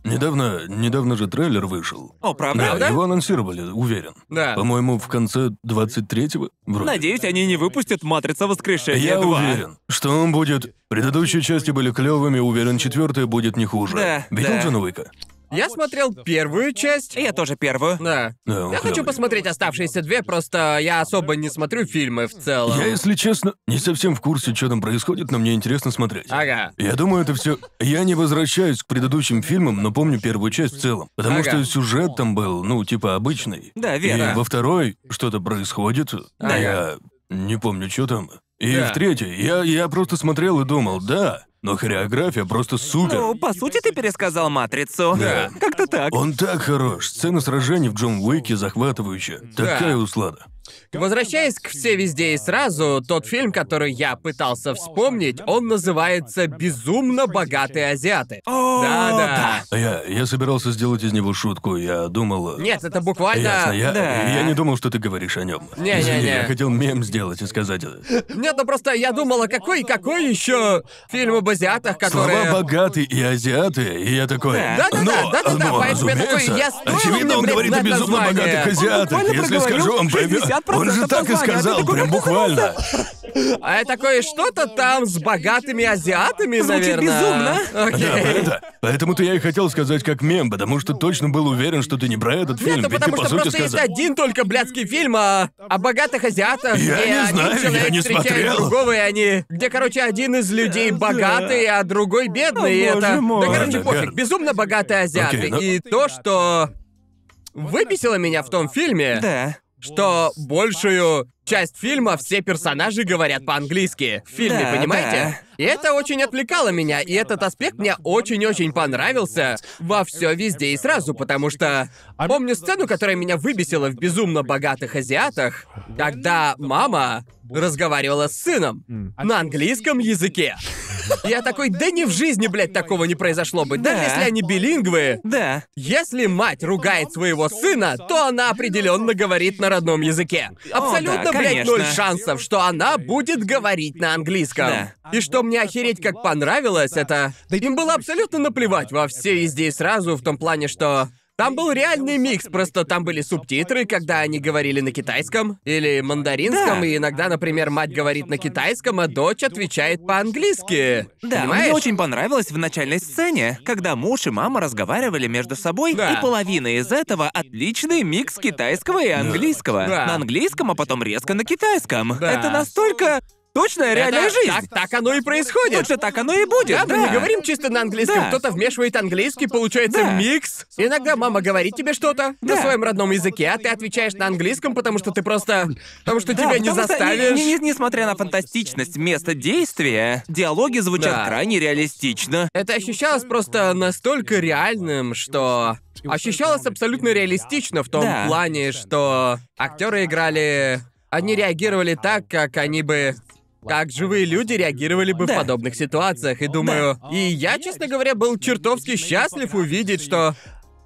Недавно, недавно же трейлер вышел.
О, А правда?
Да,
Правда?
его анонсировали, уверен.
Да.
По-моему, в конце 23-го вроде.
Надеюсь, а? они не выпустят «Матрица воскрешения
Я
2».
уверен, что он будет. Предыдущие части были клевыми, уверен, четвертая будет не хуже.
Да,
Видел
да.
Джона Уика?
Я смотрел первую часть.
Я тоже первую.
Да.
Да, он
Я хочу
клёвый.
посмотреть оставшиеся две, просто я особо не смотрю фильмы в целом.
Я, если честно, не совсем в курсе, что там происходит, но мне интересно смотреть.
Ага.
Я думаю, это все. Я не возвращаюсь к предыдущим фильмам, но помню первую часть в целом. Потому
Ага.
что сюжет там был, ну, типа обычный.
Да,
И
верно.
во второй что-то происходит,
Ага.
а я не помню, что там. И
Да.
в третьей я, я просто смотрел и думал, да, но хореография просто супер.
Ну, по сути, ты пересказал «Матрицу».
Да.
Как-то так.
Он так хорош. Сцена сражений в Джон Уике захватывающая. Такая услада.
Возвращаясь к «Все везде и сразу», тот фильм, который я пытался вспомнить, он называется «Безумно богатые азиаты».
О,
Да-да.
А Я, я собирался сделать из него шутку, я думал... э,
Нет, это буквально...
Ясно, я,
да.
я не думал, что ты говоришь о нем.
Не-не-не.
Я хотел мем сделать и сказать э, это.
Нет, ну просто я думала, какой, какой еще фильм об азиатах, которые...
Слова богатые и азиаты, и я такой.
Да-да-да,
«Ну,
да-да-да,
ну,
поэтому я такой,
разумеется,
я стоил мне,
Очевидно, он
блядь,
говорит о
знать
безумно
название».
богатых
Он
азиатах.
буквально
Если скажу, он
проговорил
поймет. Он
60%
же так
названия,
и
а ты
сказал,
такой,
прям
«Как это
буквально.
А я такое, что-то там с богатыми азиатами,
Звучит
наверное.
безумно.
Окей.
Да, А это. Поэтому-то я и хотел сказать как мем, потому что точно был уверен, что ты не про этот
Ну,
фильм,
Нет, ну
ведь ты
потому
по
что
сути
просто есть
сказал.
один только блядский фильм о, о богатых азиатах,
Я
где
не
один
знаю, я
человек
не
встречает
смотрел.
другого, и они... Где, короче, один из людей богатый, а другой бедный, и
О, боже
это...
мой.
Да, короче,
Верно,
пофиг,
верно.
безумно богатые азиаты.
Окей, ну-
И то, что выбесило меня в том фильме,
Да.
что большую часть фильма все персонажи говорят по-английски. В фильме,
Да,
понимаете? И это очень отвлекало меня, и этот аспект мне очень-очень понравился во все везде и сразу, потому что помню сцену, которая меня выбесила в безумно богатых азиатах, когда мама разговаривала с сыном на английском языке. Я такой, да ни в жизни, блядь, такого не произошло бы. Даже
Да.
если они билингвы,
Да.
если мать ругает своего сына, то она определенно говорит на родном языке. Абсолютно,
да,
блядь,
конечно.
ноль шансов, что она будет говорить на английском.
Да.
И что мне охереть как понравилось, это... Им было абсолютно наплевать во все езде и сразу, в том плане, что... Там был реальный микс, просто там были субтитры, когда они говорили на китайском или мандаринском,
Да.
и иногда, например, мать говорит на китайском, а дочь отвечает по-английски.
Да,
Понимаешь?
мне очень понравилось в начальной сцене, когда муж и мама разговаривали между собой,
Да.
и половина из этого отличный микс китайского и английского.
Да.
На английском, а потом резко на китайском.
Да.
Это настолько точная реальная
Это-
жизнь.
Так, так оно и происходит.
Лучше так оно и будет.
Да,
Да,
мы не говорим чисто на английском.
Да.
Кто-то вмешивает английский, получается
Да.
микс. Иногда мама говорит тебе что-то на
Да.
своем родном языке, а ты отвечаешь на английском, потому что ты просто... Потому что
Да,
тебя не
потому что
заставишь.
не- не- не- несмотря на фантастичность места действия, диалоги звучат
Да.
крайне реалистично.
Это ощущалось просто настолько реальным, что ощущалось абсолютно реалистично в том
Да.
плане, что актеры играли, они реагировали так, как они бы как живые люди реагировали бы
Да.
в подобных А, ситуациях, и думаю, и я, честно говоря, был чертовски счастлив увидеть, что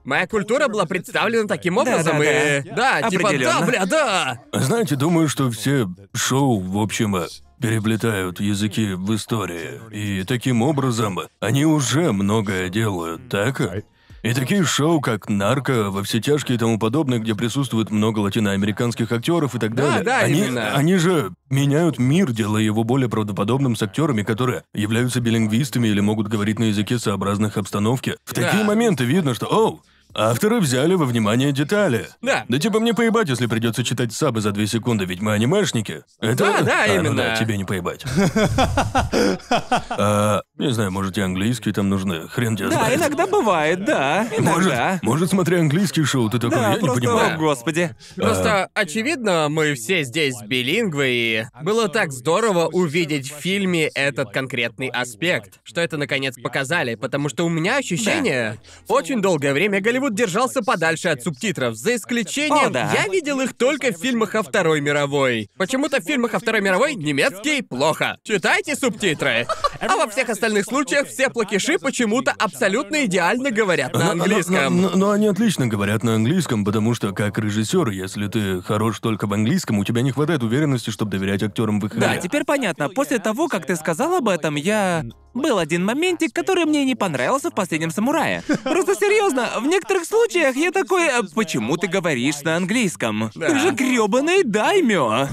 Моя культура была представлена таким
Да, да,
образом,
да.
и... Да, типа, да,
Определенно.
бля, да!
Знаете, думаю, что все шоу, в общем, э, переплетают языки в истории. И таким образом они уже многое делают, так? э? И такие шоу, как «Нарко», «Во все тяжкие» и тому подобное, где присутствует много латиноамериканских актеров и так
Да,
далее.
да,
они,
именно.
они же меняют мир, делая его более правдоподобным с актерами, которые являются билингвистами или могут говорить на языке сообразных обстановке. В такие
Да.
моменты видно, что «Оу, авторы взяли во внимание детали».
Да.
Да типа мне поебать, если придется читать сабы за две секунды, ведь мы анимешники. Это...
Да, да,
А, ну
именно.
да, тебе не поебать. А, не знаю, может, и английские там нужны. Хрен тебя
Да,
знает.
иногда бывает, да.
Может,
Иногда.
может, смотря английские шоу, ты такой,
Да,
я
просто,
не понимаю.
о господи.
Просто, очевидно, мы все здесь билингвы, и было так здорово увидеть в фильме этот конкретный аспект, что это наконец показали, потому что у меня ощущение, очень долгое время Голливуд держался подальше от субтитров, за исключением,
О, да.
я видел их только в фильмах о Второй мировой. Почему-то в фильмах о Второй мировой немецкий плохо. Читайте субтитры. А во всех остальных случаях все плакиши почему-то абсолютно идеально говорят на
Но- но-
английском.
Но, но- но они отлично говорят на английском, потому что, как режиссер, если ты хорош только в английском, у тебя не хватает уверенности, чтобы доверять актерам в их
Да,
игре.
теперь понятно. После того, как ты сказал об этом, я... Был один моментик, который мне не понравился в «Последнем самурае». Просто серьезно, в некоторых случаях я такой... «А Почему ты говоришь на английском? Ты же грёбаный даймё.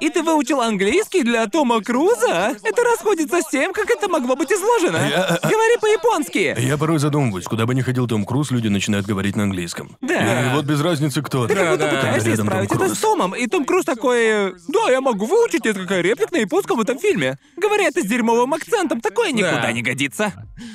И ты выучил английский для Тома Круза? Это расходится с тем, как это могло быть изложено. Говори по-японски.
Я порой задумываюсь, куда бы ни ходил Том Круз, люди начинают говорить на английском.
Да.
И вот без разницы кто.
Ты как будто
Там
пытаешься
рядом Том
исправить это
Круз.
с Томом, и Том Круз такой... Да, я могу выучить несколько реплик на японском в этом фильме. Говоря это с дерьмовым акцентом, такое никуда
Да.
не годится.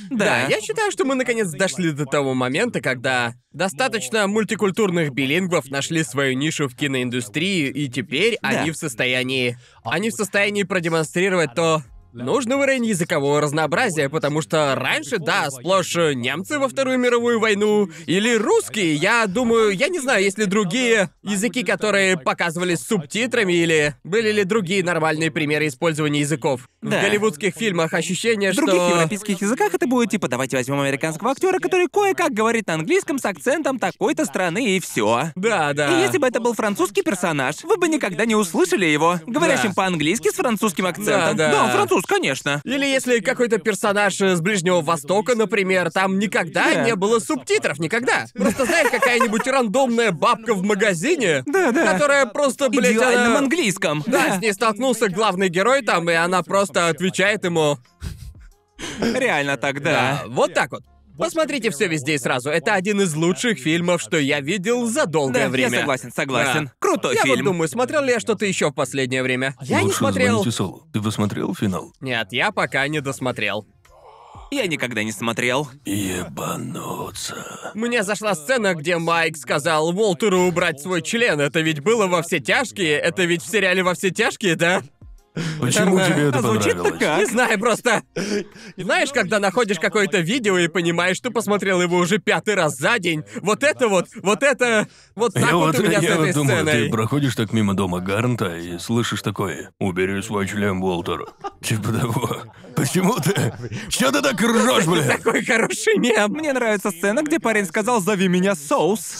Да,
Да,
я считаю, что мы наконец дошли до того момента, когда достаточно мультикультурных билингвов нашли свою нишу в киноиндустрии, и теперь
Да.
они в состоянии... Они в состоянии продемонстрировать то... Нужный уровень языкового разнообразия, потому что раньше, да, сплошь э, немцы во Вторую мировую войну или русские, я думаю, я не знаю, если другие языки, которые показывались с субтитрами или были ли другие нормальные примеры использования языков.
Да.
В голливудских фильмах ощущение,
В других
что...
европейских языках это будет типа давайте возьмем американского актера, который кое-как говорит на английском с акцентом такой-то страны и все.
Да, да.
И если бы это был французский персонаж, вы бы никогда не услышали его, говорящим
Да.
по-английски с французским акцентом.
Да, да.
он француз, конечно.
Или если какой-то персонаж э, с Ближнего Востока, например, там никогда
Да.
не было субтитров, никогда. Просто знаешь, какая-нибудь рандомная бабка в магазине, которая просто, блядь,
Идеальном
она-
английском.
Да, с ней столкнулся главный герой там, и она просто отвечает ему.
Реально так,
Да,
да.
вот так вот. Посмотрите все везде и сразу. Это один из лучших фильмов, что я видел за долгое
Да,
время.
я согласен, согласен.
Да.
Крутой
Я вот
фильм.
думаю, смотрел ли я что-то еще в последнее время? Я не
Лучше
смотрел.
звоните Солу. Ты посмотрел финал?
Нет, я пока не досмотрел.
Я никогда не смотрел.
Ебануться.
Мне зашла сцена, где Майк сказал Волтеру убрать свой член. Это ведь было во все тяжкие. Это ведь в сериале во все тяжкие, да?
Почему тебе это
а звучит так
понравилось?
как?
Не знаю просто. Знаешь, когда находишь какое-то видео и понимаешь, что посмотрел его уже пятый раз за день. Вот это вот, вот это, вот так
я
вот,
вот,
у меня с
я
этой
вот думаю,
сценой.
ты проходишь так мимо дома Гарнта и слышишь такое «Убери свой член, Уолтер». Типа того. Почему ты? Чё ты так ржешь, блядь?
Такой хороший мем.
Мне нравится сцена, где парень сказал «Зови меня соус».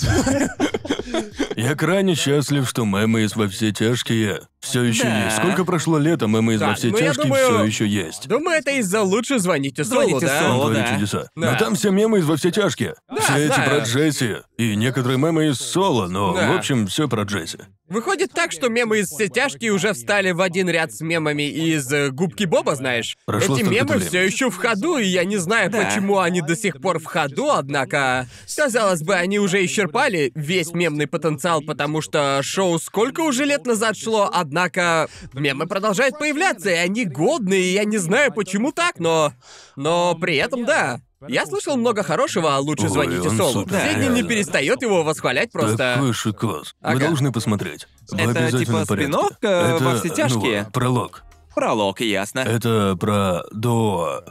Я крайне счастлив, что мемы из «Во все тяжкие» все еще
Да.
есть. Сколько прошло лета, мемы из «Во
Да,
все
но ну, я
тяжкие»
думаю-
все еще есть.
Думаю, это из-за лучше звоните Солу,
«Звоните
да?
Солу».
Он творит
да.
чудеса.
Да.
Но там все мемы из «Во все тяжкие». все эти
знаю.
про Джесси. И некоторые мемы из «Соло», но,
Да.
в общем, все про Джесси.
Выходит так, что мемы из все тяжкие уже встали в один ряд с мемами из э, губки Боба, знаешь.
Прошло
Эти
столько
мемы
времени.
все еще в ходу, и я не знаю,
Да.
почему они до сих пор в ходу, однако, казалось бы, они уже исчерпали весь мемный потенциал, потому что шоу сколько уже лет назад шло, однако мемы продолжают появляться, и они годные, и я не знаю, почему так, но. Но при этом да. Я слышал много хорошего, а лучше
Ой,
звоните
он
Солу.
супер,
Последний не
реально.
перестает его восхвалять просто.
Такой шикос. Вы
Ага.
должны посмотреть. Вы
Это
обязательно
типа
в порядке.
спин-офф, э,
Это,
«Во все
ну,
тяжкие»? Э.
пролог.
Пролог, ясно.
Это про до...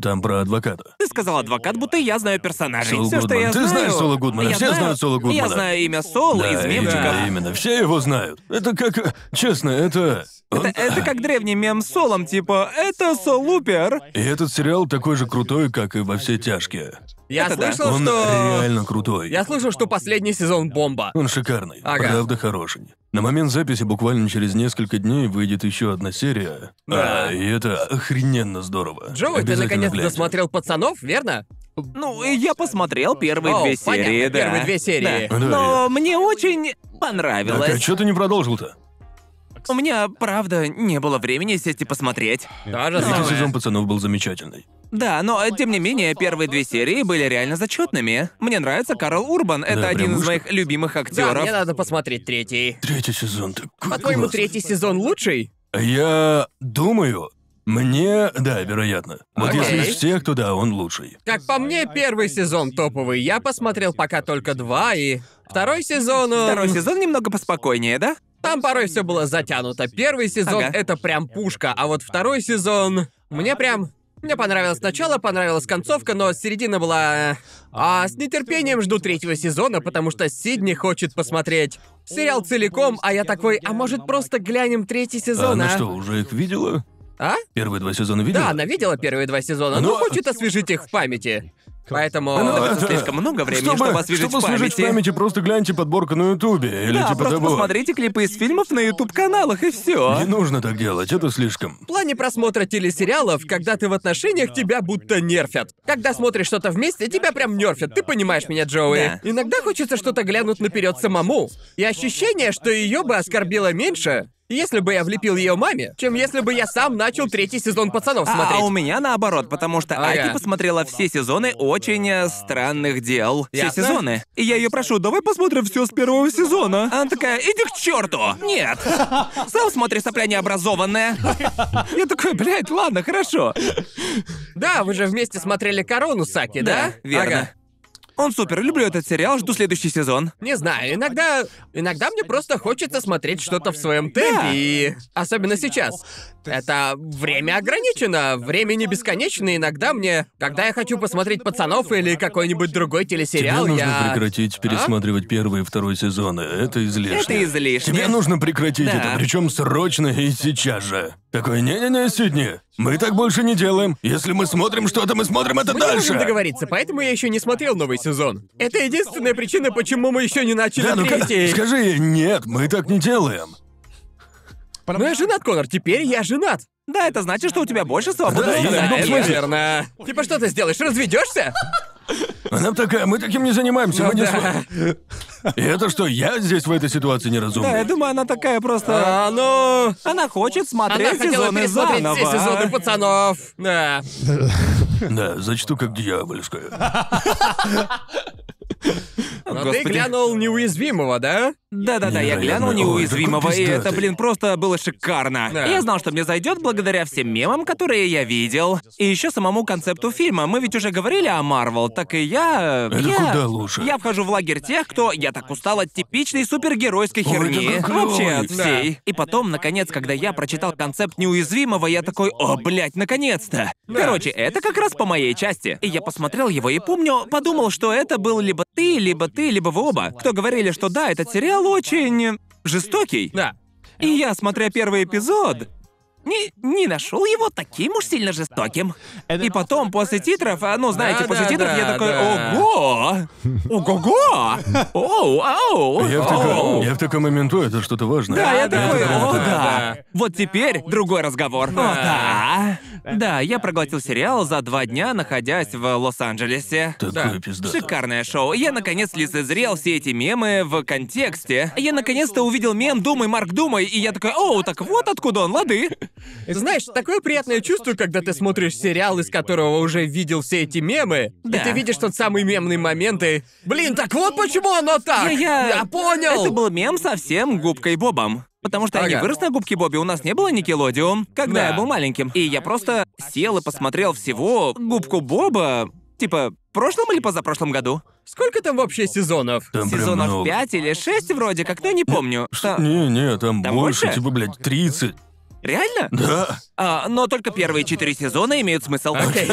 Там про адвоката.
Ты сказал адвокат, будто я знаю персонажей.
Соло
Всё, что
Гудман.
я
Ты
знаю...
знаешь Соло Гудмана?
Я
Все
знаю-
знают Соло Гудмана.
Я знаю имя Соло из
да, именно,
мемчиков.
именно. Все его знают. Это как... э, Честно, это...
Это,
он-
это как древний мем с Солом, типа «Это Солупер».
И этот сериал такой же крутой, как и «Во все тяжкие».
Я
Это да.
слышал,
Он
что...
реально крутой.
Я слышал, что последний сезон бомба.
Он шикарный,
Ага.
правда хороший. На момент записи буквально через несколько дней выйдет еще одна серия.
Да.
А, и это охрененно здорово.
Джоуи, ты
Обязательно
наконец
гляньте.
досмотрел пацанов, верно?
Ну, и я посмотрел первые
О,
две
понятно,
серии, да.
первые две серии.
Да.
Да,
Но мне очень
Ну, Так, а
понравилось.
что ты не продолжил-то?
У меня, правда, не было времени сесть и посмотреть.
Та же
Третий
самая.
сезон пацанов был замечательный.
Да, но э, тем не менее, первые две серии были реально зачетными. Мне нравится Карл Урбан, это
прям
один из
вышка.
моих любимых
Да,
актеров.
мне надо посмотреть третий.
Третий сезон такой
По-твоему,
классный.
третий сезон лучший?
Я думаю, мне... Да, вероятно. Вот
Окей.
если из всех, то да, он лучший.
Как по мне, первый сезон топовый. Я посмотрел пока только два, и второй сезон... он-
Второй Э, сезон немного поспокойнее, да?
Там порой все было затянуто. Первый сезон
Ага.
это прям пушка, а вот второй сезон мне прям мне понравилось начало, понравилась концовка, но середина была. э, А с нетерпением жду третьего сезона, потому что Сидни хочет посмотреть сериал целиком, а я такой, а может просто глянем третий
А
сезон,
она
а?
что, уже их видела?
А?
Первые два сезона видела?
Да, она видела первые два сезона, но
Ну, а-
хочет освежить их в памяти. Поэтому.
Она
да.
добавила Ну, слишком много времени, чтобы, освежить в памяти.
в памяти, просто гляньте подборку на Ютубе или
Да,
типа
просто
того.
посмотрите клипы из фильмов на YouTube-каналах, и все.
Не нужно так делать, это слишком.
В плане просмотра телесериалов, когда ты в отношениях, тебя будто нерфят. Когда смотришь что-то вместе, тебя прям нерфят. Ты понимаешь меня, Джоуи.
Да.
Иногда хочется что-то глянуть наперед самому. И ощущение, что ее бы оскорбило меньше, если бы я влепил ее маме, чем если бы я сам начал третий сезон пацанов
А,
смотреть.
а у меня наоборот, потому что
Ага.
Аки посмотрела все сезоны очень э, странных дел. Все
Ясно.
сезоны. И я ее прошу, давай посмотрим все с первого сезона. Она такая, иди к черту! Нет! Сам смотри, сопля необразованная. Я такой, блядь, ладно, хорошо.
Да, вы же вместе смотрели корону Саки, да?
верно.
Ага.
Он супер, люблю этот сериал, жду следующий сезон.
Не знаю, иногда. Иногда мне просто хочется смотреть что-то в своем темпе,
Да.
и. Особенно сейчас. Это время ограничено, время не бесконечно, иногда мне. Когда я хочу посмотреть пацанов или какой-нибудь другой телесериал,
Тебе нужно
я.
прекратить пересматривать первый и второй сезоны. Это излишне.
Это излишне.
Тебе
ну-
нужно прекратить
Да.
это, причем срочно и сейчас же. Такой, не-не-не, Сидни, мы так больше не делаем. Если мы смотрим что-то, мы смотрим это
Мы не
дальше.
можем договориться, поэтому я еще не смотрел новый сезон. Это единственная причина, почему мы еще не начали
да, ну как-
третий.
скажи ей, нет, мы так не делаем.
Но Ну, я женат, Конор, теперь я женат.
Да, это значит, что у тебя больше свободного
Да, и-
времени.
ну, в
это
смысле?
верно. Типа что ты сделаешь, разведешься?
Она такая, мы таким не занимаемся,
Ну
мы не
да.
смо- И это что, я здесь в этой ситуации неразумный?
Да, я думаю, она такая просто...
А, ну.
Она хочет смотреть
Она хотела
сезоны
пересмотреть
заново.
все сезоны пацанов. Да.
Да, зачту как дьявольское.
Но Ну, ты
Господи.
глянул неуязвимого, да?
Да-да-да, я
Невероятно.
глянул
Ой,
неуязвимого,
какой
и это,
пиздатый.
блин, просто было шикарно.
Да.
Я знал, что мне зайдет благодаря всем мемам, которые я видел. И еще самому концепту фильма. Мы ведь уже говорили о Марвел, так и я.
Это
я...
куда лучше.
Я вхожу в лагерь тех, кто я так устал от типичной супергеройской
Ой,
херни.
это как
Вообще
клёво.
от всей. И потом, наконец, когда я прочитал концепт неуязвимого, я такой, о, блядь, наконец-то! Короче, это как раз по моей части. И я посмотрел его и помню, подумал, что это был либо ты, либо ты, либо вы оба, кто говорили, что да, этот сериал очень жестокий.
Да.
И я, смотря первый эпизод, не, не нашел его таким уж сильно жестоким. И потом, после титров, а, ну, знаете,
Да,
после
да,
титров
да,
я такой,
да.
ого! Ого-го! Оу, ау!
А Я в,
оу».
таком, я в таком моменту, это что-то важное.
Да, я
Да, да, да,
такой, о,
да,
да.
да».
Вот теперь другой разговор. О, да. Да, я проглотил сериал за два дня, находясь в Лос-Анджелесе.
Такое пизда.
Шикарное шоу. Я наконец лицезрел все эти мемы в контексте. Я наконец-то увидел мем «Думай, Марк, думай», и я такой «Оу, так вот откуда он, лады».
Знаешь, такое приятное чувство, когда ты смотришь сериал, из которого уже видел все эти мемы,
Да.
и ты видишь тот самый мемный момент и... Блин, так вот почему оно так!
Я- я-
понял!
Это был мем совсем губкой Бобом. Потому что я не
Ага.
вырос на губке Бобби, у нас не было Никелодиум, когда
Да.
я был маленьким. И я просто сел и посмотрел всего губку Боба, типа, в прошлом или позапрошлом году?
Сколько там вообще сезонов?
Там прям
Сезонов
много. Э,
5 или 6 вроде как, но не помню. А, Та-
Не, не, там
Там
больше,
больше?
типа, блядь, 30.
Реально?
Да.
А, но только первые четыре сезона имеют смысл.
Окей.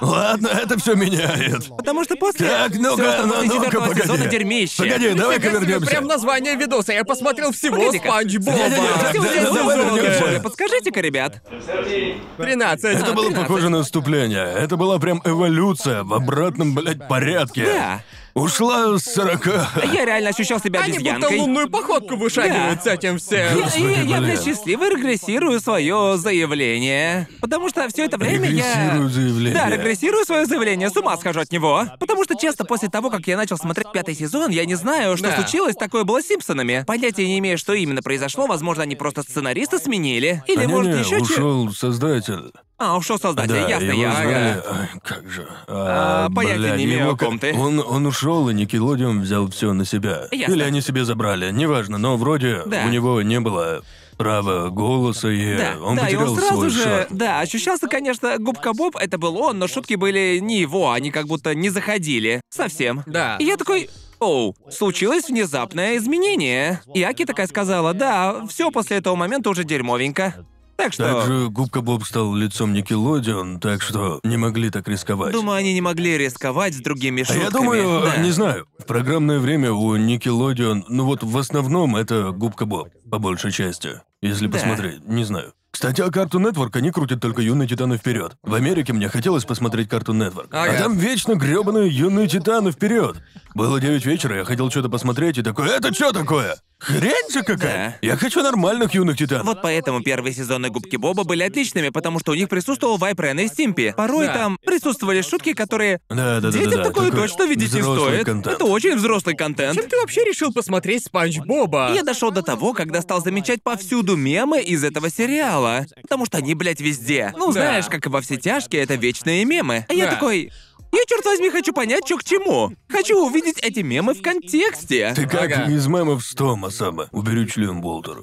Ладно, это все меняет.
Потому что после...
Так,
всё,
ну-ка,
что после
ну- ну-ка,
четвёртого сезона
погоди.
дерьмище.
Погоди, давай-ка
Нифига себе,
вернемся.
Прям название видоса. Я посмотрел всего
Погоди-ка.
Спанч
Не-не-не,
Боба.
так,
Всего
да,
десять
давай
сезонов.
вернёмся.
Подскажите-ка, ребят.
17.
13.
Это было похоже на вступление. Это была прям эволюция в обратном, блядь, порядке.
Да. А
Ушла с 40.
Я реально ощущал себя
Они будто
обезьянкой.
лунную походку вышагивают с этим всем.
Я, я, я, блядь,
Блин.
счастливо регрессирую свое заявление. Потому что все это время
Регрессирую
я.
заявление.
Да, регрессирую свое заявление, с ума схожу от него. Потому что часто после того, как я начал смотреть пятый сезон, я не знаю, что
Да.
случилось, такое было с Симпсонами. Понятия не имею, что именно произошло. Возможно, они просто сценариста сменили. Или,
Да А, не-не,
может, еще че.
ушел создатель.
А, ушел создатель,
Да,
ясно,
его
ясно.
звали- Ай, Как же?
А, понятия
бля,
не имею,
его
о ком
как-
ты.
Он, он ушел, и Никелодиум взял все на себя.
Ясно.
Или они себе забрали, неважно, но вроде
Да.
у него не было права голоса, и
Да,
Э, он
да, и
потерял
он сразу
свой
же,
шанс.
да, ощущался, конечно, губка Боб, это был он, но шутки были не его, они как будто не заходили совсем.
Да.
И я такой, оу, случилось внезапное изменение. И Аки такая сказала, да, все после этого момента уже дерьмовенько. Так что,
Также Губка Боб стал лицом Никелодион, так что не могли так рисковать.
думаю, они не могли рисковать с другими
А
шутками.
я думаю,
Да.
не знаю, в программное время у Никелодион, ну вот в основном это Губка Боб, по большей части. Если
Да.
посмотреть, не знаю. Кстати, о Cartoon Network они крутят только «Юные титаны вперед». В Америке мне хотелось посмотреть Cartoon Network. А
Ага.
там вечно грёбаные «Юные титаны вперед». Было 9 вечера, я хотел что-то посмотреть и такой «Это что такое? Хрень же какая! Я хочу нормальных «Юных титанов».
Вот поэтому первые сезоны Губки Боба были отличными, потому что у них присутствовал Вайп Рен и Стимпи. Порой
Да.
там присутствовали шутки, которые...
Да, да, да,
Детям
да, да.
такое
такой
точно видеть не
взрослый
стоит.
контент.
Это очень взрослый контент. А
Чем ты вообще решил посмотреть Спанч Боба?
Я дошел до того, когда стал замечать повсюду мемы из этого сериала. Потому что они, блядь, везде. Ну,
Да.
знаешь, как и во все тяжкие, это вечные мемы. А я
Да.
такой. Я, черт возьми, хочу понять, что к чему. Хочу увидеть эти мемы в контексте.
Ты как
Ага.
из мемов с Тома Сама. Уберу член Болтера.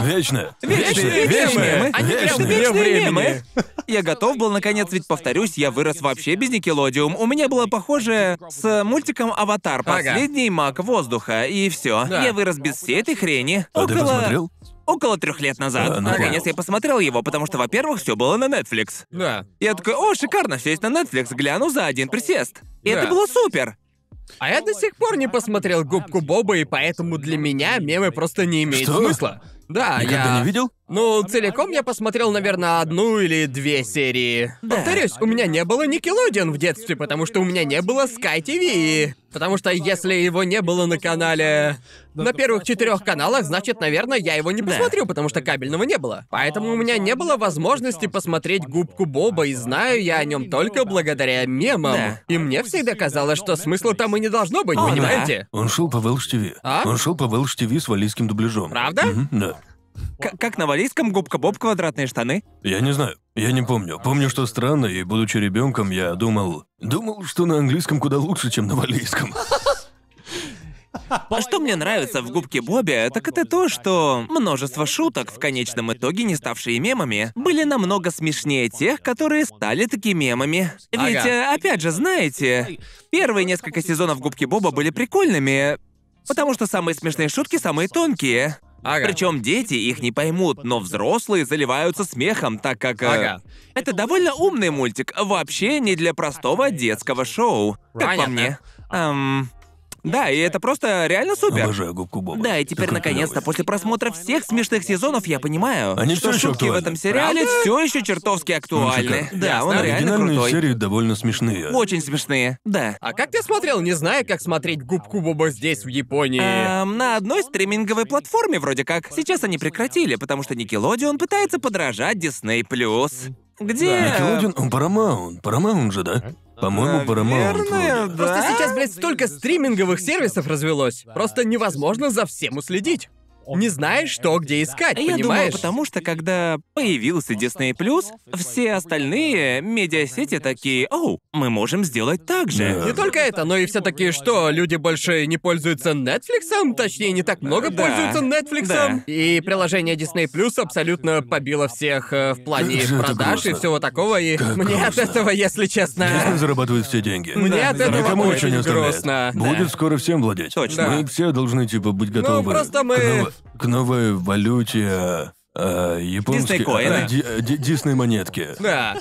Вечно.
Вечные мемы.
Они прям
Вечные.
вне
Вечные
времени.
мемы. Я готов был, наконец, ведь повторюсь, я вырос вообще без Никелодиум. У меня было похоже с мультиком «Аватар»,
Ага.
последний маг воздуха, и все.
Да.
Я вырос без всей этой хрени.
А ты посмотрел?
Около трех лет назад.
А, ну
Наконец
понял.
я посмотрел его, потому что, во-первых, все было на Netflix.
Да.
Я такой, о, шикарно, все есть на Netflix, гляну за один присест. И
Да.
это было супер.
А я до сих пор не посмотрел губку Боба, и поэтому для меня мемы просто не имеют
Что?
смысла. Да,
А
Никогда
я.
не видел?
Ну, целиком я посмотрел, наверное, одну или две серии. Повторюсь, у меня не было Никелодион в детстве, потому что у меня не было Sky TV. Потому что если его не было на канале... На первых четырех каналах, значит, наверное, я его не посмотрю, потому что кабельного не было. Поэтому у меня не было возможности посмотреть губку Боба, и знаю я о нем только благодаря мемам.
Да.
И мне всегда казалось, что смысла там и не должно быть,
О, да.
понимаете?
Он шел по Welsh TV.
А?
Он шел по Welsh TV с валийским дубляжом.
Правда?
Мгм, да.
К- как на валийском губка Боб квадратные штаны.
Я не знаю. Я не помню. Помню, что странно, и будучи ребенком, я думал... Думал, что на английском куда лучше, чем на валийском.
А что мне нравится в губке Бобе, так это то, что множество шуток, в конечном итоге не ставшие мемами, были намного смешнее тех, которые стали таки мемами. Ведь,
Ага.
э, опять же, знаете, первые несколько сезонов губки Боба были прикольными, потому что самые смешные шутки самые тонкие.
Ага.
Причем дети их не поймут, но взрослые заливаются смехом, так как. э,
Ага.
Это довольно умный мультик, вообще не для простого детского шоу. Как по
Понятно.
мне. Эм, да, и это просто реально супер.
Обожаю губку Боба.
Да, и теперь
Такой
наконец-то
клёвый.
после просмотра всех смешных сезонов я понимаю,
Они
что
всё ещё
шутки в
актуальны.
этом сериале все еще чертовски актуальны.
шикарный.
да, он
Ясно.
реально
Оригинальные
крутой.
серии довольно смешные.
Очень смешные, да.
А как ты смотрел, не зная, как смотреть губку Боба здесь, в Японии?
Эм, на одной стриминговой платформе вроде как. Сейчас они прекратили, потому что Никелодион пытается подражать Disney+. Где...
Никелодион, он Paramount. Paramount же, да? По-моему, Paramount.
Наверное,
вроде.
да.
Просто сейчас, блядь, столько стриминговых сервисов развелось. Просто невозможно за всем уследить. Не знаешь, что где искать,
А Я думаю,
понимаешь?
потому что когда появился Disney+, все остальные медиасети такие, «Оу, мы можем сделать так
Да.
же».
Не только это, но и все такие, что люди больше не пользуются Netflix, точнее, не так много
Да.
пользуются Netflix.
Да.
И приложение Disney Plus абсолютно побило всех э, в плане
Как же это
продаж и
грустно.
всего такого. И
Как
мне
грустно.
от этого, если честно.
Дисней зарабатывает все деньги.
Мне от этого
Никому ничего не
очень
оставляет.
грустно.
Будет скоро всем владеть.
Точно.
Мы все должны, типа, быть готовы.
просто мы-
к ново- к новой валюте э, японской...
Дисней-коины.
э, ди- э, ди- Дисней-монетки.
Да.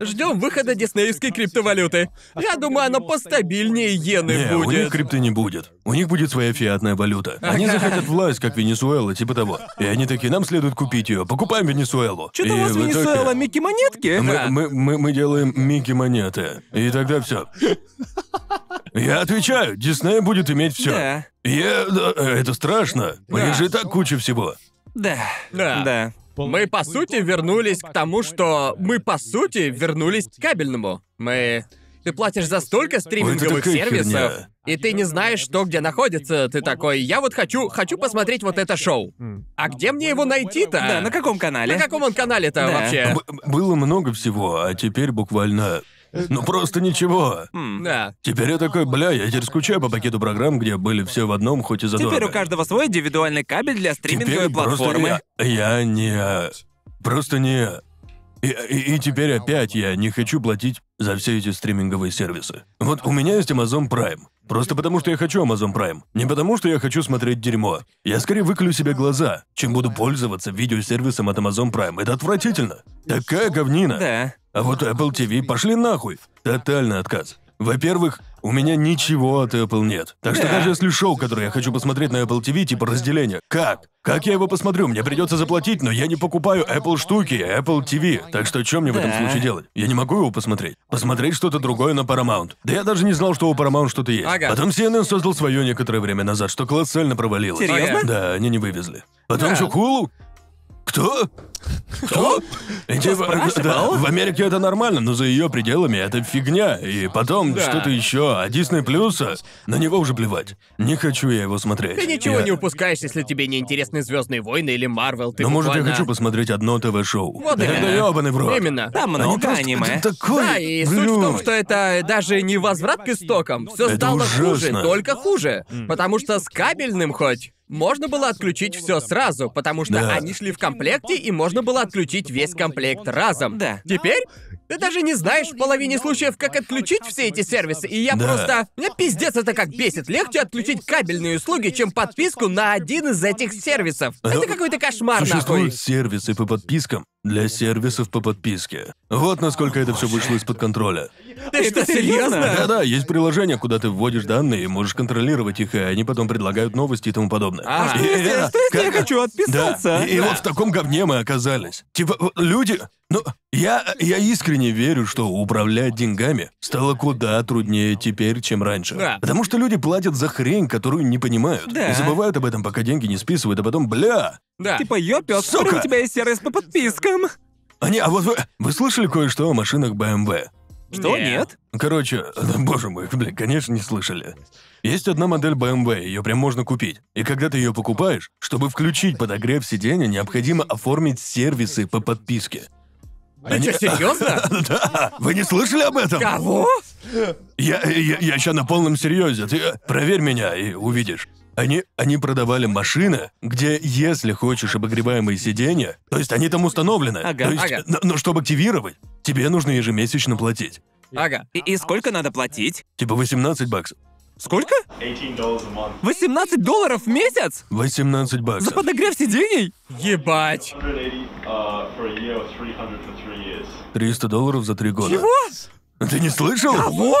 Ждем выхода диснеевской криптовалюты. Я думаю, она постабильнее иены
Не, у них
будет.
крипты не будет. У них будет своя фиатная валюта. Они захотят власть, как Венесуэла, типа того. И они такие, нам следует купить ее. Покупаем Венесуэлу.
Что
И
там у вас
в итоге
Венесуэла, Микки Монетки?
Мы, мы, мы, мы делаем Микки монеты. И тогда все. Я отвечаю, Дисней будет иметь все.
Да.
Я, да, э, это страшно. У
Да.
них же и так куча всего.
Да.
Да.
Да.
Мы, по сути, вернулись к тому, что... Мы, по сути, вернулись к кабельному. Мы... Ты платишь за столько
Ой,
стриминговых
это такая
сервисов,
херня.
и ты не знаешь, что где находится. Ты такой, я вот хочу, хочу посмотреть вот это шоу. А где мне его найти-то?
Да, на каком канале?
На каком он канале-то
Да.
вообще?
Б- было много всего, а теперь буквально... Ну просто ничего.
Да.
Теперь я такой, бля, я теперь скучаю по пакету программ, где были все в одном, хоть и задорого.
Теперь у каждого свой индивидуальный кабель для стриминговой
Теперь просто
платформы.
Я, я не... а, э, Просто не... И, и- и теперь опять я не хочу платить за все эти стриминговые сервисы. Вот у меня есть Amazon Prime. Просто потому, что я хочу Amazon Prime. Не потому, что я хочу смотреть дерьмо. Я скорее выклю себе глаза, чем буду пользоваться видеосервисом от Amazon Prime. Это отвратительно. Такая говнина.
Да.
А вот Apple TV пошли нахуй. Тотальный отказ. Во-первых, у меня ничего от Apple нет. Так что
Да.
даже если шоу, которое я хочу посмотреть на Apple TV, типа разделения, как? Как я его посмотрю? Мне придется заплатить, но я не покупаю Apple штуки, Apple TV. Так что что мне в этом
Да.
случае делать? Я не могу его посмотреть. Посмотреть что-то другое на Paramount. Да я даже не знал, что у Paramount что-то есть.
Ага.
Потом CNN создал свое некоторое время назад, что колоссально провалилось.
Серьезно?
Ага.
Да, они не вывезли. Потом
Да.
что, Hulu? Кто? Кто? Типа, да, в Америке это нормально, но за ее пределами это фигня. И потом что-то еще. А Disney Плюса, на него уже плевать. Не хочу я его смотреть.
Ты ничего
Я-
не упускаешь, если тебе не интересны Звездные войны или Марвел. Ты
Но Ну, может я
буквально-
хочу посмотреть одно ТВ-шоу.
Вот
да
именно.
тогда ёбаный в рот.
Именно.
Там
Они
много
Ну, просто-
Ну, аниме.
это такой
Да, и суть в том,
блюд.
что это даже не возврат к истокам. Все
Это
стало хуже,
ужасно.
только хуже. Потому что с кабельным хоть можно было отключить все сразу, потому что
Да.
они шли в комплекте, и можно было отключить весь комплект разом.
Да.
Теперь ты даже не знаешь в половине случаев, как отключить все эти сервисы, и я
Да.
просто... Мне пиздец это как бесит. Легче отключить кабельные услуги, чем подписку на один из этих сервисов.
Ну,
Это какой-то кошмар, нахуй.
Существуют сервисы по подпискам для сервисов по подписке. Вот насколько это все вышло из-под контроля.
Ты что, серьезно?
Да-да, есть приложение, куда ты вводишь данные и можешь контролировать их, и они потом предлагают новости и тому подобное.
А что
И
Если-
это-
что если э, я
как-
хочу
Да,
отписаться?
и, и вот в таком говне мы оказались. Типа, вот люди... Ну, я, я искренне верю, что управлять деньгами стало куда труднее теперь, чем раньше.
Да.
Потому что люди платят за хрень, которую не понимают.
Да.
И забывают об этом, пока деньги не списывают, а потом, бля,
Да.
Типа, ё, пёс,
Сука!
у тебя есть сервис по подпискам.
Они, а вот вы, вы слышали кое-что о машинах BMW?
Что,
Нет.
нет?
Короче, боже мой, блин, конечно, не слышали. Есть одна модель BMW, ее прям можно купить. И когда ты ее покупаешь, чтобы включить подогрев сиденья, необходимо оформить сервисы по подписке.
Ты что, серьезно?
Да, вы не слышали об этом?
Кого?
Я, я, я ща на полном серьезе. Ты э, проверь меня и увидишь. Они, они продавали машины, где, если хочешь обогреваемые сиденья, то есть они там установлены.
Ага,
то есть,
ага.
Но, но чтобы активировать, тебе нужно ежемесячно платить.
Ага.
И, и сколько надо платить?
Типа 18 баксов.
Сколько?
$18 a month.
18 долларов в месяц?
18
За
баксов.
подогрев сидений?
Ебать.
180 uh, for a year or 300 for three years.
300 долларов за 3 года. Ты не слышал?
Кого?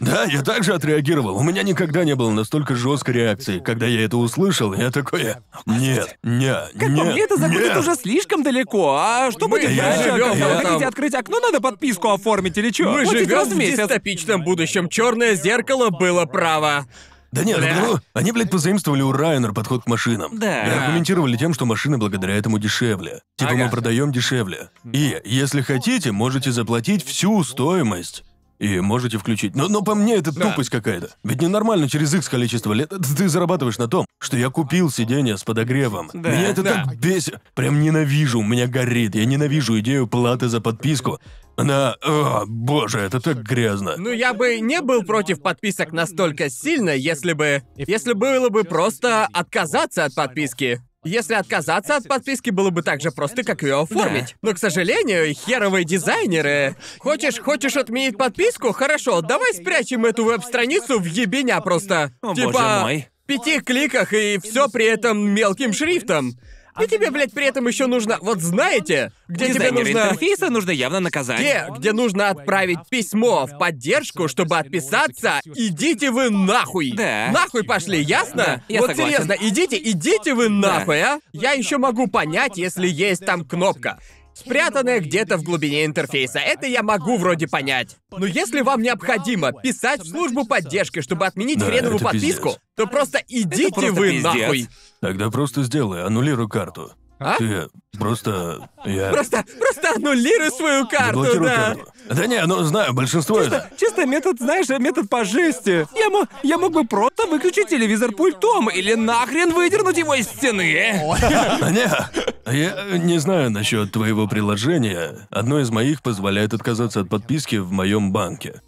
Да, я также отреагировал. У меня никогда не было настолько жесткой реакции. Когда я это услышал, я такой... Нет, не,
Как по
нет,
мне, это заходит
нет».
уже слишком далеко. А что будет
я
дальше?
живём
Когда вы
в этом-
хотите открыть окно, надо подписку оформить или что?
Мы
Платить
живем
раз
в
в месяц.
дистопичном будущем. Черное зеркало было право.
Да нет, ну
Бля.
потому- они, блядь, позаимствовали у Райнер подход к машинам.
Да.
И аргументировали тем, что машины благодаря этому дешевле. Типа
Ага.
мы продаем дешевле. И, если хотите, можете заплатить всю стоимость. И можете включить. Но, но по мне это тупость какая-то. Ведь ненормально через их количество лет ты зарабатываешь на том, что я купил сиденье с подогревом.
Да.
Меня это
Да.
так бесит. Прям ненавижу, у меня горит. Я ненавижу идею платы за подписку. Она... О, боже, это так грязно.
Ну, я бы не был против подписок настолько сильно, если бы... Если было бы просто отказаться от подписки. Если отказаться от подписки, было бы так же просто, как ее оформить. Но, к сожалению, херовые дизайнеры... Хочешь, хочешь отменить подписку? Хорошо, давай спрячем эту веб-страницу в ебеня просто.
О,
типа...
боже мой.
пяти кликах и все при этом мелким шрифтом. И тебе, блядь, при этом еще нужно... Вот знаете, где тебе
Дизайнеру
нужно...
интерфейса нужно явно наказать.
Где, где нужно отправить письмо в поддержку, чтобы отписаться, идите вы нахуй.
Да.
Нахуй пошли, ясно?
Да, я
вот
согласен.
серьезно, идите, идите вы нахуй, а? Я еще могу понять, если есть там кнопка. Спрятанная где-то в глубине интерфейса. Это я могу вроде понять. Но если вам необходимо писать в службу поддержки, чтобы отменить
Да,
хреновую
это
подписку,
пиздец.
то просто идите
просто
вы
пиздец.
нахуй.
Тогда просто сделай, аннулируй карту.
А?
Ты просто... Я...
Просто, просто аннулируй свою карту,
Заблокируй
да.
карту. Да не, ну знаю, большинство это...
Чисто метод, знаешь, метод по жести. Я, мо- я мог бы просто выключить телевизор пультом или нахрен выдернуть его из стены.
Да А Не, я не знаю насчет твоего приложения. Одно из моих позволяет отказаться от подписки в моем банке.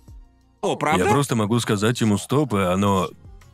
О, правда?
Я просто могу сказать ему стоп, и оно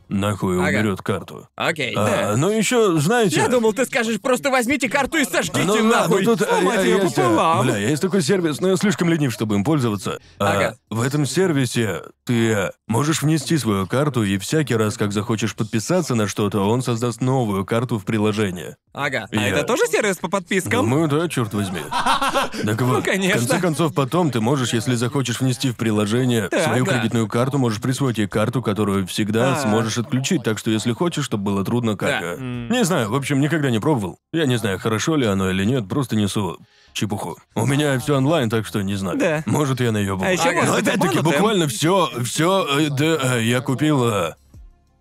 нахуй
Ага.
уберет карту.
Окей, да.
А, ну еще, знаете...
Я думал, ты скажешь, просто возьмите карту и сожгите
Ну, да,
нахуй.
ну тут, а,
сломать
я-
её
есть, э,
пополам.
Бля, есть такой сервис, но я слишком ленив, чтобы им пользоваться. А
Ага.
в этом сервисе ты э, можешь внести свою карту, и всякий раз, как захочешь подписаться на что-то, он создаст новую карту в приложении.
Ага.
А
Я-
это тоже сервис по подпискам?
Думаю, Ну да, черт возьми. Так вот,
Ну, конечно.
в конце концов, потом ты можешь, если захочешь внести в приложение свою
да. А.
кредитную карту, можешь присвоить ей карту, которую всегда сможешь отключить, так что если хочешь, чтобы было трудно как...
Да.
э, Не знаю, в общем, никогда не пробовал. Я не знаю, хорошо ли оно или нет, просто несу чепуху. У меня все онлайн, так что не знаю.
Да.
Может, я наебываю.
А ещё может
Но
быть
Ну, опять-таки,
обманутым.
буквально все, все, да, э, я купил... э,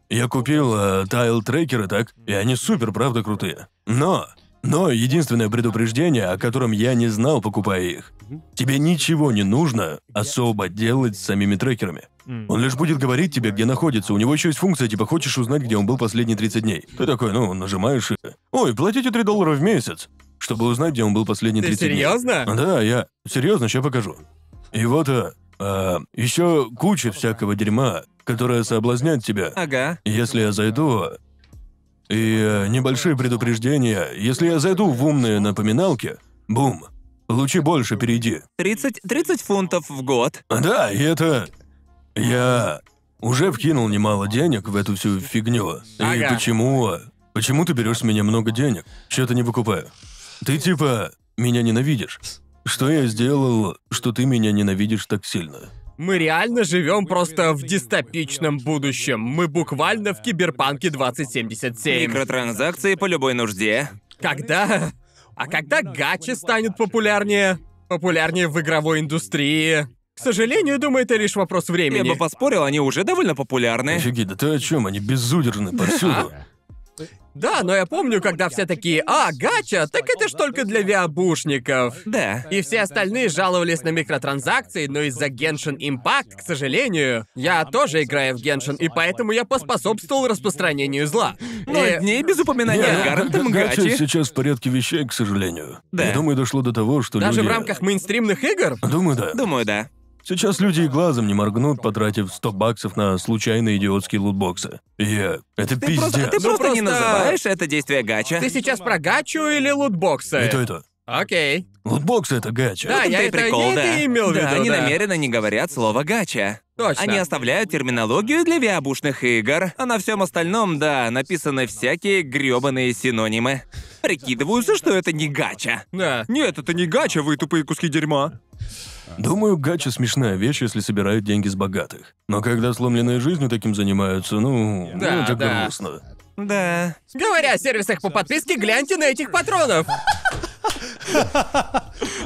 я купил тайл-трекеры, так? И они супер, правда, крутые. Но... Но единственное предупреждение, о котором я не знал, покупая их. Тебе ничего не нужно особо делать с самими трекерами. Он лишь будет говорить тебе, где находится. У него еще есть функция, типа, хочешь узнать, где он был последние 30 дней. Ты такой, ну, нажимаешь и... Ой, платите 3 доллара в месяц, чтобы узнать, где он был последние
Ты
30 дней.
серьезно?
Да, я серьезно, сейчас покажу. И вот еще куча всякого дерьма, которое соблазняет тебя.
Ага.
Если я зайду... И э, небольшие предупреждения. Если я зайду в умные напоминалки, бум, получи больше, перейди.
30, 30 фунтов в год.
Да, и это... Я уже вкинул немало денег в эту всю фигню. И
Ага.
почему... Почему ты берешь с меня много денег? Чего-то не выкупаю. Ты типа меня ненавидишь. Что я сделал, что ты меня ненавидишь так сильно?
Мы реально живем просто в дистопичном будущем. Мы буквально в киберпанке
Эм.
2077.
Микротранзакции по любой нужде.
Когда? А когда гачи станет популярнее? Популярнее в игровой индустрии? К сожалению, думаю, это лишь вопрос
Я
времени.
бы поспорил, они уже довольно популярны.
Офигеть, да ты о чем? Они безудержны повсюду.
Да, но я помню, когда все такие, а, гача, так это ж только для виабушников.
Да.
И все остальные жаловались на микротранзакции, но из-за Genshin Impact, к сожалению, я тоже играю в Genshin, и поэтому я поспособствовал распространению зла.
Ноль
И-
дней без упоминания о Гарантом
гачи
Гачи.
ну, сейчас в порядке вещей, к сожалению.
Да.
Я думаю, дошло до того, что
Даже
люди...
в рамках мейнстримных игр?
Думаю, да.
Думаю, да.
Сейчас люди и глазом не моргнут, потратив 100 баксов на случайные идиотские лутбоксы. И э, это
Ты
пиздец.
просто, ты
Ну,
просто не
просто-
называешь это действие Гача.
Ты сейчас про гачу или лутбоксы?
И то, и то.
Окей.
Лутбоксы — это гача.
Да,
этом-то
я
и
это,
прикол,
я это
да.
и имел в
Да,
виду,
они
да.
намеренно не говорят слово гача.
Точно.
Они оставляют терминологию для виабушных игр, а на всем остальном, да, написаны всякие грёбаные синонимы. Прикидываются, что это не гача.
Да.
Нет, это не гача, вы тупые куски дерьма.
Думаю, гача — смешная вещь, если собирают деньги с богатых. Но когда сломленные жизнью таким занимаются, ну...
Да,
ну, это
да.
грустно.
Да.
Говоря о сервисах по подписке, гляньте на этих патронов.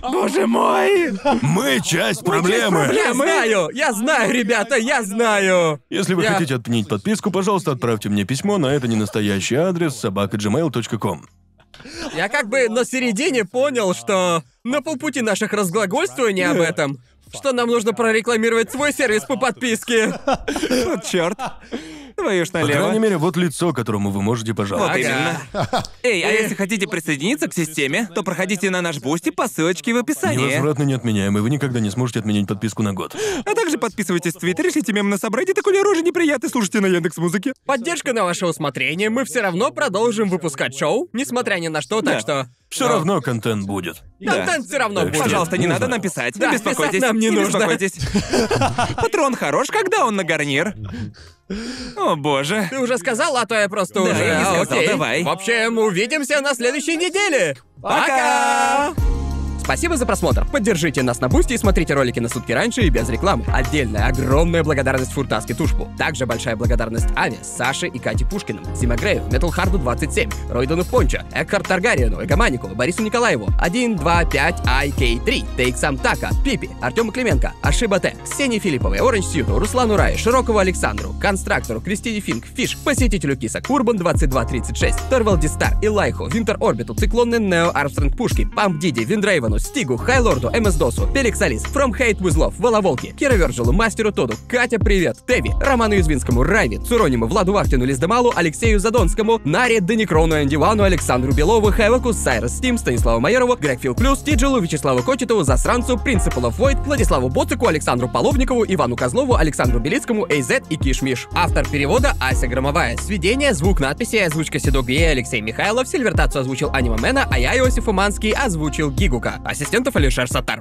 Боже мой!
Мы — часть проблемы!
Я знаю, я знаю, ребята, я знаю.
Если вы
Я-
хотите отменить подписку, пожалуйста, отправьте мне письмо на это ненастоящий адрес собака.gmail.com.
Я как бы на середине понял, что на полпути наших разглагольствований об этом, что нам нужно прорекламировать свой сервис по подписке.
Вот черт. Твою ж
По крайней
налево.
мере, вот лицо, которому вы можете
Вот
пожаловаться.
именно. Эй, а если хотите присоединиться к системе, то проходите на наш бусти по ссылочке в описании.
Невозвратно неотменяемый, вы никогда не сможете отменить подписку на год.
А также подписывайтесь в Твиттер, шлите мем на собрание, такой рожи неприятный, слушайте на Яндекс Музыке.
Поддержка на ваше усмотрение, мы все равно продолжим выпускать шоу, несмотря ни на что, так
Да.
что
Все равно контент будет.
Контент все равно
Так что-
будет.
Пожалуйста, не
Ну
надо
да.
нам писать.
Да,
не беспокойтесь.
писать нам не нужно.
беспокойтесь. Патрон хорош, когда он на гарнир. О боже.
Ты уже сказал, а то я просто
Да,
уже.
я не
А,
сказал,
окей.
давай.
В общем, увидимся на следующей неделе.
Пока!
Спасибо за просмотр. Поддержите нас на Бусти и смотрите ролики на сутки раньше и без рекламы. Отдельная огромная благодарность Фуртаске Тушпу. Также большая благодарность Аве, Саше и Кате Пушкиным, Зима Грею, Метал Харду 27, Ройдену Понча, Экхард Таргариену, Эгоманику, Борису Николаеву, 1, 2, 5, IK3, Тейк Сам Така, Пипи, Артему Клименко, Ашиба Т, Ксении Филипповой, Оранж Сьюту, Руслану Рае, Широкову Александру, Констрактору, Кристине Финк, Фиш, Посетителю Кисок, Урбан 2236, Торвал Дистар, Илайху, Винтер Орбиту, Циклонный Нео Армстронг Пушки, Памп Диди, Виндрейвену, Стигу, Хайлорду, МС Досу, Феликс Алис, From Hate With Love, Воловолки, Кира Вержилу, Мастеру Тоду, Катя Привет, Теви, Роману Извинскому, Райви, Цурониму, Владу Вахтину, Лиздемалу, Алексею Задонскому, Наре, Даникрону, Эндивану, Александру Белову, Хэваку, Сайрос Стим, Станиславу Майерову, Грег Фил Плюс, Тиджилу, Вячеславу Кочетову, Засранцу, Принципу Войт, Владиславу Боцику, Александру Половникову, Ивану Козлову, Александру Белицкому, Эйзет и Кишмиш. Автор перевода Ася Громовая. Сведение, звук надписи, озвучка Седок Е, Алексей Михайлов, Сильвертацию озвучил Анима Мэна, а я, Иосиф Уманский, озвучил Гигука. Ассистентов Алишер Сатар.